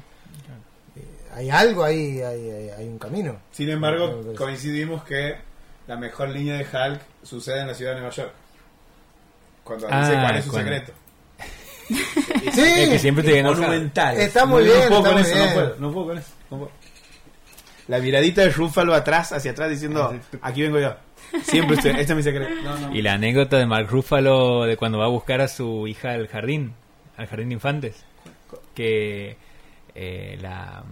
[SPEAKER 3] Eh, Hay algo ahí, hay, hay- hay un camino.
[SPEAKER 4] Sin
[SPEAKER 3] No, no,
[SPEAKER 4] embargo,
[SPEAKER 3] no.
[SPEAKER 4] coincidimos que la mejor línea de Hulk sucede en la ciudad de Nueva York. Cuando
[SPEAKER 2] Ah,
[SPEAKER 4] dice cuál es su
[SPEAKER 2] cuando-
[SPEAKER 4] secreto.
[SPEAKER 3] Sí,
[SPEAKER 2] el que siempre te enoja.
[SPEAKER 5] Monumental.
[SPEAKER 3] Está muy bien,
[SPEAKER 4] puedo
[SPEAKER 3] está
[SPEAKER 4] con
[SPEAKER 3] muy
[SPEAKER 4] eso,
[SPEAKER 3] bien.
[SPEAKER 4] no puedo, no puedo con eso. no puedo. La miradita de Ruffalo atrás, hacia atrás, diciendo, aquí vengo yo. Siempre usted, este es mi secreto. Ah, No, no.
[SPEAKER 2] Y la anécdota de Mark Ruffalo de cuando va a buscar a su hija al jardín, al jardín de infantes, que eh, la,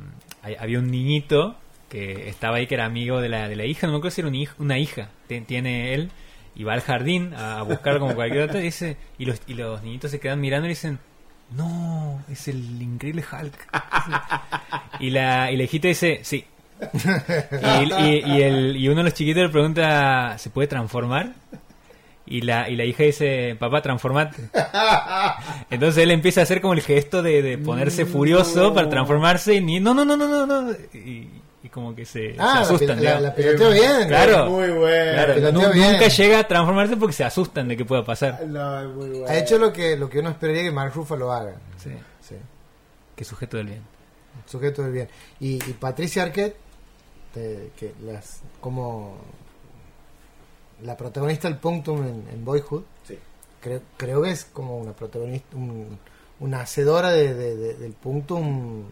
[SPEAKER 2] hay- había un niñito que estaba ahí que era amigo de la, de la hija, no me acuerdo si era un hij- una hija, te- tiene él, y va al jardín a buscar como cualquier otro, y, dice, y, los, y los niñitos se quedan mirando y dicen, no, es el increíble Hulk. Y la, y la hijita dice, sí. Y, y- y el, y uno de los chiquitos le pregunta, ¿se puede transformar? Y la, y la hija dice, papá, transformate. Entonces él empieza a hacer como el gesto de, de
[SPEAKER 3] Mm.
[SPEAKER 2] ponerse furioso para transformarse y ni, no, no, no, no, no, no. Y, y como que se, se
[SPEAKER 3] Ah, la
[SPEAKER 2] asustan.
[SPEAKER 3] pil- la-
[SPEAKER 2] digamos.
[SPEAKER 3] la piloteo bien.
[SPEAKER 2] Claro.
[SPEAKER 4] Muy bueno.
[SPEAKER 2] Claro,
[SPEAKER 3] Pero
[SPEAKER 2] nu-
[SPEAKER 3] tío, bien.
[SPEAKER 2] nunca llega a transformarse porque se asustan de que pueda pasar.
[SPEAKER 4] No, es muy bueno.
[SPEAKER 3] Ha hecho lo que, lo que uno esperaría que Mark Ruffalo haga.
[SPEAKER 2] Sí,
[SPEAKER 3] Sí,
[SPEAKER 2] qué sujeto del bien.
[SPEAKER 3] sujeto del bien. Y, y Patricia Arquette, te- que las, como la protagonista del Punctum en, en Boyhood,
[SPEAKER 4] Sí.
[SPEAKER 3] creo, creo que es como una protagonista, un- una hacedora de, de- de- del Punctum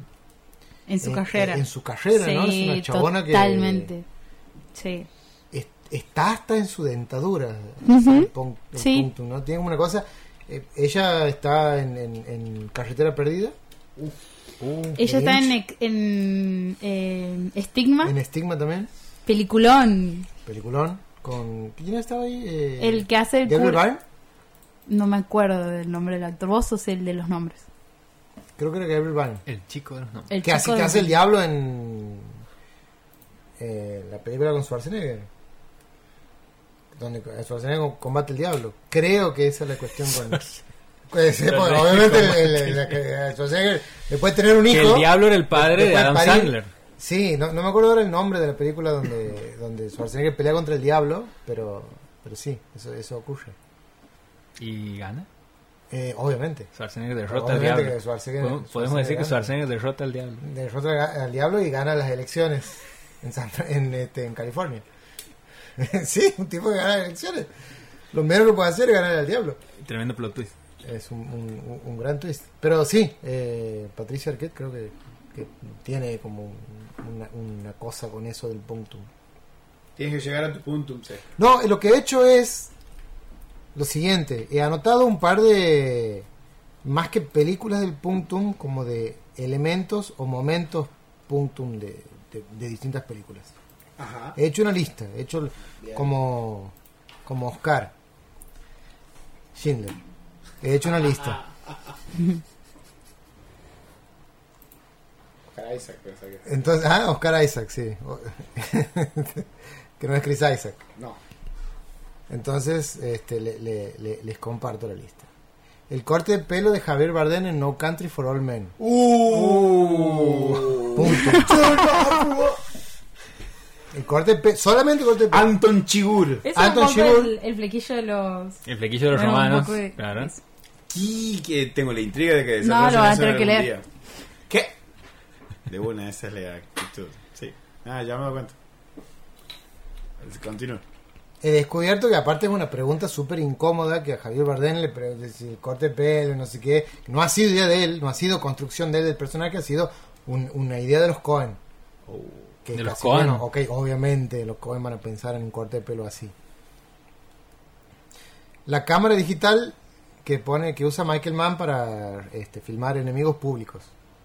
[SPEAKER 1] En su carrera.
[SPEAKER 3] En, su carrera, ¿no? Es una chabona que
[SPEAKER 1] totalmente. Sí.
[SPEAKER 3] es- está hasta en su dentadura.
[SPEAKER 1] Ujú.
[SPEAKER 3] el pon- el
[SPEAKER 1] Sí.
[SPEAKER 3] punctum, ¿no? Tiene como una cosa. eh, ella está en, en- en Carretera Perdida. Uh,
[SPEAKER 1] Ella está en,
[SPEAKER 3] Lynch.
[SPEAKER 1] ex- en, eh, Estigma,
[SPEAKER 3] En Estigma también.
[SPEAKER 1] peliculón.
[SPEAKER 3] Peliculón. Con, ¿Quién estaba ahí? Eh,
[SPEAKER 1] El que hace el
[SPEAKER 3] Gabriel
[SPEAKER 1] cur-
[SPEAKER 3] Byrne.
[SPEAKER 1] No me acuerdo del nombre del actor. Vos sos el de los nombres.
[SPEAKER 3] Creo que era Gabriel Byrne.
[SPEAKER 2] El chico de los nombres.
[SPEAKER 1] El
[SPEAKER 3] que hace,
[SPEAKER 1] chico
[SPEAKER 3] que
[SPEAKER 1] de-
[SPEAKER 3] hace el diablo en eh, la película con Schwarzenegger. Donde Schwarzenegger combate el diablo. Creo que esa es la cuestión con... Pues, sí, porque obviamente el, el- la que- eh, Schwarzenegger después de tener un
[SPEAKER 2] Que
[SPEAKER 3] hijo...
[SPEAKER 2] el diablo era el padre de
[SPEAKER 3] después
[SPEAKER 2] Adam
[SPEAKER 3] parir-
[SPEAKER 2] Sandler.
[SPEAKER 3] Sí, no, no me acuerdo ahora el nombre de la película donde, donde Schwarzenegger pelea contra el diablo, pero, pero sí, eso, eso ocurre.
[SPEAKER 2] Y gana.
[SPEAKER 3] Eh, obviamente.
[SPEAKER 2] Schwarzenegger derrota al
[SPEAKER 3] Obviamente
[SPEAKER 2] diablo.
[SPEAKER 3] que Schwarzenegger-
[SPEAKER 2] Podemos- Podemos decir que Schwarzenegger derrota al diablo.
[SPEAKER 3] derrota al diablo y gana las elecciones en, San Fra- en, este, en California. sí, un tipo que gana las elecciones. Lo menos que puede hacer es ganar al diablo.
[SPEAKER 2] Tremendo plot twist.
[SPEAKER 3] Es un, un- un gran twist. Pero sí, eh, Patricia Arquette creo que, que tiene como un- una, una cosa con eso del punctum.
[SPEAKER 4] Tienes que llegar a tu puntum, Seth.
[SPEAKER 3] No, eh, lo que he hecho es lo siguiente. He anotado un par de, más que películas del punctum, como de elementos o momentos punctum de- de- de distintas películas.
[SPEAKER 4] Ajá.
[SPEAKER 3] He hecho una lista, he hecho como como Oscar Schindler. He hecho una lista.
[SPEAKER 4] Oscar Isaac, pensaba que-
[SPEAKER 3] Entonces, ah, Oscar Isaac, sí. O- que no es Chris Isaac.
[SPEAKER 4] No.
[SPEAKER 3] Entonces, este, le- le- le- les comparto la lista. El corte de pelo de Javier Bardem en No Country for All Men.
[SPEAKER 4] Uh.
[SPEAKER 3] Punto. El corte de pelo, solamente el corte de pelo.
[SPEAKER 5] Anton Chigur.
[SPEAKER 1] Es
[SPEAKER 3] Anton
[SPEAKER 1] un poco
[SPEAKER 3] Chigurh.
[SPEAKER 1] el, el flequillo de los...
[SPEAKER 2] El flequillo de los
[SPEAKER 1] Bueno, un
[SPEAKER 2] romanos.
[SPEAKER 1] poco de-
[SPEAKER 2] Claro.
[SPEAKER 1] eso.
[SPEAKER 5] Y que tengo la intriga de que
[SPEAKER 1] No, lo
[SPEAKER 5] desarrollen
[SPEAKER 1] van a
[SPEAKER 5] eso
[SPEAKER 1] tener que
[SPEAKER 5] algún
[SPEAKER 1] leer.
[SPEAKER 5] día. ¿Qué? De una, esa es la actitud. Sí. Ah, ya me doy cuenta. Continúa.
[SPEAKER 3] He descubierto que aparte es una pregunta súper incómoda que a Javier Bardem le pregunté si el corte de pelo, no sé qué, no ha sido idea de él, no ha sido construcción de él del personaje, ha sido un- una idea de los Cohen. Que
[SPEAKER 2] Oh. De los
[SPEAKER 3] casi,
[SPEAKER 2] Coen.
[SPEAKER 3] bueno, ok, obviamente los Cohen van a pensar en un corte de pelo así. La cámara digital que pone que usa Michael Mann para este, filmar enemigos públicos.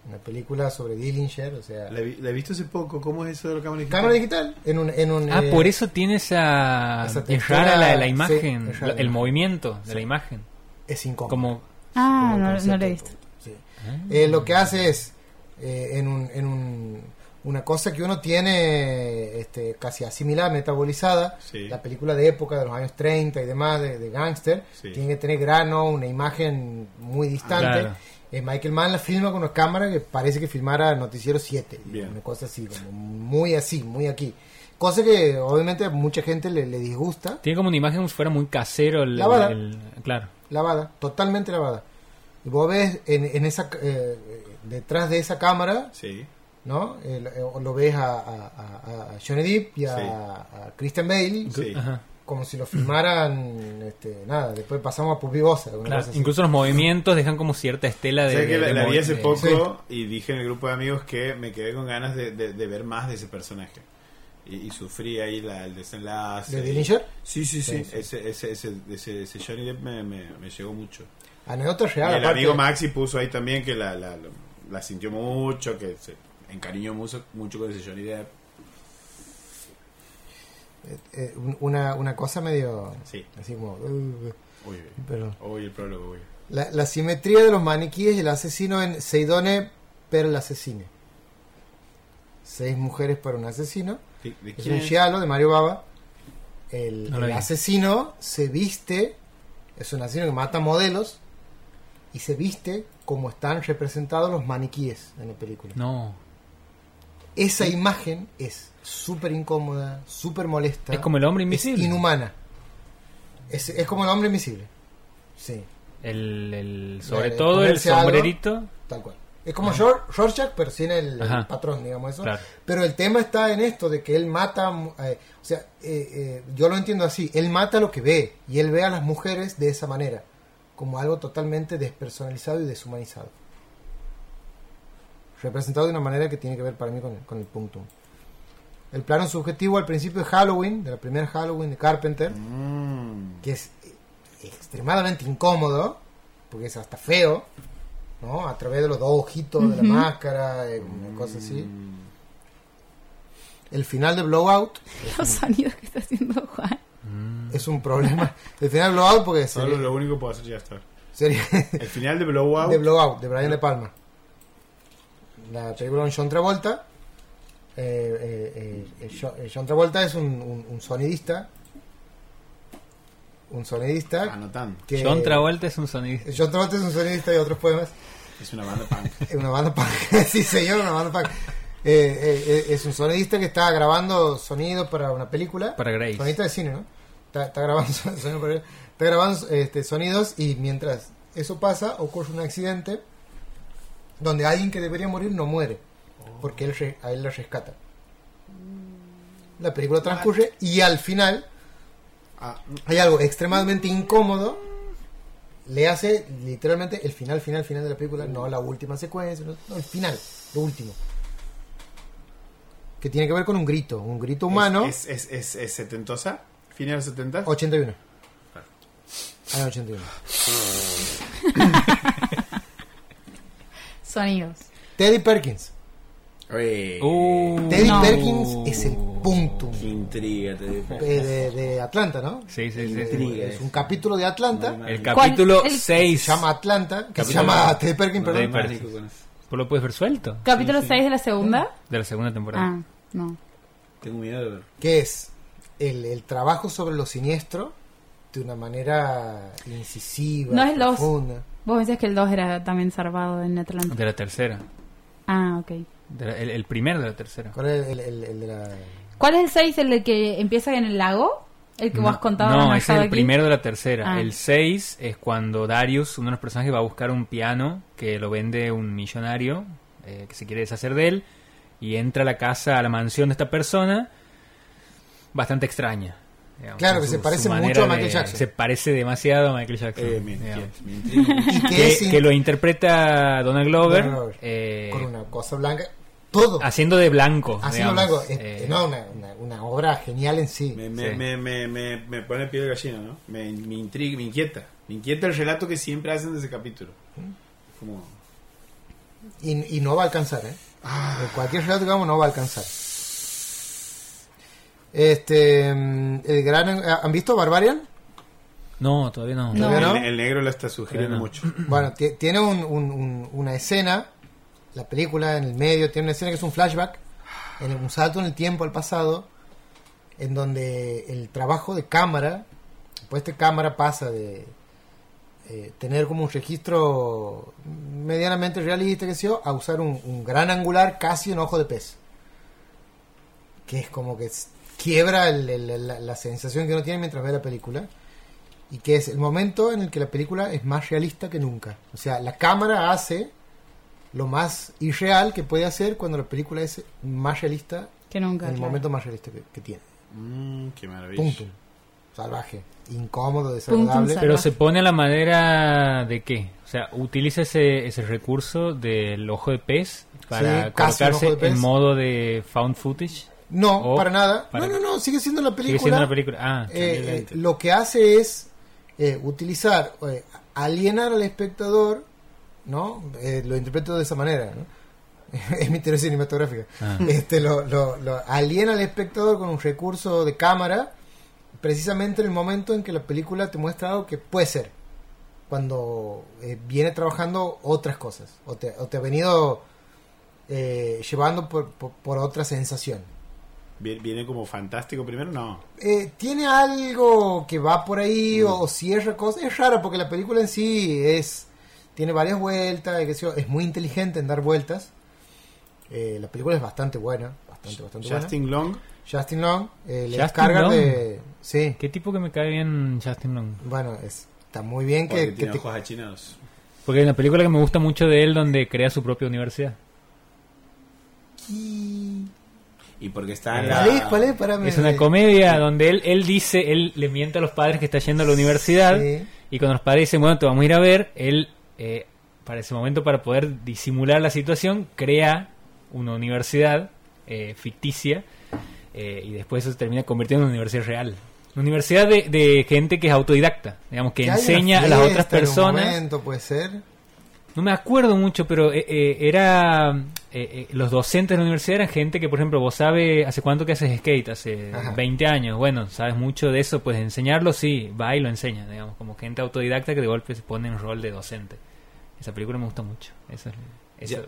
[SPEAKER 3] Una película sobre Dillinger, o sea,
[SPEAKER 5] La, vi- la he visto hace poco. ¿Cómo es eso de la cámara digital?
[SPEAKER 3] cámara digital en un en un
[SPEAKER 2] Ah,
[SPEAKER 3] eh,
[SPEAKER 2] por eso tiene esa...
[SPEAKER 3] esa
[SPEAKER 2] es
[SPEAKER 3] textura-
[SPEAKER 2] rara la, la
[SPEAKER 3] sí,
[SPEAKER 2] imagen,
[SPEAKER 3] es rara.
[SPEAKER 2] el movimiento de la imagen.
[SPEAKER 3] es incómodo.
[SPEAKER 2] Como...
[SPEAKER 1] Ah,
[SPEAKER 3] como
[SPEAKER 1] no,
[SPEAKER 3] concepto.
[SPEAKER 1] no lo he visto.
[SPEAKER 3] Sí.
[SPEAKER 5] Ah.
[SPEAKER 3] Eh, lo que hace es, eh, en, un- en un- una cosa que uno tiene este, casi asimilada, metabolizada,
[SPEAKER 5] Sí.
[SPEAKER 3] la película de época de los años 30 y demás, de, de gángster,
[SPEAKER 5] Sí.
[SPEAKER 3] tiene que tener grano, una imagen muy distante.
[SPEAKER 2] Claro.
[SPEAKER 3] Eh, Michael Mann la filma con una cámara que parece que filmara Noticiero 7,
[SPEAKER 5] Bien.
[SPEAKER 3] una cosa así, como muy así, muy aquí. Cosa que obviamente a mucha gente le, le disgusta,
[SPEAKER 2] Tiene como una imagen como si fuera muy casero el...
[SPEAKER 3] La bala.
[SPEAKER 2] el- claro.
[SPEAKER 3] lavada, totalmente lavada. Y vos ves en, en esa, ca- eh, detrás de esa cámara
[SPEAKER 5] Sí.
[SPEAKER 3] ¿no? El- eh, o lo ves a, a- a- a Johnny Depp y a,
[SPEAKER 5] Sí.
[SPEAKER 3] a Christian Bale
[SPEAKER 5] Sí.
[SPEAKER 2] Ajá.
[SPEAKER 3] como si lo filmaran, este, nada, después pasamos a Pupi Bosa. alguna
[SPEAKER 2] Claro,
[SPEAKER 3] cosa así.
[SPEAKER 2] Incluso los movimientos dejan como cierta estela de...
[SPEAKER 5] Sé que
[SPEAKER 2] de-
[SPEAKER 5] la,
[SPEAKER 2] de
[SPEAKER 5] la vi
[SPEAKER 2] movi-
[SPEAKER 5] hace
[SPEAKER 2] de-
[SPEAKER 5] poco y dije en el grupo de amigos que me quedé con ganas de, de- de ver más de ese personaje. Y, y sufrí ahí la- el desenlace.
[SPEAKER 3] ¿De Dillinger?
[SPEAKER 5] Sí, sí, sí.
[SPEAKER 3] Sí, sí.
[SPEAKER 5] Ese, ese, ese, ese, ese Johnny Depp me, me, me llegó mucho.
[SPEAKER 3] Anécdota
[SPEAKER 5] Y
[SPEAKER 3] real,
[SPEAKER 5] el
[SPEAKER 3] aparte,
[SPEAKER 5] amigo Maxi puso ahí también que la, la, la- la sintió mucho, que se encariñó mucho, mucho con ese Johnny Depp.
[SPEAKER 3] eh, eh, un- una, una cosa medio...
[SPEAKER 5] Sí.
[SPEAKER 3] Así como... uh,
[SPEAKER 5] Uy,
[SPEAKER 3] pero-
[SPEAKER 5] uy, el prólogo, uy.
[SPEAKER 3] la, la simetría de los maniquíes y el asesino en Seidone, pero el asesino. Seis mujeres para un asesino.
[SPEAKER 5] Sí, ¿De
[SPEAKER 3] Es
[SPEAKER 5] quién
[SPEAKER 3] un
[SPEAKER 5] es?
[SPEAKER 3] giallo de Mario Baba. El,
[SPEAKER 2] No lo
[SPEAKER 3] el
[SPEAKER 2] vi.
[SPEAKER 3] asesino se viste, es un asesino que mata modelos y se viste como están representados los maniquíes en la película.
[SPEAKER 2] No.
[SPEAKER 3] Esa imagen es súper incómoda, súper molesta.
[SPEAKER 2] Es como el hombre
[SPEAKER 3] es
[SPEAKER 2] invisible.
[SPEAKER 3] inhumana. Es, es como el hombre invisible. Sí,
[SPEAKER 2] El, el- sobre
[SPEAKER 3] Claro,
[SPEAKER 2] todo el
[SPEAKER 3] ponerse algo.
[SPEAKER 2] sombrerito.
[SPEAKER 3] tal cual. Es como Jor- Rorschach, pero sin el,
[SPEAKER 2] Ajá.
[SPEAKER 3] el patrón, digamos eso.
[SPEAKER 2] Claro.
[SPEAKER 3] Pero el tema está en esto de que él mata, eh, o sea, eh, eh, yo lo entiendo así, él mata lo que ve y él ve a las mujeres de esa manera, como algo totalmente despersonalizado y deshumanizado. Representado de una manera que tiene que ver para mí con, con el punctum. El plano subjetivo al principio de Halloween, de la primera Halloween de Carpenter,
[SPEAKER 5] Mm,
[SPEAKER 3] que es eh, extremadamente incómodo, porque es hasta feo, ¿no? A través de los dos ojitos de la máscara, eh, una cosa así. El final de Blowout
[SPEAKER 1] Los sonidos que está haciendo Juan.
[SPEAKER 3] es un problema. El final de Blowout porque
[SPEAKER 5] Solo
[SPEAKER 3] sería,
[SPEAKER 5] lo único que puedo hacer ya está.
[SPEAKER 3] sería
[SPEAKER 5] El final de Blowout.
[SPEAKER 3] de Blowout, de Brian De Palma. La película con John Travolta. Eh, eh, eh, eh, Jo- eh, John Travolta es un, un- un sonidista. Un
[SPEAKER 4] Ah,
[SPEAKER 3] sonidista.
[SPEAKER 5] Anotando.
[SPEAKER 3] Que,
[SPEAKER 2] John Travolta es un sonidista.
[SPEAKER 3] John Travolta es un sonidista y otros poemas.
[SPEAKER 5] Es una banda punk.
[SPEAKER 3] Es una banda punk. sí, señor, una banda punk. Eh, eh, eh, es un sonidista que está grabando sonido para una película.
[SPEAKER 2] Para Grace.
[SPEAKER 3] Sonidista de cine, ¿no? Está, está grabando, son- sonido para- está grabando este, sonidos y mientras eso pasa ocurre un accidente donde alguien que debería morir no muere porque él re- a él lo rescata. La película transcurre y al final
[SPEAKER 5] Ah,
[SPEAKER 3] hay algo extremadamente incómodo. Le hace literalmente el final, final, final de la película, no la última secuencia, no, no, el final, lo último. Que tiene que ver con un grito, un grito humano.
[SPEAKER 5] ¿Es, es, es, es, es setentosa? ¿Fin de los 70?
[SPEAKER 3] 81. Año 81.
[SPEAKER 1] Sonidos.
[SPEAKER 3] Teddy Perkins.
[SPEAKER 5] Uy,
[SPEAKER 2] Uh,
[SPEAKER 3] Teddy
[SPEAKER 1] No.
[SPEAKER 3] Perkins es el punto
[SPEAKER 5] qué intriga, te digo.
[SPEAKER 3] de, de- de Atlanta, ¿no?
[SPEAKER 2] Sí, sí, sí. sí.
[SPEAKER 5] Intriga
[SPEAKER 3] Es un
[SPEAKER 5] esa.
[SPEAKER 3] capítulo de Atlanta.
[SPEAKER 2] El
[SPEAKER 5] El
[SPEAKER 2] capítulo
[SPEAKER 1] ¿Cuál? El-
[SPEAKER 2] 6.
[SPEAKER 3] Se llama Atlanta, que se
[SPEAKER 2] Capítulo-
[SPEAKER 3] llama Teddy Perkins,
[SPEAKER 2] Teddy
[SPEAKER 3] perdón.
[SPEAKER 2] Perkins. ¿Vos lo puedes ver suelto?
[SPEAKER 1] Capítulo
[SPEAKER 5] Sí, sí.
[SPEAKER 1] 6 de la segunda.
[SPEAKER 2] De la segunda temporada.
[SPEAKER 1] Ah, no.
[SPEAKER 5] Tengo miedo de ver.
[SPEAKER 3] que es el, el trabajo sobre lo siniestro de una manera incisiva,
[SPEAKER 1] No es los-
[SPEAKER 3] profunda.
[SPEAKER 1] Vos decías que el 2 era también salvado en Atlanta.
[SPEAKER 2] De la tercera.
[SPEAKER 1] Ah, ok.
[SPEAKER 2] De la- el, el primero de la tercera.
[SPEAKER 3] ¿Cuál es el, el- el de la...?
[SPEAKER 1] ¿Cuál es el 6? ¿El de que empieza en el lago? ¿El que vos has contado?
[SPEAKER 2] No,
[SPEAKER 1] has
[SPEAKER 2] es el
[SPEAKER 1] estado aquí?
[SPEAKER 2] primero de la tercera.
[SPEAKER 1] Ah.
[SPEAKER 2] El 6 es cuando Darius, uno de los personajes, va a buscar un piano que lo vende un millonario eh, que se quiere deshacer de él y entra a la casa, a la mansión de esta persona, bastante extraña. digamos,
[SPEAKER 3] Claro,
[SPEAKER 2] con
[SPEAKER 3] que se parece
[SPEAKER 2] manera
[SPEAKER 3] mucho a
[SPEAKER 2] de-
[SPEAKER 3] Michael Jackson.
[SPEAKER 2] Se parece demasiado a Michael Jackson.
[SPEAKER 5] Eh, me-
[SPEAKER 2] digamos.
[SPEAKER 5] me intriga mucho.
[SPEAKER 3] Y que,
[SPEAKER 2] que,
[SPEAKER 3] es in-
[SPEAKER 2] que lo interpreta Donald Glover,
[SPEAKER 3] Donald Glover.
[SPEAKER 2] eh,
[SPEAKER 3] con una cosa blanca. Todo.
[SPEAKER 2] haciendo de blanco.
[SPEAKER 3] Haciendo
[SPEAKER 2] digamos,
[SPEAKER 3] blanco. Es-
[SPEAKER 2] eh,
[SPEAKER 3] no, una, una- una obra genial en sí.
[SPEAKER 5] Me, me,
[SPEAKER 2] Sí.
[SPEAKER 5] me, me, me, me pone piel de gallina, ¿no? Me, me intriga, me inquieta. Me inquieta el relato que siempre hacen de ese capítulo. Como,
[SPEAKER 3] Y, y no va a alcanzar, ¿eh?
[SPEAKER 5] Ah.
[SPEAKER 3] En Cualquier relato que hagamos no va a alcanzar. Este, mm, el gran, ¿Han visto Barbarian?
[SPEAKER 2] No, todavía no.
[SPEAKER 1] No.
[SPEAKER 3] ¿Todavía no?
[SPEAKER 5] el, el negro la está sugiriendo
[SPEAKER 2] Bueno.
[SPEAKER 5] mucho.
[SPEAKER 3] Bueno, ti- tiene un- un- un- una escena, la película en el medio, tiene una escena que es un flashback, en el- un salto en el tiempo al pasado, en donde el trabajo de cámara, pues esta cámara pasa de eh, tener como un registro medianamente realista, que sé yo, a usar un, un gran angular, casi un ojo de pez. Que es como que s- quiebra el- el- la, la sensación que uno tiene mientras ve la película y que es el momento en el que la película es más realista que nunca. O sea, la cámara hace lo más irreal que puede hacer cuando la película es más realista,
[SPEAKER 1] Que nunca.
[SPEAKER 3] en el
[SPEAKER 1] claro.
[SPEAKER 3] momento más realista que, que tiene.
[SPEAKER 5] Mm, qué maravilla.
[SPEAKER 3] Punto. Salvaje, incómodo,
[SPEAKER 1] Puntum
[SPEAKER 3] desagradable.
[SPEAKER 1] salvaje.
[SPEAKER 2] Pero se pone a la madera de qué? O sea, utiliza ese, ese recurso del ojo de pez para
[SPEAKER 3] Sí, casi un ojo de
[SPEAKER 2] colocarse
[SPEAKER 3] pez.
[SPEAKER 2] en modo de found footage.
[SPEAKER 3] No,
[SPEAKER 2] O
[SPEAKER 3] para nada.
[SPEAKER 2] para-
[SPEAKER 3] No, no, no, sigue siendo la
[SPEAKER 2] Sigue
[SPEAKER 3] película.
[SPEAKER 2] siendo una película. Ah,
[SPEAKER 3] Eh, eh,
[SPEAKER 5] Excelente.
[SPEAKER 3] lo que hace es eh, utilizar, eh, alienar al espectador, ¿no? Eh, lo interpreto de esa manera, ¿no? es mi teoría cinematográfica.
[SPEAKER 2] Ah.
[SPEAKER 3] Este, lo, lo- lo aliena al espectador con un recurso de cámara, precisamente en el momento en que la película te muestra algo que puede ser, cuando eh, viene trabajando otras cosas, o te, o te ha venido eh, llevando por- por- por otra sensación.
[SPEAKER 5] Viene, viene como fantástico primero, no.
[SPEAKER 3] Eh, tiene algo que va por ahí
[SPEAKER 5] Mm.
[SPEAKER 3] o, o cierra cosas. Es rara porque la película en sí es tiene varias vueltas, y qué sé yo, es muy inteligente en dar vueltas. Eh, la película es bastante buena, bastante, bastante
[SPEAKER 5] Justin Long.
[SPEAKER 3] buena. Justin Long, eh, le
[SPEAKER 2] Justin
[SPEAKER 3] descarga
[SPEAKER 2] Long.
[SPEAKER 3] de... Sí,
[SPEAKER 2] qué tipo que me cae bien Justin Long.
[SPEAKER 3] bueno, es- está muy bien
[SPEAKER 5] Porque
[SPEAKER 3] que, que
[SPEAKER 5] tiene
[SPEAKER 3] te-
[SPEAKER 5] ojos achinados.
[SPEAKER 2] Porque hay una película que me gusta mucho de él donde crea su propia universidad.
[SPEAKER 5] Y porque está en la...
[SPEAKER 3] ¿Cuál es? ¿Cuál es? Parame.
[SPEAKER 2] Es una comedia donde él, él dice, él le miente a los padres que está yendo a la universidad
[SPEAKER 3] Sí.
[SPEAKER 2] y cuando los padres dicen, bueno, te vamos a ir a ver, él, eh, para ese momento, para poder disimular la situación, crea una universidad eh, ficticia eh, y después eso se termina convirtiendo en una universidad real. Una universidad de, de gente que es autodidacta, digamos, que,
[SPEAKER 3] Que hay
[SPEAKER 2] enseña
[SPEAKER 3] una
[SPEAKER 2] a las otras
[SPEAKER 3] fiesta en un
[SPEAKER 2] personas.
[SPEAKER 3] momento, puede ser.
[SPEAKER 2] No me acuerdo mucho, pero eh, eh, era. eh, eh, los docentes de la universidad eran gente que, por ejemplo, vos sabes hace cuánto que haces skate, hace
[SPEAKER 3] Ajá.
[SPEAKER 2] 20 años. Bueno, sabes mucho de eso, pues enseñarlo sí, va y lo enseña, digamos, como gente autodidacta que de golpe se pone en rol de docente. Esa película me gusta mucho. Eso es- eso-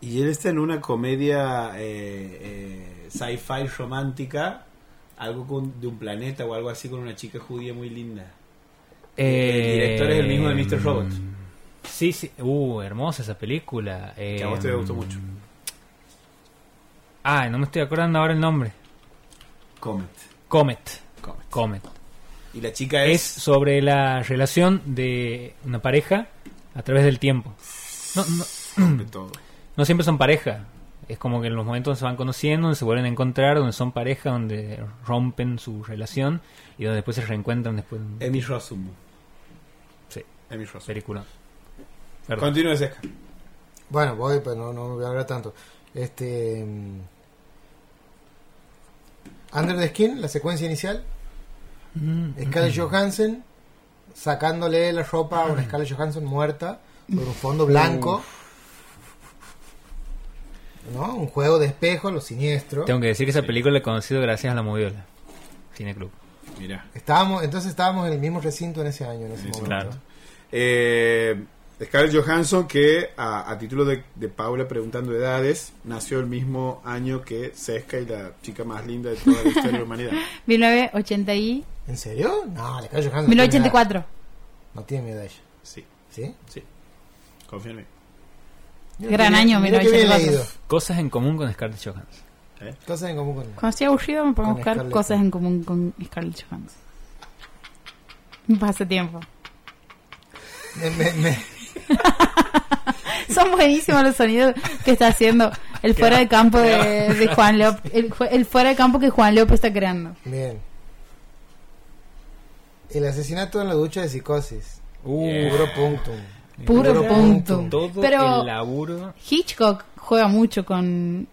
[SPEAKER 5] Y él está en una comedia eh, eh, sci-fi romántica, algo con- de un planeta o algo así con una chica judía muy linda. El director es el mismo de Mr. Robot.
[SPEAKER 2] Em, Sí, sí. Uh, hermosa esa película.
[SPEAKER 5] Que a vos te
[SPEAKER 2] Em,
[SPEAKER 5] gustó mucho.
[SPEAKER 2] Ah, no me estoy acordando ahora el nombre.
[SPEAKER 5] Comet.
[SPEAKER 2] Comet.
[SPEAKER 5] Comet.
[SPEAKER 2] Comet.
[SPEAKER 5] Y la chica
[SPEAKER 2] es
[SPEAKER 5] es...
[SPEAKER 2] sobre la relación de una pareja a través del tiempo. No, no,
[SPEAKER 5] Sobre todo.
[SPEAKER 2] no siempre son pareja. Es como que en los momentos donde se van conociendo, donde se vuelven a encontrar, donde son pareja, donde rompen su relación y donde después se reencuentran después de un
[SPEAKER 5] Emi Rossum.
[SPEAKER 2] Sí.
[SPEAKER 5] Emi Rossum.
[SPEAKER 2] película. Perdón.
[SPEAKER 5] Continúe, Seca.
[SPEAKER 3] Bueno, voy, pero no, no voy a hablar tanto. Este. mm, Under the Skin, la secuencia inicial.
[SPEAKER 2] Mm,
[SPEAKER 3] Scarlett Johansson sacándole la ropa a una
[SPEAKER 2] Mm.
[SPEAKER 3] Scarlett Johansson muerta sobre un fondo blanco. ¿No? Un juego de espejo, lo siniestro.
[SPEAKER 2] Tengo que decir que esa película la he conocido gracias a la Moviola. Cine Club.
[SPEAKER 5] Mira.
[SPEAKER 3] Estábamos, entonces estábamos en el mismo recinto en ese año, en ese
[SPEAKER 5] En ese
[SPEAKER 3] momento.
[SPEAKER 2] Claro.
[SPEAKER 5] Eh, Scarlett Johansson, que a, a título de, de Paula preguntando edades, nació el mismo año que Sesca y la chica más linda de toda la historia de la humanidad.
[SPEAKER 1] 1986.
[SPEAKER 3] ¿En serio? No, le estoy Johansson. no tiene medalla.
[SPEAKER 1] 1984.
[SPEAKER 3] No tiene medalla.
[SPEAKER 4] Sí,
[SPEAKER 3] ¿Sí?
[SPEAKER 4] sí. Confirme.
[SPEAKER 3] Mira
[SPEAKER 1] Gran
[SPEAKER 3] qué bien-
[SPEAKER 1] año,
[SPEAKER 3] mira qué bien
[SPEAKER 1] 1984.
[SPEAKER 3] leído.
[SPEAKER 2] Cosas en común con Scarlett Johansson.
[SPEAKER 3] Cosas en común con
[SPEAKER 1] Cuando estoy aburrido me pongo a
[SPEAKER 3] Con
[SPEAKER 1] buscar
[SPEAKER 3] Scarlett.
[SPEAKER 1] cosas en común con Scarlett Johansson. Un pasatiempo.
[SPEAKER 3] me, me, me-
[SPEAKER 1] Son buenísimos los sonidos que está haciendo el fuera de campo de, de Juan López. El, ju- el fuera de campo que Juan López está creando.
[SPEAKER 3] Bien. El asesinato en la ducha de psicosis.
[SPEAKER 2] Uh,
[SPEAKER 4] Yeah.
[SPEAKER 3] Puro punctum.
[SPEAKER 1] Puro
[SPEAKER 3] Puro
[SPEAKER 1] punto.
[SPEAKER 3] punto.
[SPEAKER 2] Todo
[SPEAKER 1] Pero-
[SPEAKER 2] el laburo.
[SPEAKER 1] Hitchcock juega mucho con,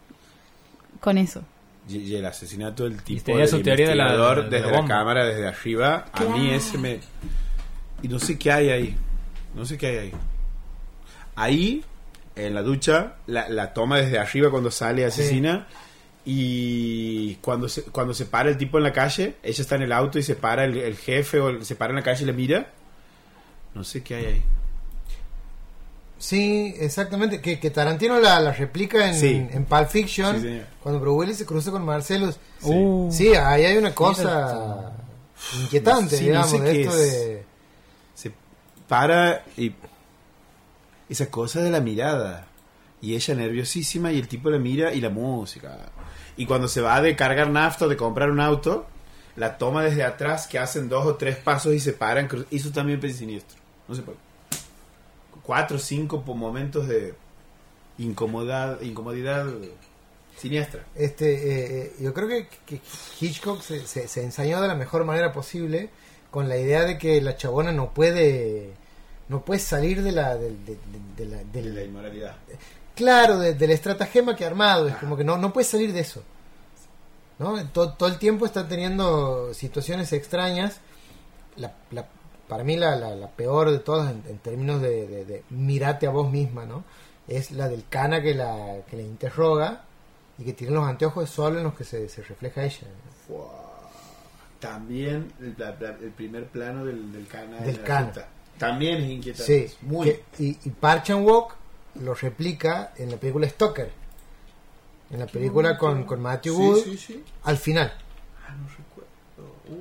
[SPEAKER 1] con eso.
[SPEAKER 4] Y, y el asesinato del tipo
[SPEAKER 2] tenía
[SPEAKER 4] del
[SPEAKER 2] su teoría de la-
[SPEAKER 4] investigador
[SPEAKER 2] de la
[SPEAKER 4] desde la,
[SPEAKER 2] bomba.
[SPEAKER 4] cámara, desde arriba,
[SPEAKER 1] Claro.
[SPEAKER 4] a mí ese me... Y no sé qué hay ahí. No sé qué hay ahí. Ahí, en la ducha, la, la toma desde arriba cuando sale asesina. Y cuando se, cuando se para el tipo en la calle, ella está en el auto y se para el, el jefe o el- se para en la calle y le mira. No sé qué hay ahí.
[SPEAKER 3] Sí, exactamente. Que, que Tarantino la, la replica en,
[SPEAKER 4] Sí.
[SPEAKER 3] en Pulp Fiction.
[SPEAKER 4] Sí, señor.
[SPEAKER 3] cuando Brugelli se cruza con Marcelus.
[SPEAKER 2] Uh,
[SPEAKER 3] Sí, ahí hay una cosa inquietante,
[SPEAKER 4] Sí, no
[SPEAKER 3] digamos,
[SPEAKER 4] sé
[SPEAKER 3] de
[SPEAKER 4] qué
[SPEAKER 3] esto
[SPEAKER 4] es.
[SPEAKER 3] de...
[SPEAKER 4] se para y esa cosa de la mirada y ella nerviosísima y el tipo la mira y la música y cuando se va de cargar nafta o de comprar un auto la toma desde atrás que hacen dos o tres pasos y se paran cru- hizo también Pez siniestro no sé por qué. cuatro o cinco po- momentos de incomodidad incomodidad siniestra
[SPEAKER 3] Este, eh, eh, yo creo que, que Hitchcock se, se- se ensañó de la mejor manera posible con la idea de que la chabona no puede no puede salir de la, del- de- de- de la-
[SPEAKER 4] de
[SPEAKER 3] del-
[SPEAKER 4] la inmoralidad
[SPEAKER 3] claro de- del estratagema que ha armado es como que no no puede salir de eso ¿no? todo, todo el tiempo está teniendo situaciones extrañas la, la- para mí la, la- la peor de todas en, en términos de, de- de mirate a vos misma no es la del cana que la que la interroga y que tiene los anteojos solo en los que se, se refleja ella
[SPEAKER 4] Fua. También el, pla- pla- el primer plano del, del cana. en
[SPEAKER 3] Del
[SPEAKER 4] la
[SPEAKER 3] cana.
[SPEAKER 4] ruta. También es inquietante.
[SPEAKER 3] sí
[SPEAKER 4] es Muy.
[SPEAKER 3] que- y, y Park Chan Wook lo replica en la película Stoker en la película con, con Matthew Wood
[SPEAKER 4] Sí, sí, sí.
[SPEAKER 3] al final
[SPEAKER 4] Ah, no recuerdo.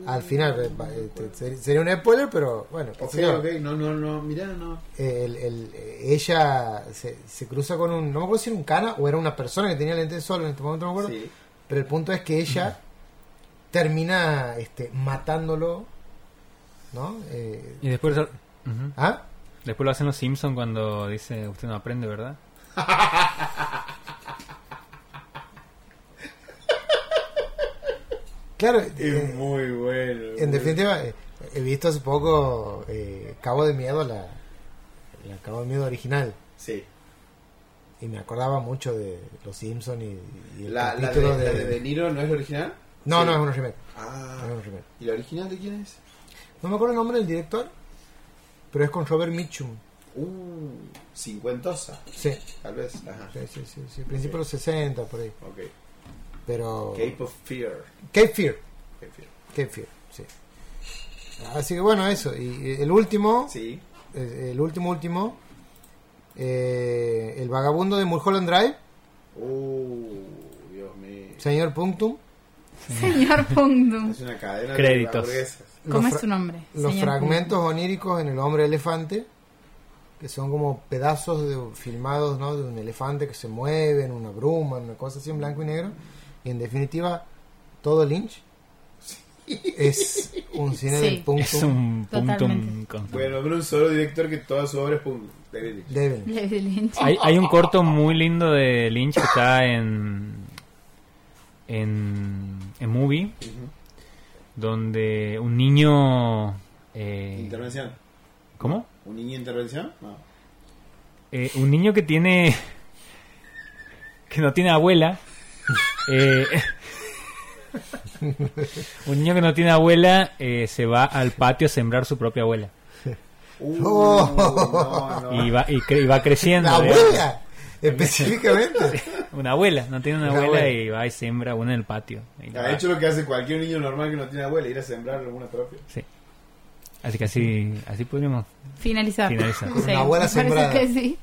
[SPEAKER 4] Uh,
[SPEAKER 3] al final eh, va, eh, te- ser- sería un spoiler pero bueno qué
[SPEAKER 4] Ok,
[SPEAKER 3] sé yo. Eh,
[SPEAKER 4] ok, no, no, no, mirá, no.
[SPEAKER 3] El- el- eh, ella se, se cruza con un no me acuerdo si era un cana o era una persona que tenía lentes solo en este momento no me acuerdo
[SPEAKER 4] Sí.
[SPEAKER 3] pero el punto es que ella termina este matándolo no Eh,
[SPEAKER 2] Y después, Ujú.
[SPEAKER 3] ah
[SPEAKER 2] después lo hacen los Simpsons cuando dice usted no aprende, ¿verdad?
[SPEAKER 3] claro eh,
[SPEAKER 4] Es muy bueno.
[SPEAKER 3] en
[SPEAKER 4] muy-
[SPEAKER 3] definitiva eh, he visto hace poco eh, Cabo de Miedo la, la Cabo de Miedo original
[SPEAKER 4] Sí.
[SPEAKER 3] y me acordaba mucho de Los Simpsons y, y el
[SPEAKER 4] La, la, de,
[SPEAKER 3] capítulo
[SPEAKER 4] la
[SPEAKER 3] de-
[SPEAKER 4] de De Niro no es la original.
[SPEAKER 3] no
[SPEAKER 4] Sí.
[SPEAKER 3] no es un remake no es
[SPEAKER 4] Ah,
[SPEAKER 3] un remake
[SPEAKER 4] ¿y la original de quién es?
[SPEAKER 3] No me acuerdo el nombre del director, pero es con Robert Mitchum.
[SPEAKER 4] Uh, cincuentosa,
[SPEAKER 3] Sí,
[SPEAKER 4] tal vez. Ajá.
[SPEAKER 3] sí, sí, sí, sí, principio de los 60, por ahí.
[SPEAKER 4] Ok.
[SPEAKER 3] Pero.
[SPEAKER 4] Cape of Fear.
[SPEAKER 3] Cape Fear.
[SPEAKER 4] Cape Fear.
[SPEAKER 3] Cape Fear, sí. Así que bueno, eso. Y eh, el último,
[SPEAKER 4] Sí.
[SPEAKER 3] eh, el último, último, eh, El vagabundo de Mulholland Drive,
[SPEAKER 4] Uh, Dios mío.
[SPEAKER 3] señor Punctum.
[SPEAKER 1] Señor Pundum.
[SPEAKER 4] Es una cadena
[SPEAKER 2] Créditos.
[SPEAKER 4] de hamburguesas.
[SPEAKER 3] Los
[SPEAKER 1] ¿Cómo es
[SPEAKER 3] fra-
[SPEAKER 1] su nombre?
[SPEAKER 3] Los
[SPEAKER 1] señor
[SPEAKER 3] fragmentos oníricos en el hombre elefante, que son como pedazos de- filmados ¿no? de un elefante que se mueve en una bruma, en una cosa así en blanco y negro. Y en definitiva, todo Lynch es un cine
[SPEAKER 1] Sí.
[SPEAKER 3] del punto
[SPEAKER 2] Es un punto
[SPEAKER 1] Totalmente.
[SPEAKER 2] constante.
[SPEAKER 4] Voy a nombrar un solo director que toda su obra es pum. David Lynch.
[SPEAKER 3] débil.
[SPEAKER 1] Pundum? David Lynch.
[SPEAKER 2] Hay, hay un corto muy lindo de Lynch que está en en, en movie donde un niño eh,
[SPEAKER 4] Intervención.
[SPEAKER 2] ¿cómo?
[SPEAKER 4] ¿Un niño intervención? No.
[SPEAKER 2] Eh, un niño que tiene que no tiene abuela eh, un niño que no tiene abuela eh, se va al patio a sembrar su propia abuela
[SPEAKER 4] Uh,
[SPEAKER 3] Oh.
[SPEAKER 4] no, no.
[SPEAKER 2] y va y, cre- y va creciendo
[SPEAKER 3] La
[SPEAKER 2] digamos.
[SPEAKER 3] abuela, específicamente.
[SPEAKER 2] una abuela no tiene una
[SPEAKER 3] Una
[SPEAKER 2] abuela,
[SPEAKER 3] abuela.
[SPEAKER 2] y va y sembra una en el patio Y
[SPEAKER 4] Ha
[SPEAKER 2] va.
[SPEAKER 4] hecho lo que hace cualquier niño normal que no tiene abuela, ir a sembrar alguna propia.
[SPEAKER 2] Sí. Así que así, así podríamos.
[SPEAKER 1] Finalizar.
[SPEAKER 2] Finalizar.
[SPEAKER 1] Sí,
[SPEAKER 3] Una abuela
[SPEAKER 1] me parece
[SPEAKER 3] sembrada.
[SPEAKER 1] que sí.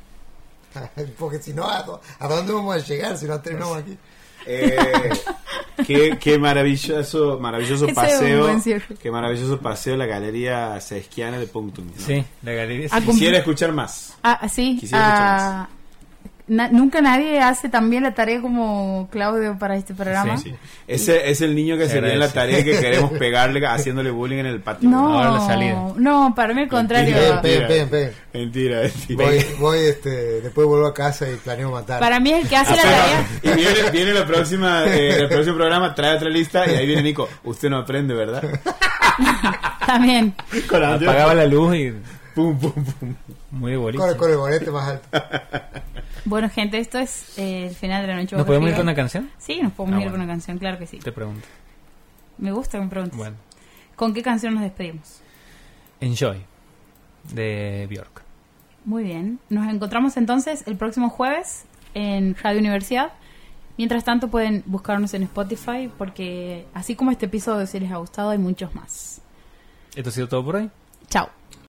[SPEAKER 3] Porque si no, ¿a, dó- a dónde vamos a llegar si no terminamos aquí?
[SPEAKER 4] Eh, Qué, qué maravilloso,
[SPEAKER 1] Ese
[SPEAKER 4] maravilloso
[SPEAKER 1] es un
[SPEAKER 4] paseo.
[SPEAKER 1] buen cierre.
[SPEAKER 4] Qué maravilloso paseo la galería sesquiana de Punctum. ¿no?
[SPEAKER 2] Sí, la galería.
[SPEAKER 1] Ah,
[SPEAKER 2] sí.
[SPEAKER 1] con-
[SPEAKER 4] Quisiera escuchar más.
[SPEAKER 1] Ah, ah, sí.
[SPEAKER 4] Quisiera
[SPEAKER 1] ah,
[SPEAKER 4] escuchar
[SPEAKER 1] na- nunca nadie hace tan bien la tarea como Claudio para este programa.
[SPEAKER 2] Sí, sí.
[SPEAKER 4] Ese es el niño que
[SPEAKER 2] Se
[SPEAKER 4] se dio en la
[SPEAKER 2] agradece.
[SPEAKER 4] tarea que queremos pegarle haciéndole bullying en el patio.
[SPEAKER 2] Ahora la
[SPEAKER 1] No,
[SPEAKER 2] salida.
[SPEAKER 1] no, para mí el contrario.
[SPEAKER 4] Mentira,
[SPEAKER 3] Peguen, peguen, peguen.
[SPEAKER 4] Mentira, mentira.
[SPEAKER 3] Voy, voy, este, después vuelvo a casa y planeo matar.
[SPEAKER 1] Para mí es el que hace Ah, la tarea.
[SPEAKER 4] Y viene, viene la próxima, eh, el próximo programa, trae otra lista y ahí viene Nico. Usted no aprende, ¿verdad?
[SPEAKER 1] También.
[SPEAKER 4] Con la
[SPEAKER 2] Apagaba la luz y
[SPEAKER 4] Pum, pum, pum.
[SPEAKER 2] muy de boliche.
[SPEAKER 3] corre, corre, el bonete más alto.
[SPEAKER 1] Bueno, gente, esto es eh, el final de la noche.
[SPEAKER 2] ¿Nos podemos ir
[SPEAKER 1] geográfica.
[SPEAKER 2] con una canción?
[SPEAKER 1] Sí, nos podemos
[SPEAKER 2] Ah,
[SPEAKER 1] ir con
[SPEAKER 2] bueno.
[SPEAKER 1] una canción, claro que sí.
[SPEAKER 2] Te pregunto.
[SPEAKER 1] Me gusta que me preguntes.
[SPEAKER 2] Bueno,
[SPEAKER 1] ¿Con qué canción nos despedimos?
[SPEAKER 2] Enjoy de Bjork.
[SPEAKER 1] Muy bien. Nos encontramos entonces el próximo jueves en Radio Universidad. Mientras tanto pueden buscarnos en Spotify porque así como este episodio si les ha gustado hay muchos más.
[SPEAKER 2] Esto ha sido todo por hoy.
[SPEAKER 1] Chao.